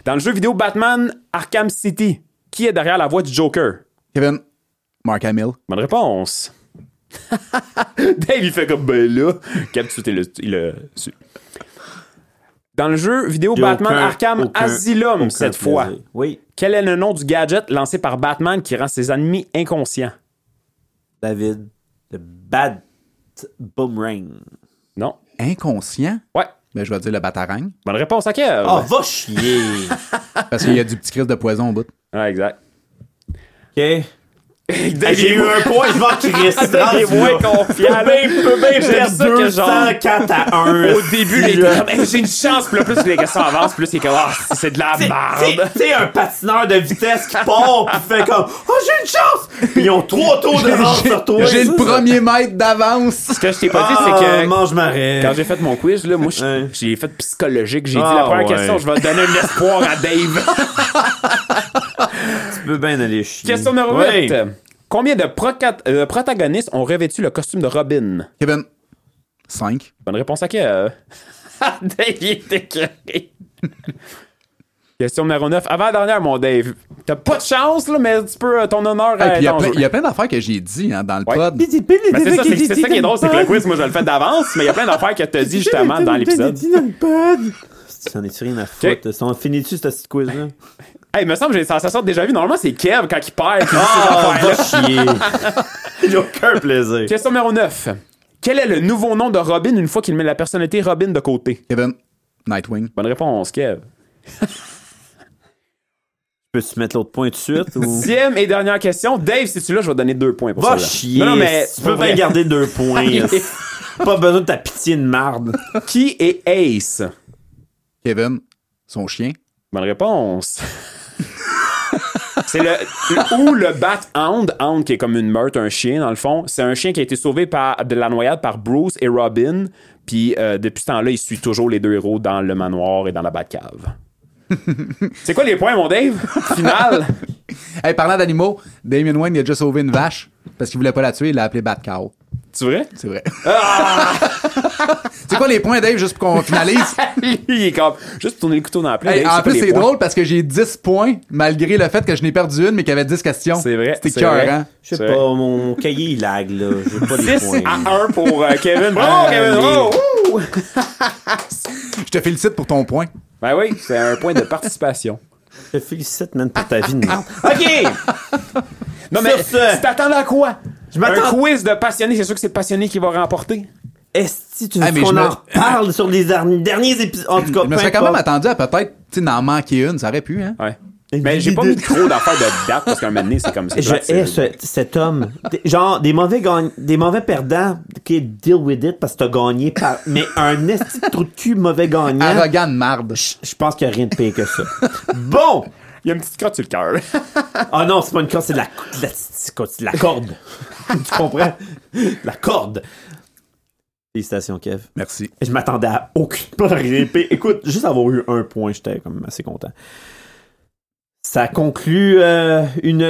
Dans le jeu vidéo Batman Arkham City, qui est derrière la voix du Joker? Kevin. Mark Hamill. *laughs* Bonne réponse. Dave, il fait comme ben là. Cap, tu t'es le, il a su. Dans le jeu vidéo a Batman aucun- Arkham aucun- Asylum, cette fois, euh, Oui. quel est le nom du gadget lancé par Batman qui rend ses ennemis inconscients? David, le bad boomerang. Non. Inconscient. Ouais. Ben, je vais dire le batarang. Bonne réponse à Kev. Ah, va chier! Parce qu'il y a du petit crise de poison au bout. Ouais, exact. ok. Ben, J'ai eu un point, je vais *laughs* Christ. T'es moins confiant. J'aime ça que genre. 204 à 1. Au début, les gars, euh. comme, Hey, j'ai une chance. Puis là, plus les questions avancent, plus c'est comme, ah, c'est de la merde. Tu sais, un patineur de vitesse qui part pis fait comme Oh, j'ai une chance! Puis ils ont trois tours de vent sur toi. J'ai le premier mètre d'avance. Ce que je t'ai pas dit, Ah, c'est que mange ma raie. quand j'ai fait mon quiz, là, moi, je- Ouais. j'ai fait psychologique. J'ai dit Ah, la première ouais. question, je vais donner un espoir à *laughs* Dave. Tu peux bien aller chier. Question numéro Ouais. 8. Combien de proca- euh, protagonistes ont revêtu le costume de Robin? Kevin, 5. Bonne réponse à qui? euh? *laughs* Dave, il est écœuré. *laughs* Question numéro 9. Avant la dernière, mon Dave. T'as pas de chance, là, mais tu peux, euh, ton honneur Hey, Ah, puis il est y a en plein- jeu. il y a plein d'affaires que j'ai dit hein, dans le Ouais. pod. Mais c'est ça, c'est- c'est ça qui hein. est drôle, c'est que le quiz, moi, je le fais d'avance, mais il y a plein d'affaires que t'as dit justement dans *laughs* l'épisode. C'en est-tu rien à foutre? Ça en finit-tu, cette petite quiz-là? Hey, il me semble que j'ai une sensation de déjà vu. Normalement, c'est Kev quand il *laughs* perd. qui dit ces Ah, affaires-là. va chier! J'ai aucun plaisir. Question numéro 9. Quel est le nouveau nom de Robin une fois qu'il met la personnalité Robin de côté? Kevin, Nightwing. Bonne réponse, Kev. Peux-tu mettre l'autre point tout de suite? Ou... Dixième et dernière question. Dave, si tu l'as, je vais te donner deux points pour Va ça. chier! Non, non, mais tu peux bien garder deux points. hein. *laughs* Pas besoin de ta pitié de marde. Qui est Ace? Kevin, son chien. Bonne *laughs* réponse. c'est le, le- ou le Bat Hound, Hound qui est comme une meute, un chien dans le fond. C'est un chien qui a été sauvé par de la noyade par Bruce et Robin. Puis euh, depuis ce temps-là, il suit toujours les deux héros dans le manoir et dans la *laughs* Batcave. c'est quoi les points, mon Dave? *laughs* Final. Hey, parlant d'animaux, Damien Wayne, il a déjà sauvé une vache parce qu'il voulait pas la tuer, il l'a appelée Batcow. tu vrai? C'est vrai. c'est quoi les points, Dave, juste pour qu'on finalise? Lui, il est comme juste tourner le couteau dans la plaie. Hey, Dave, en c'est quoi plus, les c'est points? drôle parce que j'ai 10 points malgré le fait que je n'ai perdu une mais qu'il y avait 10 questions. C'est vrai, C'était c'est vrai. cœur, hein? Je sais C'est- pas, mon mon cahier il lag là. J'ai pas les 10 points. à 1 pour euh, Kevin. Bravo, Kevin! Bravo! Wouh! Je te félicite pour ton point. Ben oui, c'est un point de participation. Je te félicite, man, pour ta vie de merde. OK! Non, mais Sur ce- tu t'attends à quoi? Je m'attends- Un quiz de passionné, c'est sûr que c'est le passionné qui va remporter. Est-ce que tu Ah, veux mais qu'on je me- en *laughs* reparle sur les derni- derniers épisodes? En tout cas, Je me peu serais quand même importe. attendu à peut-être tu sais, n'en manquer une, ça aurait pu, hein? Ouais. Mais j'ai pas mis trop d'affaires de date parce qu'un moment donné, c'est comme ça. Je hais ce- cet homme. Des- Genre, des mauvais, gagn- des mauvais perdants, qui deal with it parce que t'as gagné par. Mais un esti de trou de cul mauvais gagnant. Arrogant de marde. Je pense qu'il n'y a rien de pire que ça. bon! Il y a une petite crotte sur le cœur. *laughs* Ah non, c'est pas une corde, c'est de la, de la- c'est quoi, c'est de la corde. *laughs* tu comprends? La corde. Félicitations, Kev. Merci. Je m'attendais à aucune *laughs* épée. Écoute, juste avoir eu un point, j'étais comme assez content. Ça conclut euh, une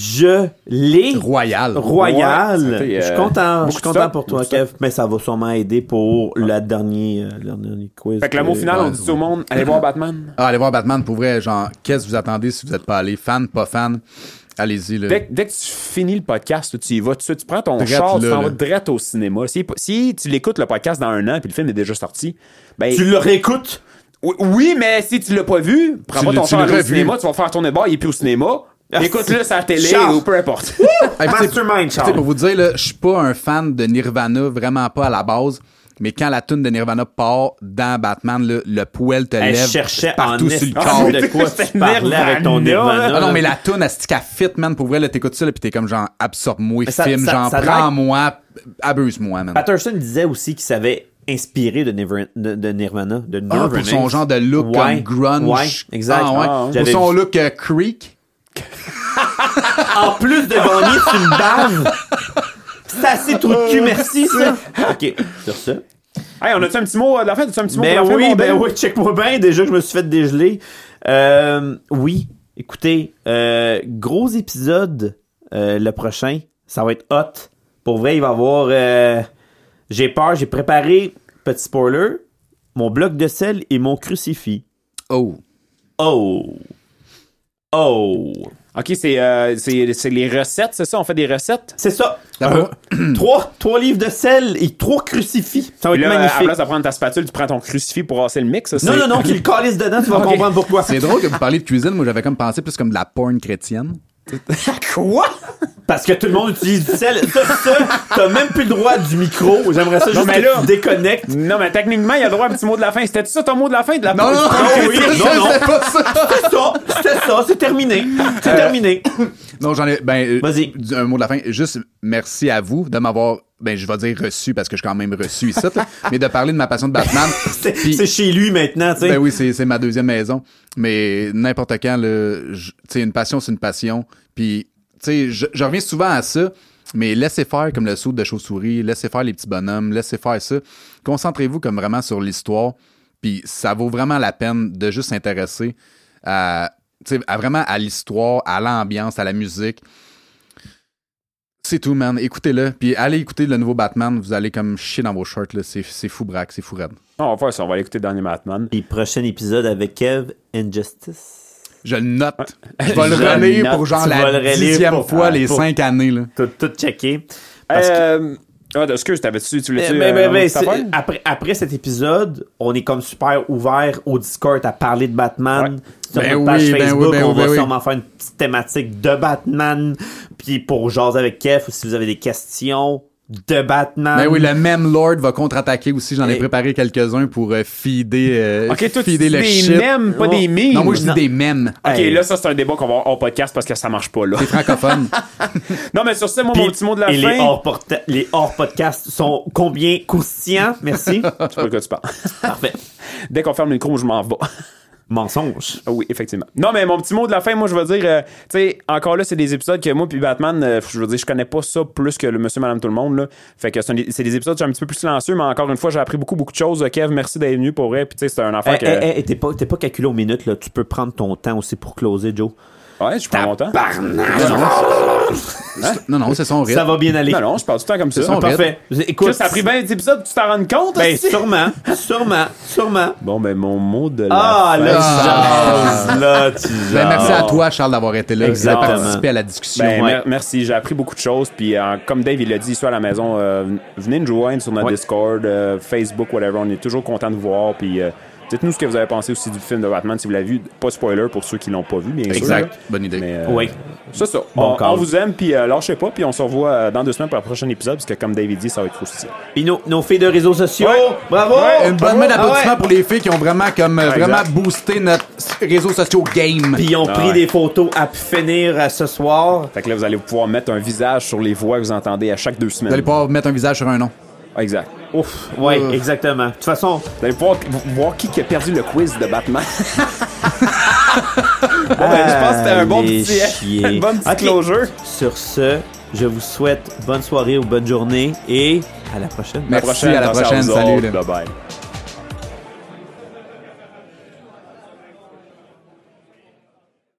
dégelée Royal. royale. Ouais, c'était, euh, je suis content, je suis beaucoup content de stock, pour toi, beaucoup de Kev, mais ça va sûrement aider pour la dernière, euh, le dernier quiz. Fait que le mot que- final, Euh, ouais, on dit tout au monde, allez voir Batman. Ah, allez voir Batman pour vrai, genre, qu'est-ce que vous attendez si vous n'êtes pas allé? Fan, pas fan? Allez-y, là. Dès, que- dès que tu finis le podcast, tu y vas tout de suite, tu prends ton Drette char, tu là, t'en là. vas direct au cinéma. Si, si tu l'écoutes le podcast dans un an puis le film est déjà sorti, ben. Tu le réécoutes? Oui, oui, mais si tu l'as pas vu, prends Tu pas l'as- ton tu char l'as aller au revu. Ah, cinéma, tu vas faire tourner de bord, il est plus au cinéma. Écoute-le sur la télé Charles. ou peu importe. Hey, puis, tu sais, Mastermind, Tu sais, pour Charles. vous dire, là, je suis pas un fan de Nirvana, vraiment pas à la base. Mais quand la tune de Nirvana part dans Batman, là, le poêle te Elle lève cherchait partout en sur le esprit corps. de quoi tu *laughs* C'est parlais avec ton Nirvana. Nirvana. Ah non, mais la toune, elle stick à fit, man. Pour vrai, là, t'écoutes ça, là, pis t'es comme genre, absorbe-moi, ça- filme, ça- genre, ça prends-moi, abuse-moi, man. Patterson disait aussi qu'il s'avait inspiré de, Nirv- de- de Nirvana. De Ah, Nirvana. pour son genre de look Ouais, comme grunge. Ouais, exact. Ah, ouais. Ah, Pour j'avais son vu. look euh, creek. En plus de gagner, tu me baves. C'est assez trou de cul, merci, *laughs* ça. OK, sur ça. Hey, on a-tu un petit mot euh, de la fin? As-tu un petit mot Ben pour la fin, oui, mon ben Dave? oui, check-moi bien. Déjà, je me suis fait dégeler. Euh, oui, écoutez, euh, gros épisode euh, le prochain. Ça va être hot. Pour vrai, il va y avoir. euh, j'ai peur, j'ai préparé, petit spoiler, mon bloc de sel et mon crucifix. Oh. Oh! Oh! OK, c'est, euh, c'est, c'est les recettes, c'est ça? On fait des recettes? C'est ça! La Euh, *clears throat* trois, trois livres de sel et trois crucifix. Ça va Puis être là, à la magnifique. place de prendre ta spatule, tu prends ton crucifix pour brasser le mix. ça, Non, c'est- non, *laughs* non, qu'il le calisse dedans, tu vas Ok. comprendre pourquoi. C'est drôle que vous parliez de cuisine. Moi, j'avais comme pensé plus comme de la porn chrétienne. Quoi? Parce que tout le monde utilise du sel. Ça, ça, t'as même plus le droit du micro. J'aimerais ça juste mais que là- tu déconnectes. Non, mais techniquement, il a le droit à un petit mot de la fin. C'était ça ton mot de la fin de la Non, non, non, oui, c'est- non, non. c'est pas ça. C'était ça, c'était ça, c'est terminé. C'est terminé. Non, j'en ai. Ben, euh, Vas-y. du- un mot de la fin. Juste merci à vous de m'avoir. Ben, je vais dire reçu parce que je suis quand même reçu ici, là, *laughs* mais de parler de ma passion de Batman. C'est Puis- c'est chez lui maintenant, tu sais. Ben oui, c'est c'est ma deuxième maison. Mais n'importe quand, le, je- tu sais, une passion, c'est une passion. Puis, tu sais, je, je reviens souvent à ça, mais laissez faire comme le saut de chauve-souris, laissez faire les petits bonhommes, laissez faire ça. Concentrez-vous comme vraiment sur l'histoire. Puis, ça vaut vraiment la peine de juste s'intéresser à, tu sais, à vraiment à l'histoire, à l'ambiance, à la musique. C'est tout, man. Écoutez-le. Puis allez écouter le nouveau Batman. Vous allez comme chier dans vos shorts. là. C'est c'est fou braque, c'est fou raide. Ah, On va faire ça, on va aller écouter le dernier Batman. Et prochain épisode avec Kev, Injustice. Je le note. Je vais le Ah. *laughs* Je le relire note. pour genre Tu vas le la relire dixième pour- fois ah, les pour- cinq années. Là. T'as tout checké. Parce que- Eh, Euh, ah, excuse, t'avais-tu, tu voulais-tu. Mais- mais- euh, mais- une mais autre ben, c'est- affaire? après, après cet épisode, on est comme super ouvert au Discord à parler de Batman. Ouais. Sur Ben notre oui, page ben oui, Facebook, ben on oui, va ben oui. sûrement faire une petite thématique de Batman. Puis pour jaser avec Kev, ou si vous avez des questions de Batman. Ben oui, le même Lord va contre-attaquer aussi. J'en Et- ai préparé quelques-uns pour euh, feeder, euh, Ok, toi, tu feeder dis le des shit. mèmes, pas Non. des mimes. Non, moi, je dis Non. des mèmes. Ok, Hey. là, ça, c'est un débat qu'on va avoir en podcast parce que ça marche pas, là. Francophone. *laughs* Non, mais sur ce, moi, Puis- mon petit mot de la et fin. les hors, porta- les hors podcasts sont combien croustillants? *laughs* Merci. Je sais pas de quoi tu parles. Parfait. Dès qu'on ferme le micro, je m'en vais. Mensonge. Ah Oui, effectivement. Non, mais mon petit mot de la fin, moi, je veux dire, euh, tu sais, encore là, c'est des épisodes que moi puis Batman, euh, je veux dire, je connais pas ça plus que le Monsieur, Madame, tout le monde, là. Fait que c'est un des- c'est des épisodes, je suis un petit peu plus silencieux, mais encore une fois, j'ai appris beaucoup, beaucoup de choses. Euh, Kev, merci d'être venu pour vrai. Puis, tu sais, c'est un enfant Hey, que. hey, hey, Eh, t'es pas, t'es pas calculé aux minutes, là. Tu peux prendre ton temps aussi pour closer, Joe. ouais, je prends mon temps. non, non, c'est son rythme. Ça va bien aller. Non, non, je parle du temps comme ça. son Parfait. Parfait. Écoute, Chris, ça a pris 20 épisodes, tu t'en rends compte? Ben, hostie? sûrement, sûrement, sûrement. Bon, ben, mon mot de la Ah, fin. là, Ah. tu jases, là, tu Ben, merci jases. à toi, Charles, d'avoir été là, Ah. Exactement. d'avoir participé à la discussion. Ben, Ouais. mer- merci, j'ai appris beaucoup de choses. Puis euh, comme Dave, il l'a dit, soit à la maison, euh, venez nous joindre sur notre Ouais. Discord, euh, Facebook, whatever. On est toujours content de vous voir. Puis euh, dites-nous ce que vous avez pensé aussi du film de Batman si vous l'avez vu. Pas spoiler pour ceux qui l'ont pas vu, bien sûr. exact. là. Bonne idée. Mais, euh, Oui. C'est ça. Bon on, call. on vous aime, puis euh, lâchez pas. Puis on se revoit euh, dans deux semaines pour le prochain épisode, parce que comme David dit, ça va être croustillant. Puis nos, nos filles de réseaux sociaux, Ouais. bravo! Ouais, Une bonne main Ah d'applaudissement ouais. pour les filles qui ont vraiment comme euh, Exact. vraiment boosté notre réseau social game. Ah, Puis ils ont Ah pris ouais. des photos à pu finir euh, ce soir. Fait que là, vous allez pouvoir mettre un visage sur les voix que vous entendez à chaque deux Vous allez semaines. pouvoir mettre un visage sur un nom. Exact. Ouf, ouais, Ouf. exactement. De toute façon, Vous allez pouvoir v- voir qui qui a perdu le quiz de Batman. *laughs* Bon, ben, je pense que c'était un bon Allez, petit, Ah, chier. *laughs* une bonne petite Ok. closure. sur ce, je vous souhaite bonne soirée ou bonne journée et à la prochaine. Merci, à la attention prochaine. aux Salut. autres. là. Bye bye.